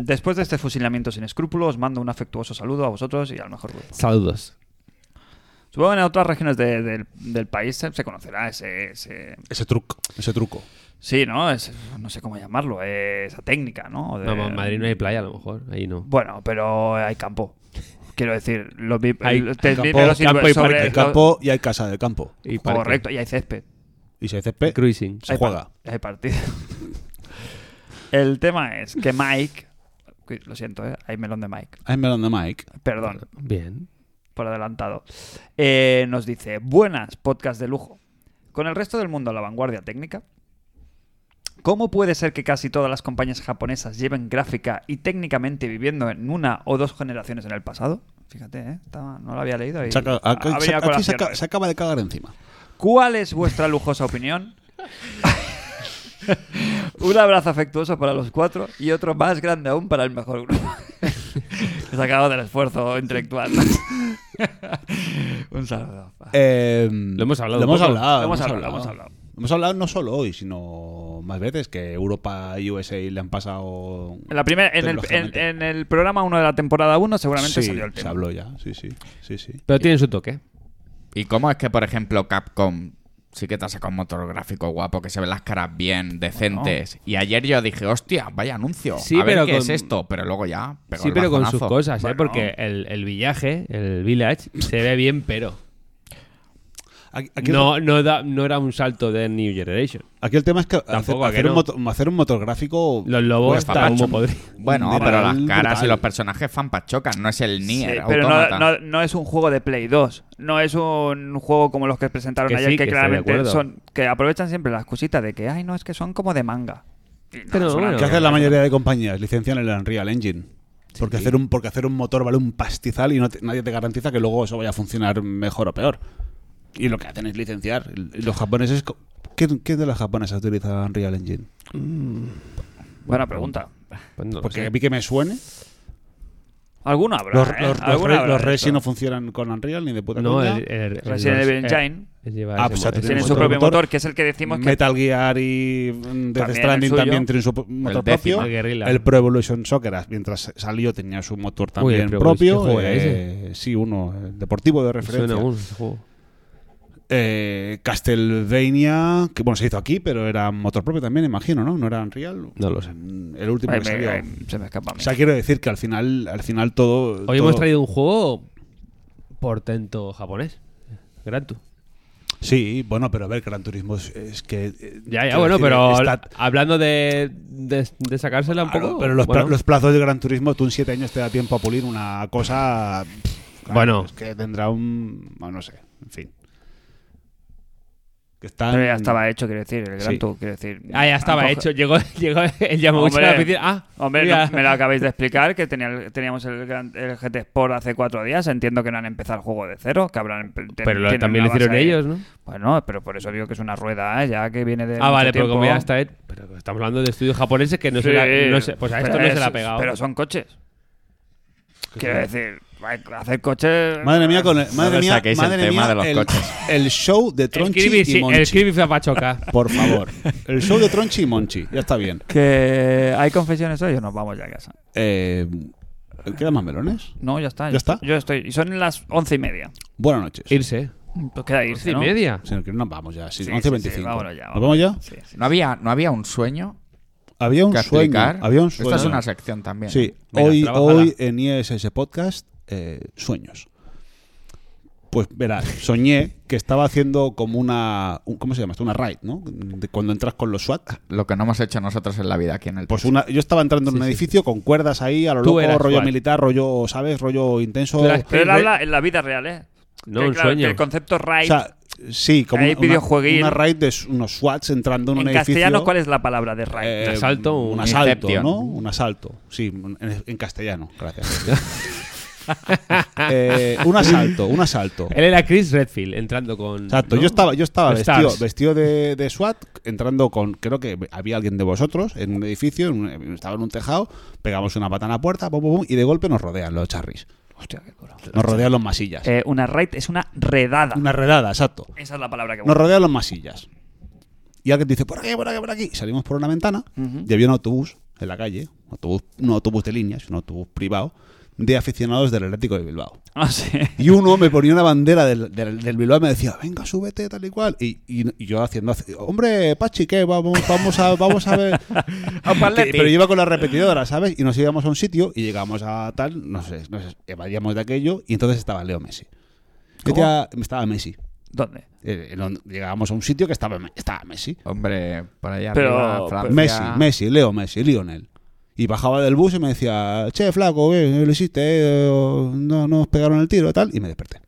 A: después de este fusilamiento sin escrúpulos, mando un afectuoso saludo a vosotros y al mejor grupo.
D: Saludos.
A: Supongo que en otras regiones de- del- del país se, se conocerá ese, ese-
B: Ese truco, ese truco.
A: Sí, ¿no? Ese- no sé cómo llamarlo, eh, esa técnica, ¿no? De-
D: No, en Madrid no hay playa, a lo mejor. Ahí no.
A: Bueno, pero hay campo. Quiero decir, los vi-
D: Hay-
A: el- te-
B: hay campo,
A: los
D: campo
A: silver- sobre
D: y parque.
B: Hay
A: los-
B: campo y hay casa de campo.
D: Y parque.
A: Correcto, y hay césped.
B: Y si hay césped,
D: Cruising.
B: se
A: hay
B: juega.
A: par- hay partido. El tema es que Mike. que- Lo siento, ¿eh? hay melón de Mike.
B: Hay melón de Mike.
A: Perdón,
D: Bien.
A: por adelantado. Eh, nos dice: Buenas, podcast de lujo. Con el resto del mundo a la vanguardia técnica, ¿cómo puede ser que casi todas las compañías japonesas lleven gráfica y técnicamente viviendo en una o dos generaciones en el pasado? Fíjate, ¿eh? Estaba- no lo había leído. Y
B: Se acaba-
A: ha- ha
B: aquí-
A: venido
B: se-
A: a
B: aquí se,
A: colación.
B: aca- se acaba de cagar encima.
A: ¿Cuál es vuestra lujosa opinión? Un abrazo afectuoso para los cuatro y otro más grande aún para el mejor grupo. He sacado del esfuerzo intelectual. Un saludo.
B: Eh,
D: Lo hemos hablado
B: Lo
D: un
B: hemos
D: poco.
B: hablado.
A: Ah. Lo hemos hablado, lo hemos hablado.
B: Hemos hablado no solo hoy, sino más veces que Europa y USA le han pasado.
A: En, la primera, en, el, en-
B: tecnológicamente.
A: en el programa 1 de la temporada 1 seguramente
B: Sí,
A: salió el
B: se
A: tema.
B: habló ya. Sí, sí. sí, sí.
D: Pero tienen su toque.
C: ¿Y cómo es que, por ejemplo, Capcom sí que te ha sacado un motor gráfico guapo, que se ven las caras bien, decentes? Y ayer yo dije, hostia, vaya anuncio.
D: Sí,
C: a ver
D: pero
C: qué
D: con-
C: es esto. Pero luego ya. pegó
D: sí,
C: el
D: pero con sus
C: bajonazo.
D: cosas, ¿eh?
A: Bueno.
D: Porque el, el villaje, el village, se ve bien, pero.
B: Aquí, aquí el-
D: No, no, da- no era un salto de New Generation.
B: aquí el tema es que hacer,
D: Tampoco, ¿a que
B: hacer un
D: no?
B: moto- hacer un motor gráfico.
D: Los
C: Pues
D: lobos
B: cuesta
D: están como
B: mucho.
D: podridos.
C: Bueno,
B: Un
C: pero las
B: dineral
C: caras
B: brutal.
C: y los personajes fanpas chocan, no es el
A: Sí,
C: Nier.
A: pero no,
C: Automata.
A: no- no es un juego de Play 2. No es un juego como los que presentaron
D: Que
A: ayer,
D: sí,
A: que,
D: que estoy de
A: claramente
D: acuerdo.
A: son. que aprovechan siempre las cositas de que, ay, no, es que son como de manga. Y no,
D: Pero
A: es una
D: bueno.
B: ¿Qué
D: hace
B: hacen la mayoría de compañías? Licencian el Unreal Engine. Porque, hacer un, porque hacer un motor vale un pastizal y no te- nadie te garantiza que luego eso vaya a funcionar mejor o peor. Y lo que hacen es licenciar. Y Los japoneses... co- ¿Qué, qué de las japonesas utiliza Unreal Engine?
A: Buena pregunta.
D: Pues no lo
B: Porque
D: sé.
B: a mí que me suene...
A: Alguna habrá.
B: Los,
A: ¿eh?
B: los, los,
A: Alguna
B: Re-
A: habrá
B: los
A: de
B: Resi
A: esto.
B: no funcionan con Unreal ni de puta
D: No,
B: coña.
D: el, el- el-
A: Resident
D: los-
A: Evil
D: eh,
A: Engine.
D: él lleva
B: Ah,
D: ese
B: pues ya
D: mo- ese
A: Tiene
B: tenemos
A: su
D: motor.
A: propio
B: motor.
A: motor, que es el que decimos que.
B: Metal Gear y mm, Death
A: el
B: Stranding
A: suyo.
B: también tienen su po- motor
C: décimo,
B: propio.
D: el Guerrilla.
B: El Pro Evolution Soccer, as- mientras salió, tenía su motor
D: Uy, el
B: también
D: Pro Evolution, ¿qué
B: propio.
D: juego era
B: eh, sí, uno eh, deportivo de referencia.
D: Suena un ese juego.
B: Eh, Castlevania, que bueno, se hizo aquí, pero era motor propio también, imagino, ¿no? No era Unreal. Mm,
D: No lo sé.
B: El último
A: Ay,
B: que
A: me-
B: salió.
A: ay, se me escapa. a mí.
B: O sea, quiero decir que al final, al final todo.
D: Hoy
B: todo-
D: hemos traído un juego portento japonés. Grantu.
B: Sí, bueno, pero a ver, Gran Turismo es, es que. eh,
D: Ya, ya,
B: quiero
D: bueno,
B: decir,
D: pero
B: está-
D: hablando de, de, de sacársela un
B: Claro,
D: poco.
B: pero los, pla-
D: bueno.
B: los plazos de Gran Turismo, tú en siete años te da tiempo a pulir una cosa. claro,
D: Bueno.
B: Es que tendrá un. Bueno, no sé. En fin. Que está.
A: Pero ya estaba hecho, quiero decir, el Gran
B: Sí.
A: Tour, quiero decir.
D: Ah, ya estaba
A: Acoge-
D: hecho. Llegó, llegó el Yamauchi a la
A: Hombre,
D: oficina. Ah,
A: Hombre,
D: mira.
A: no- me lo acabéis de explicar, que tenía el- teníamos el, gran- el GT Sport hace cuatro días. Entiendo que no han empezado el juego de cero, que habrán... empe- ten-
D: Pero lo-
A: tienen
D: también lo
A: una base
D: hicieron
A: ahí.
D: ellos, ¿no?
A: Bueno, pero por eso digo que es una rueda, ¿eh? ya que viene de
D: Ah, vale,
A: mucho
D: pero como
A: tiempo.
D: ya está. eh, Pero estamos hablando de estudios japoneses que no se
A: Sí,
D: la- no se- Pues a esto
A: pero
D: no se
A: es-
D: la ha pegado.
A: Pero son coches. Quiero decir, hay- hacer coches...
B: Madre mía, con el, madre
C: No
B: mía,
C: saquéis el
B: madre
C: tema
B: mía,
C: de los
B: el,
C: coches.
B: el show de
D: el
B: Tronchi
D: Kirby,
B: y
D: sí,
B: Monchi.
D: el Kirby Zapachoca.
B: Por favor. El show de Tronchi y Monchi. Ya está bien.
A: Que hay confesiones hoy o nos vamos ya a casa.
B: Eh, ¿Quedan más melones?
A: No, ya está.
B: ¿Ya
A: yo-
B: está?
A: Yo estoy. Y son las once y media.
B: Buenas noches.
D: Irse.
A: Pues queda irse,
D: Once y
A: ¿no?
D: media.
B: Si no, que nos vamos ya. Sí,
A: Sí,
B: 11
A: sí,
B: y 25.
A: sí, vámonos ya.
B: ¿Nos vamos ya?
A: Sí, sí.
C: No había, no había un sueño
B: Había un
C: que
B: sueño.
C: explicar.
B: Había un sueño.
C: Esta es una sección también. ¿eh?
B: Sí,
D: Venga,
B: hoy,
D: trabájala.
B: hoy en ISS Podcast, eh, sueños. Pues verás, soñé que estaba haciendo como una. un- ¿Cómo se llama esto? Una raid, ¿no? De cuando entras con los SWAT.
C: Lo que no hemos hecho nosotros en la vida aquí en el.
B: Pues una, yo estaba entrando en
D: Sí,
B: un
D: sí,
B: edificio con cuerdas ahí, a lo
D: Tú
B: loco,
D: eras
B: rollo
D: SWAT.
B: militar, rollo, ¿sabes? Rollo intenso.
D: Tú eras-
A: Pero él
D: Re-
A: habla en la vida real, ¿eh?
D: No,
A: Que, claro,
D: un
A: que
D: sueño.
A: el concepto
B: O
A: raid.
B: sea, sí, como
A: Hay
B: una-
A: videojueguín.
B: una raid de s- unos SWATs entrando en,
A: en
B: un
A: castellano,
B: edificio.
A: ¿cuál es la palabra de raid?
B: Eh,
D: Un asalto, un-
B: un asalto,
C: Inception.
B: ¿no? Un asalto. Sí, en, en castellano. Gracias. Eh, un asalto, un asalto.
D: Él era Chris Redfield entrando con.
B: Exacto,
D: ¿no?
B: yo estaba, yo estaba
D: Stars.
B: vestido, vestido de, de SWAT, entrando con, creo que había alguien de vosotros en un edificio, en un- estaba en un tejado, pegamos una pata en la puerta, pum, pum, pum, y de golpe nos rodean los charris,
A: Hostia, qué duro.
B: nos rodean los masillas.
A: Eh, una raid es una redada.
B: Una redada, exacto.
A: Esa es la palabra que
B: Nos rodean los masillas. Y alguien dice, por aquí, por aquí, por aquí. Y salimos por una ventana y había un autobús en la calle, un autobús, no autobús de líneas, un autobús privado, de aficionados del Atlético de Bilbao.
A: No sé.
B: Y uno me ponía una bandera del, del, del Bilbao y me decía, venga, súbete, tal y cual. Y, y- y yo haciendo, así, hombre, Pachi, ¿qué? Vamos, vamos, a, vamos a ver. Que- pero yo iba con la repetidora, ¿sabes? Y nos íbamos a un sitio y llegamos a tal, no sé, no sé, evadíamos de aquello y entonces estaba Leo Messi. Yo
A: ¿Cómo?
B: decía- estaba Messi.
A: ¿Dónde?
B: Eh, en donde- llegábamos a un sitio que estaba, Me- estaba Messi.
C: Hombre, por allá
A: Pero-
C: arriba, Francia.
B: pues, Messi, Messi, Leo Messi, Lionel. Y bajaba del bus y me decía, che, flaco, ¿qué lo hiciste? eh, o no nos pegaron el tiro, tal. Y me desperté.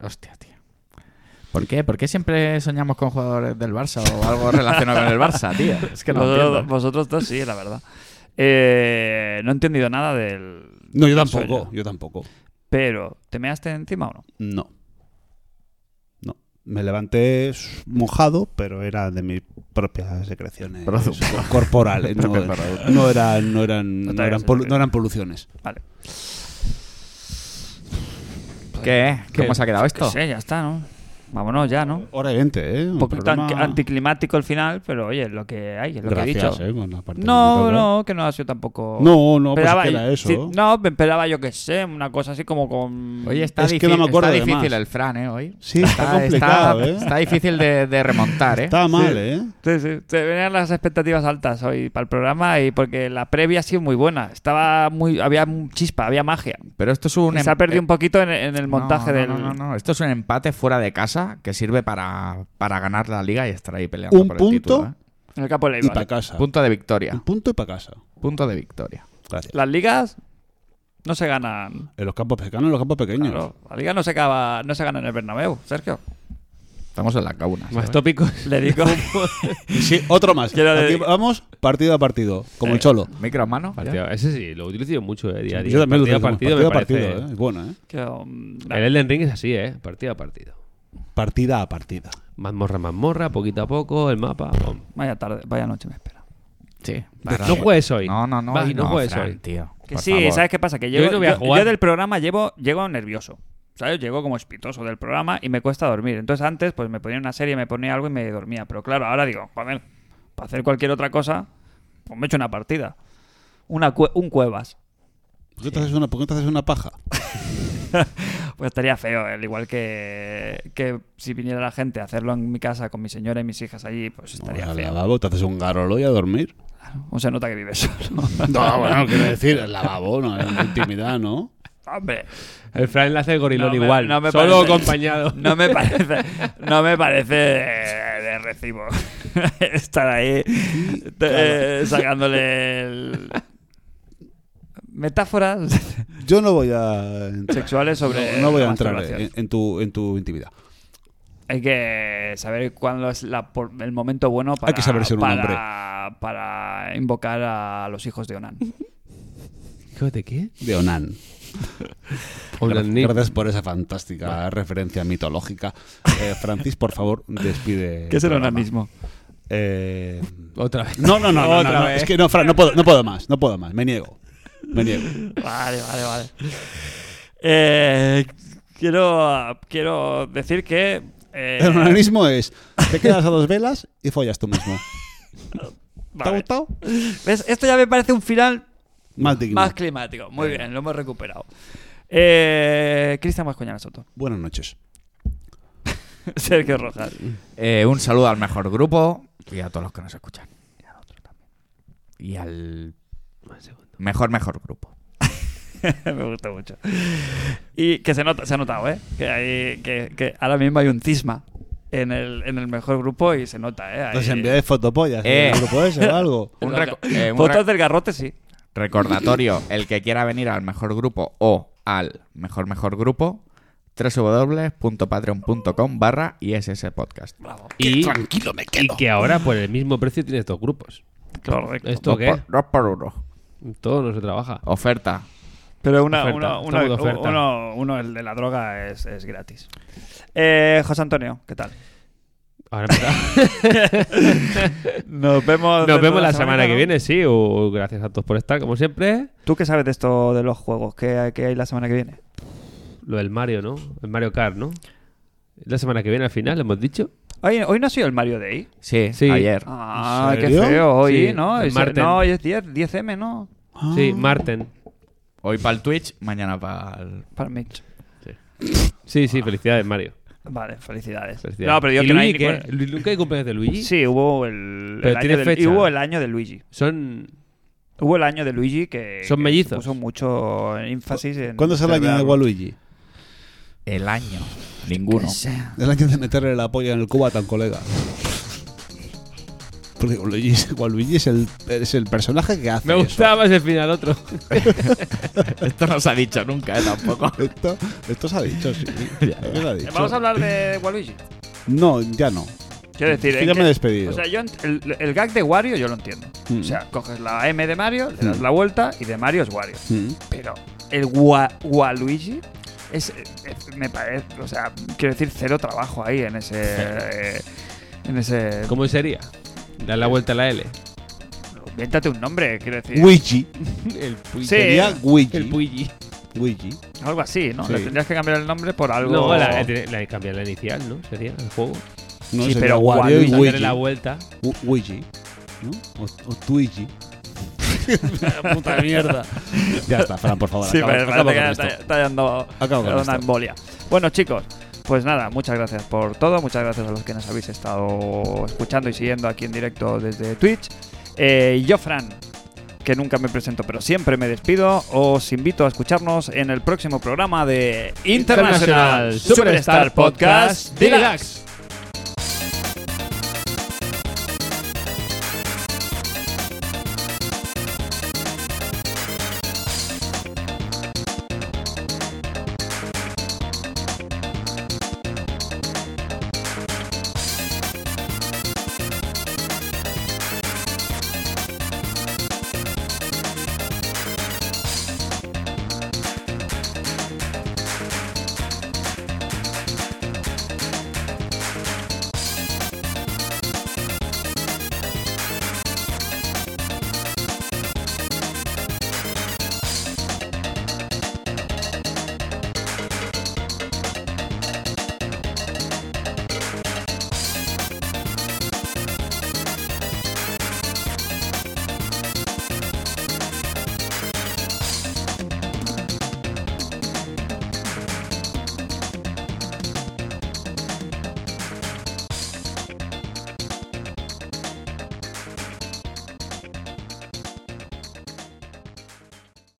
C: Hostia, tío. ¿Por qué? ¿Por qué siempre soñamos con jugadores del Barça o algo relacionado con el Barça, tío? Es que no
A: vosotros,
C: entiendo.
A: vosotros dos sí, la verdad. Eh, no he entendido nada del.
B: No, yo
A: del
B: tampoco,
A: sueño.
B: yo tampoco.
A: Pero, ¿te measte encima o no?
B: No. No. Me levanté s- mojado, pero era de mis propias secreciones
C: Producto.
B: corporales. No,
C: Propio producto.
B: no eran, no eran,
A: No
B: no
A: te hagas
B: eran, pol-
A: el-
B: no eran poluciones.
A: Vale.
C: ¿Qué? ¿Cómo se ha quedado esto?
A: Que sé, ya está, ¿no? Vámonos ya, ¿no?
B: Hora y 20, ¿eh?
A: Un poquito anti- anticlimático el final, pero oye, lo que hay, es lo que he
B: Gracias,
A: dicho.
B: ¿eh? Con la parte
A: No,
B: musical.
A: no, que no ha sido tampoco.
B: No, no, pues
A: Esperaba-
B: es que era eso.
A: sí, no, me esperaba yo que sé, una cosa así como con.
C: Oye, está,
B: Es que
C: difi-
B: no me acuerdo
C: está
B: de
C: difícil
B: más.
C: el Fran, ¿eh? Hoy.
B: Sí, está complicado,
C: está-
B: ¿eh?
C: está difícil de, de remontar, ¿eh?
B: Está mal, ¿eh?
A: Sí, sí, te venían las expectativas altas hoy para el programa y porque la previa ha sido muy buena. Estaba muy, había un chispa, había magia.
C: Pero esto es un...
A: Se ha
C: em-
A: perdido
C: eh,
A: un poquito en, en el montaje
C: no, no,
A: del.
C: No, no, no. Esto es un empate fuera de casa que sirve para, para ganar la liga y estar ahí peleando
B: Un
C: por el
B: punto
C: título, ¿eh?
A: En el campo de
B: y
A: Leibar.
B: para casa.
C: Punto de
B: Un
C: victoria.
B: punto y para casa.
C: Punto de victoria.
B: Gracias.
A: Las ligas no se ganan.
B: En los campos pequeños, en los campos pequeños.
A: Claro, la liga no se, acaba, no se gana en el Bernabéu, Sergio.
C: Estamos en la cauna.
D: Más tópicos.
A: Le digo.
B: Sí, otro más.
A: Quiero
B: Aquí
A: decir-
B: vamos partido a partido, como el cholo.
C: Micro en mano.
D: Partido- Ese sí, lo utilizo yo mucho, eh, día a día.
B: Yo también lo
D: partido
B: digo, partido,
D: a partido, me
B: a partido,
D: parece.
B: ¿eh? Es bueno, ¿eh?
A: que, um, la-
D: El Elden Ring es así, ¿eh? Partido a partido.
B: Partida a partida.
D: Mazmorra, mazmorra, poquito a poco, el mapa. pum.
A: vaya tarde, vaya noche me espera.
C: Sí.
D: No juegues hoy.
C: No, no, no.
D: Va,
C: hoy
D: no juegues
C: Fran,
D: hoy.
C: tío.
A: Que
C: Por
A: sí,
C: favor.
A: ¿sabes qué pasa? Que
D: Yo
A: llego,
D: hoy no voy a
A: yo-
D: jugar.
A: yo del programa llevo, llego nervioso. ¿Sabes? Llego como espitoso del programa y me cuesta dormir. Entonces antes pues me ponía una serie, me ponía algo y me dormía. Pero claro, ahora digo, joder, para hacer cualquier otra cosa, pues me echo una partida. Una cue- un cuevas.
B: ¿Por qué, te haces una, por qué te haces una paja?
A: Pues estaría feo, al igual que, que si viniera la gente a hacerlo en mi casa con mi señora y mis hijas allí, pues
B: Vamos
A: estaría
B: al
A: feo.
B: lavabo, te haces un garolo y a dormir.
A: O se nota que vives solo.
B: No, bueno, quiero decir, el lavabo, no, en la intimidad, ¿no?
A: Hombre.
D: El Fran le hace el gorilón
A: No me-
D: igual.
A: no me
D: solo
A: parece-
D: acompañado.
A: No me parece, no me parece de, de recibo estar ahí te- sacándole el- metáforas
B: Yo no voy a. entrar-
A: sexuales sobre.
B: no, no voy a
A: la
B: entrar eh,
A: masturbación.
B: en, en tu, en tu intimidad.
A: Hay que saber cuándo es la por- el momento bueno para,
B: Hay que saber ser un
A: para, para invocar a los hijos de Onan.
D: ¿Hijo de qué?
B: De Onan.
D: Hola,
B: Gracias,
D: Nick.
B: gracias por esa fantástica referencia mitológica. Eh, Francis, por favor, despide.
A: ¿Qué es el
B: programa.
A: onanismo?
B: Eh,
D: Otra vez.
B: No, no, no, no,
D: Otra
B: no, no.
D: vez.
B: Es que no, Fran, no puedo, no puedo más, no puedo más. Me niego. Me niego.
A: Eh. Vale, vale, vale. Eh, quiero, quiero decir que. eh,
B: El onanismo es te quedas a dos velas y follas tú mismo. ¿Te ha
A: vale.
B: gustado?
A: ¿Ves? Esto ya me parece un final
B: Más digno.
A: más climático. Muy bien, lo hemos recuperado. Eh, Cristian Mascoñana Soto.
B: Buenas noches.
A: Sergio Rojas.
C: Eh, un saludo al mejor grupo y a todos los que nos escuchan. Y al mejor, mejor grupo.
A: me gusta mucho. Y que se, nota, se ha notado, ¿eh? Que, hay, que, que ahora mismo hay un cisma en el, en el mejor grupo y se nota, ¿eh? Hay-
B: Nos enviáis fotopollas
C: Eh.
B: en el grupo ese o algo.
C: Un reco- eh, un
A: Fotos
C: re-
A: del garrote, sí.
C: recordatorio, el que quiera venir al mejor grupo o al mejor, mejor grupo, www.patreon.com barra ISS Podcast.
D: Y,
B: Tranquilo, me
D: y que ahora por el mismo precio tienes dos grupos.
A: Correcto.
D: ¿Esto qué? es?
C: Por, dos por uno.
D: Todo no se trabaja.
C: Oferta.
A: Pero una,
D: Oferta,
A: uno,
D: estamos de
A: uno-
D: oferta.
A: uno- uno, el de la droga es, es gratis. Eh, José Antonio, ¿qué tal?
D: Ahora empezamos.
A: Nos vemos,
D: Nos
A: dentro
D: vemos
A: de
D: la semana que
A: ¿no?
D: viene, sí. o gracias a todos por estar, como siempre.
A: ¿Tú qué sabes de esto de los juegos? ¿Qué, hay- qué hay la semana que viene?
D: Lo del Mario, ¿no? El Mario Kart, ¿no? La semana que viene al final, hemos dicho.
A: Hoy, hoy no ha sido el Mario Day.
C: Sí,
D: Sí.
C: ayer.
A: Ah,
B: ¿En
A: qué
B: serio?
A: feo hoy,
D: Sí,
A: ¿no?
D: el
A: Es-
D: martes.
A: no, hoy es 10, 10M, ¿no?
D: Sí, Marten.
C: Hoy para el Twitch, mañana para el...
A: Para el Mitch.
D: Sí, sí, felicidades, Mario.
A: Vale, felicidades.
D: Felicidades.
A: No, pero digo
D: ¿Y
A: que no hay
D: Luigi
A: ningún-
D: qué? Lu- ¿Nunca hay cumpleaños de Luigi?
A: Sí, hubo el,
D: Pero
A: el
D: tiene
A: año del-
D: fecha.
A: y hubo el año de Luigi.
D: Son.
A: Hubo el año de Luigi que,
D: Son
A: que
D: mellizos.
A: puso mucho énfasis en.
B: ¿Cuándo es el año de
A: celebrarlo.
B: Waluigi?
C: El año. Ninguno.
B: El año de meterle la polla en el cubo a tan colega. Porque Waluigi, es- Waluigi es, el, es el personaje que hace.
D: Me
B: eso.
D: gustaba más el final otro.
C: Esto no se ha dicho nunca, ¿eh? Tampoco.
B: Esto, esto se ha dicho, sí. Esto se ha
A: Eh,
B: dicho.
A: Vamos a hablar de Waluigi.
B: No, ya no.
A: Quiero decir,
B: Yo ya
A: es
B: me he
A: que-
B: despedido.
A: O sea, yo ent- el, el gag de Wario yo lo entiendo.
B: Mm.
A: O sea, coges la M de Mario, le das
B: Mm.
A: la vuelta y de Mario es Wario.
B: Mm.
A: Pero el Wa- Waluigi es, es- me parece, o sea, quiero decir cero trabajo ahí en ese eh, en ese
D: ¿Cómo sería? Dar la vuelta a la L.
A: invéntate un nombre, quiero decir.
B: Luigi.
D: El
A: Sí.
D: Puigi.
B: Sería Luigi.
D: El Puigi.
B: Luigi.
A: Algo así, ¿no?
B: Sí.
A: Le tendrías que cambiar el nombre por algo.
D: No, la, la, cambiar la inicial, ¿no? Sería el juego.
B: No,
A: Sí,
B: sería
A: pero
B: Wario y
A: Waluigi.
D: Darle
B: Luigi.
D: la vuelta.
B: U- Luigi. ¿No? O, o Twigi.
D: Puta mierda.
B: Ya está, Fran, por favor.
A: Sí,
B: acaba-
A: pero
B: acaba
A: parece que
B: con
A: ya
B: esto.
A: está, está dando
B: Acaba con
A: una
B: esto.
A: embolia. Bueno, chicos, pues nada, muchas gracias por todo. Muchas gracias a los que nos habéis estado escuchando y siguiendo aquí en directo desde Twitch. Eh, yo, Fran, que nunca me presento, pero siempre me despido. Os invito a escucharnos en el próximo programa de International, Superstar Podcast Deluxe.